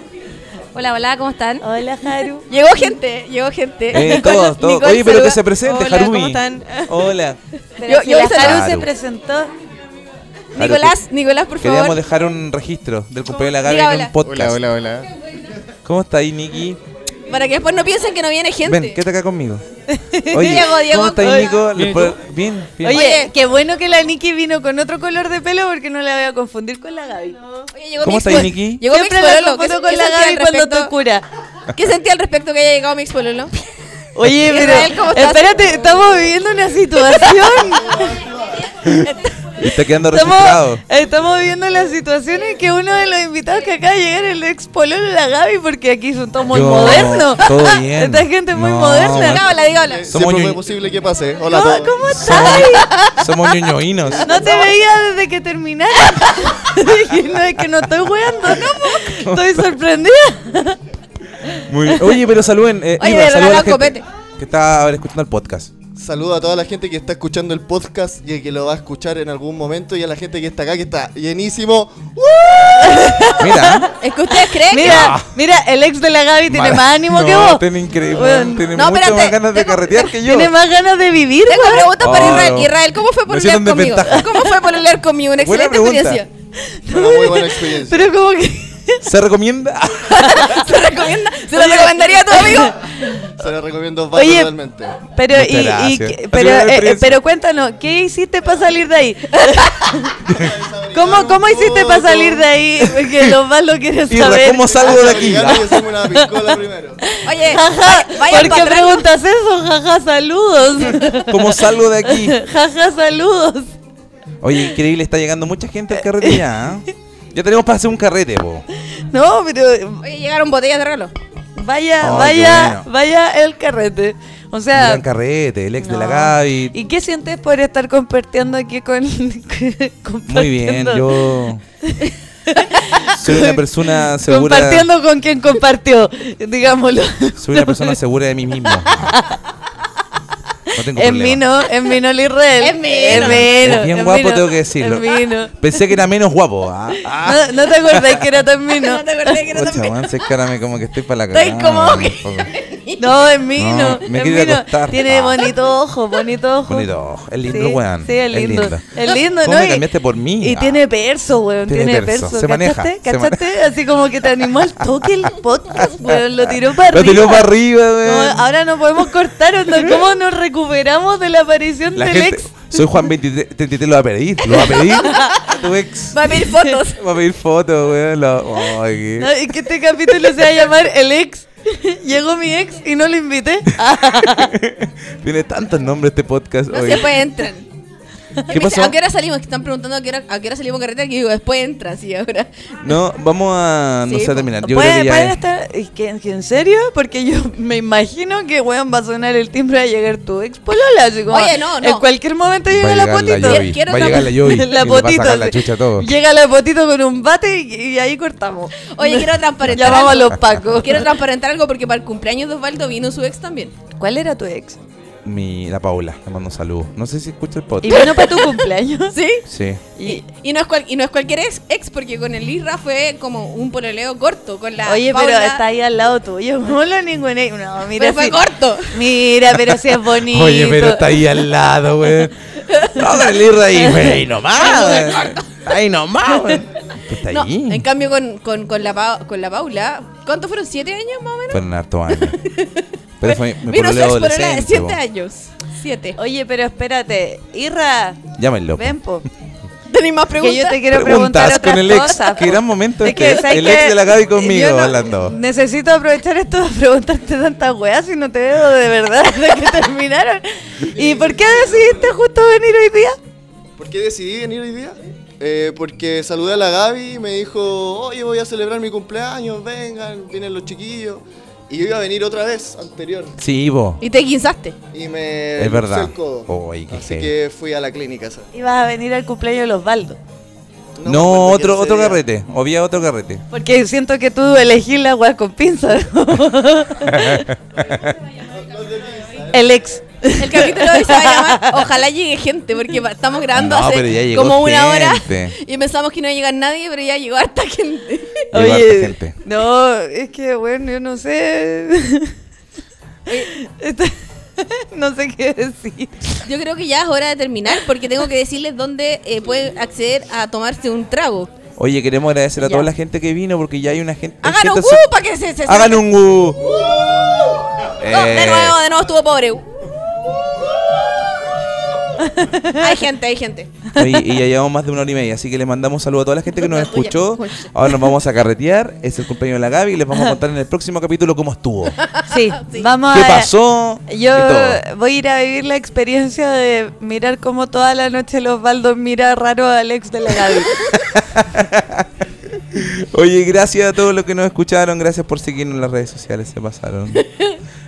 D: Hola, hola, ¿cómo están?
C: Hola, Haru.
D: Llegó gente, llegó gente.
B: Eh, todos, todos.
I: Nicole,
B: Oye, pero que
I: saluda.
B: se presente,
I: Hola,
B: Harumi.
I: ¿cómo están?
B: Hola.
D: Yo- yo
C: la
D: saludo.
C: Haru se
B: Haru.
C: presentó.
D: Nicolás, Nicolás, por
B: Queríamos
D: favor.
B: dejar un registro del cumpleaños de la Gaby
D: Diga
B: en
D: hola.
B: un podcast.
J: Hola, hola, hola.
B: ¿Cómo está ahí, Niki?
D: Para que después no piensen que no viene gente.
B: Ven, quédate acá conmigo. Oye,
D: Diego, Diego,
B: ¿cómo está ahí, Nico?
D: hola.
G: Bien,
B: Le puedo- Bien, bien.
C: Oye,
D: Oye.
C: qué bueno que la Nikki vino con otro color de pelo porque no la voy a confundir con la Gaby.
D: Oye, llegó
B: ¿Cómo
D: mi
B: está
D: ex-
B: ahí, Niki?
D: Llegó mi
C: Siempre la
D: expololo.
C: confundo con la Gaby cuando te cura.
D: ¿Qué sentí al respecto que haya llegado mi expololo?
C: Oye,
D: Israel, ¿cómo
C: pero
D: estás?
C: espérate, estamos viviendo una situación.
B: Y está quedando
C: Estamos,
B: registrado.
C: estamos viendo las situaciones que uno de los invitados que acaba de llegar el ex pololo la Gaby, porque aquí son todos muy
B: Yo,
C: modernos.
B: todo bien.
C: Esta gente es muy
B: No,
C: moderna.
B: bueno.
C: Gábala, dígala.
B: Somos
K: Siempre
B: ñoñi-
K: fue posible que pase. Hola a
C: ¿Cómo,
K: todos.
C: cómo estás?
B: Somos ñoñoínos.
C: No te veía desde que terminaste. Dije, no, es que no estoy weando, no, po. estoy sorprendida.
B: Muy bien. Oye, pero saluden. eh,
C: Oye,
B: Iba,
C: me
B: saluda a la
C: regalaron
B: gente Que está ahora escuchando el podcast.
K: Saludo a toda la gente que está escuchando el podcast y que lo va a escuchar en algún momento y a la gente que está acá que está llenísimo.
C: Mira.
B: ¿eh?
D: Es que ustedes creen
C: Mira, mira, el ex de la Gaby tiene
B: Mara-
C: más ánimo
B: Ah. no,
C: que vos.
B: Tiene increíble.
C: Weón.
B: Tiene
C: No,
B: mucho
C: espérate,
B: más ganas de carretear que yo.
C: Tiene más ganas de vivir.
D: Tengo preguntas para
B: Oh.
D: Israel. Israel, ¿cómo fue
B: Me
D: por leer
B: siento en
D: conmigo?
B: desventaja.
D: ¿Cómo fue por leer conmigo? Una
B: Buena
D: excelente
B: pregunta.
D: experiencia.
K: Una muy buena experiencia.
C: Pero como que
B: ¿Se recomienda?
D: ¿Se recomienda? ¿Se lo recomendaría a tu amigo?
K: Se lo recomiendo
C: Oye,
K: totalmente.
C: pero
K: Muchas
C: y, y
K: gracias.
C: que-
K: Ha sido
C: pero
K: una
C: eh, eh,
K: experiencia.
C: pero cuéntanos, ¿qué hiciste para salir de ahí? ¿Cómo, cómo hiciste para salir de ahí? Porque lo más lo quieres
B: Irra,
C: saber.
B: ¿cómo salgo
C: Ah,
B: de aquí?
D: Oye,
C: jaja,
D: vaya
C: ¿por qué preguntas eso? Jaja, saludos.
B: ¿Cómo salgo de aquí?
C: Jaja, saludos.
B: Oye, increíble, está llegando mucha gente al carrete ya. ¿eh? Ya tenemos para hacer un carrete, po.
C: No, pero
D: Oye, llegaron botellas de regalo.
C: Vaya,
B: Ay,
C: vaya,
B: qué bueno.
C: vaya el carrete. O
B: Un
C: sea,
B: gran carrete, el ex de la
C: no.
B: Gaby.
C: ¿y qué sientes por estar compartiendo aquí con compartiendo-
B: Muy bien, yo. Soy una persona segura.
C: compartiendo con quien compartió, digámoslo.
B: Soy una persona segura de mí mismo. No tengo
C: En mí
B: problema.
C: no, en mí no el Israel. En mí no.
B: Es bien guapo,
C: en mí no,
B: tengo que decirlo.
C: en mí no.
B: Pensé que era menos guapo. ah, ah.
C: No, no te acordás que era tan mino. no te acordás que
B: Pucha, weón, se escárame como que estoy para la
C: Estoy
B: cagada,
C: como
B: weón,
C: que-
B: por favor.
C: No, en mí
B: No,
C: no.
B: me
C: en
B: quiero ir
C: mí
B: a
C: no.
B: acostar.
C: Tiene
B: Ah.
C: bonito ojo, bonito ojo.
B: Bonito ojo, es lindo,
C: Sí,
B: weón,
C: Sí, es
B: es
C: lindo.
B: lindo.
C: Es lindo,
B: ¿Cómo
C: ¿no?
B: me
C: Y-
B: cambiaste por mí?
C: Y
B: Ah.
C: tiene verso, weón.
B: Tiene
C: Tiene,
B: verso,
C: verso.
B: se maneja,
C: ¿Cachaste?
B: se maneja.
C: ¿Cachaste? Así como que te animó al toque el podcast, weón. Lo tiró para
B: Lo
C: arriba.
B: tiró para arriba,
C: No,
B: weón.
C: ahora no podemos cortar, onda, ¿Cómo nos recuperamos de la aparición
B: La
C: del
B: gente.
C: ex?
B: Soy Juan 23, 33, lo va a pedir. Lo va a pedir. a tu ex.
D: Va a pedir fotos.
B: Va a pedir fotos, weón. lo- ay, qué-
C: No, y que este capítulo se va a llamar El ex. Llegó mi ex y no lo invité.
B: Tiene tantos nombres este podcast.
D: No
B: hoy.
D: sé, pues entran.
B: ¿Qué pasó?
D: ¿A qué hora salimos? Que están preguntando a qué hora, a qué hora salimos carretera. Que digo, después entras y ahora.
B: No, vamos a. No
D: Sí,
B: sé, a
D: po.
B: terminar. Yo creo
C: ¿Puede,
B: que
C: puede
B: ya. es-
C: estar- es que- que ¿En serio? Porque yo me imagino que, weón, va a sonar el timbre a llegar tu ex polola. Así como,
D: Oye, no, no.
C: En cualquier momento
B: Va a
C: llega la
B: llegar la
C: potito.
B: Yobi,
D: Quiero
B: Va a
D: una-
B: llegar la Yobi. y le va a
C: potito,
B: sacar la
C: sí.
B: chucha a todos.
C: Llega la potito con un bate y, y ahí cortamos.
D: Oye, quiero transparentar.
C: Ya vamos a
D: algo.
C: los pacos.
D: Quiero transparentar algo porque para el cumpleaños de Osvaldo vino su ex también.
C: ¿Cuál era tu ex?
B: Mi, la Paula, le mando un saludo. No sé si escucha el
C: ¿Y
B: podcast.
C: vino para tu cumpleaños?
D: ¿Sí?
B: Sí.
D: Y, y no, es cual- y no es cualquier ex, ex, porque con el Isra fue como un pololeo corto con la
C: Oye, pero
D: Paula.
C: está ahí al lado tuyo. No lo ningún ex. No, mira.
D: Pero fue
C: si-
D: corto.
C: Mira, pero si es bonito.
B: Oye, pero está ahí al lado, weón. No, el ir ahí, weón. Ahí nomás, weón. Ahí nomás, weón. Está
D: No,
B: ahí.
D: en cambio con, con, con la Pau- con la Paula, ¿cuántos fueron? ¿Siete años más o menos?
B: Fueron hartos años. Pero fue mi
D: Vino su
B: problema
D: ex polola de
B: adolescente.
D: siete
B: po.
D: años. Siete.
C: Oye, pero espérate. Irra,
B: Llámenlo. po.
C: ven, po.
D: ¿Tenéis más preguntas?
C: Que yo te quiero preguntar
B: Preguntas
C: otras
B: con el ex.
C: cosas,
B: Que
C: po.
B: gran momento
C: Es
B: este.
C: que, ¿sabes
B: el ex
C: qué?
B: de la Gaby conmigo
C: Yo no-
B: hablando.
C: Necesito aprovechar esto para preguntarte tantas weas si no te veo de verdad desde que terminaron. ¿Y por qué decidiste justo venir hoy día?
K: ¿Por qué decidí venir hoy día? Eh, porque saludé a la Gaby y me dijo, oye, voy a celebrar mi cumpleaños, vengan, vienen los chiquillos. Y yo iba a venir otra vez, anterior.
B: Sí, vos.
D: Y te guinzaste.
K: Y me
B: Es
K: luxé
B: verdad.
K: el codo.
B: Oy, qué
K: Así
B: heavy.
K: que fui a la clínica. ¿sabes?
C: Ibas a venir al cumpleaños de los Baldos.
K: me
B: No,
K: acuerdo que
B: otro,
K: ese
B: otro
K: día-
B: carrete. Había otro carrete.
C: Porque siento que tú elegís la wea con pinza. el ex.
D: El capítulo de hoy se va a llamar Ojalá llegue gente, porque pa- estamos grabando
B: No, pero ya
D: hace
B: llegó
D: como una hora
B: gente.
D: y pensamos que no iba a llegar nadie, pero ya llegó harta gente.
B: Llegó harta gente.
C: no, es que bueno, yo no sé. Esta- no sé qué decir.
D: Yo creo que ya es hora de terminar, porque tengo que decirles dónde eh, pueden acceder a tomarse un trago.
B: Oye, queremos agradecer a
D: Ya.
B: toda la gente que vino porque ya hay una gente.
D: Hagan un
B: gente-
D: gu para que se, se
B: ¡Hagan un gu!
D: No, de
B: Eh, Uh.
D: nuevo, de nuevo estuvo pobre. hay gente, hay gente.
B: Oye, y ya llevamos más de una hora y media, así que le mandamos un saludo a toda la gente que nos escuchó. Ahora nos vamos a carretear, es el cumpleaños de la Gaby y les vamos a contar en el próximo capítulo cómo estuvo.
C: Sí, vamos
B: ¿Qué
C: a.
B: pasó?
C: Yo
B: Y todo.
C: voy a ir a vivir la experiencia de mirar cómo toda la noche los baldos mira raro a Alex de la Gaby.
B: Oye, gracias a todos los que nos escucharon, gracias por seguirnos en las redes sociales, se pasaron.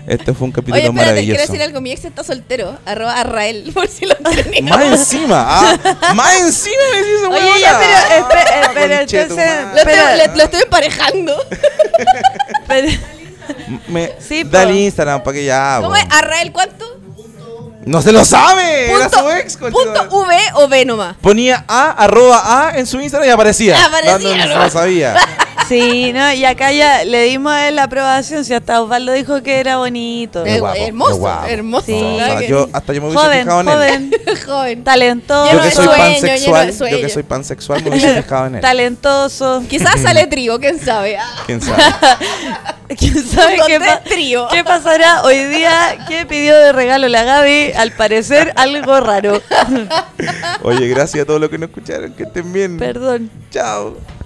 B: Este fue un capítulo
D: Oye, espérate, quiero
B: maravilloso.
D: decir algo. Mi ex está soltero. Arroba Arrael, por si lo quieren
B: Más encima, ah, más encima me decís esa
D: Oye,
B: huevona.
D: ya, pero, eh, espera,
B: Ah,
D: espera,
B: conche tu
D: entonces,
B: madre.
D: lo, estoy, lo- lo estoy emparejando.
B: Me-
D: Sí, po.
B: dale Instagram para que ya.
D: ¿Cómo
B: po.
D: es? Ah, ¿Arrael cuánto?
B: No se lo sabe. Era
D: Punto-
B: su ex, conche tu madre.
D: Punto V o V nomás.
B: Ponía A, arroba A en su Instagram y aparecía.
C: Aparecía,
B: No, no, no,
C: ¿no?
B: se lo sabía.
C: Sí, no, y acá ya le dimos a él la aprobación. Si hasta Osvaldo dijo que era bonito.
B: Qué guapo, qué guapo.
C: Sí.
B: No, no, yo, hasta yo me hubiese
C: Joven,
B: fijado en él.
C: joven,
D: joven,
C: talentoso,
B: Yo que soy pansexual, yo que soy pansexual me hubiese fijado en él.
C: talentoso.
D: Quizás sale trigo, quién sabe. Ah,
B: ¿Quién sabe?
C: ¿Quién sabe qué, pa- qué pasará hoy día? ¿Qué pidió de regalo la Gaby? Al parecer algo raro.
B: Oye, gracias a todos los que nos escucharon. Que estén bien.
C: Perdón.
B: Chao.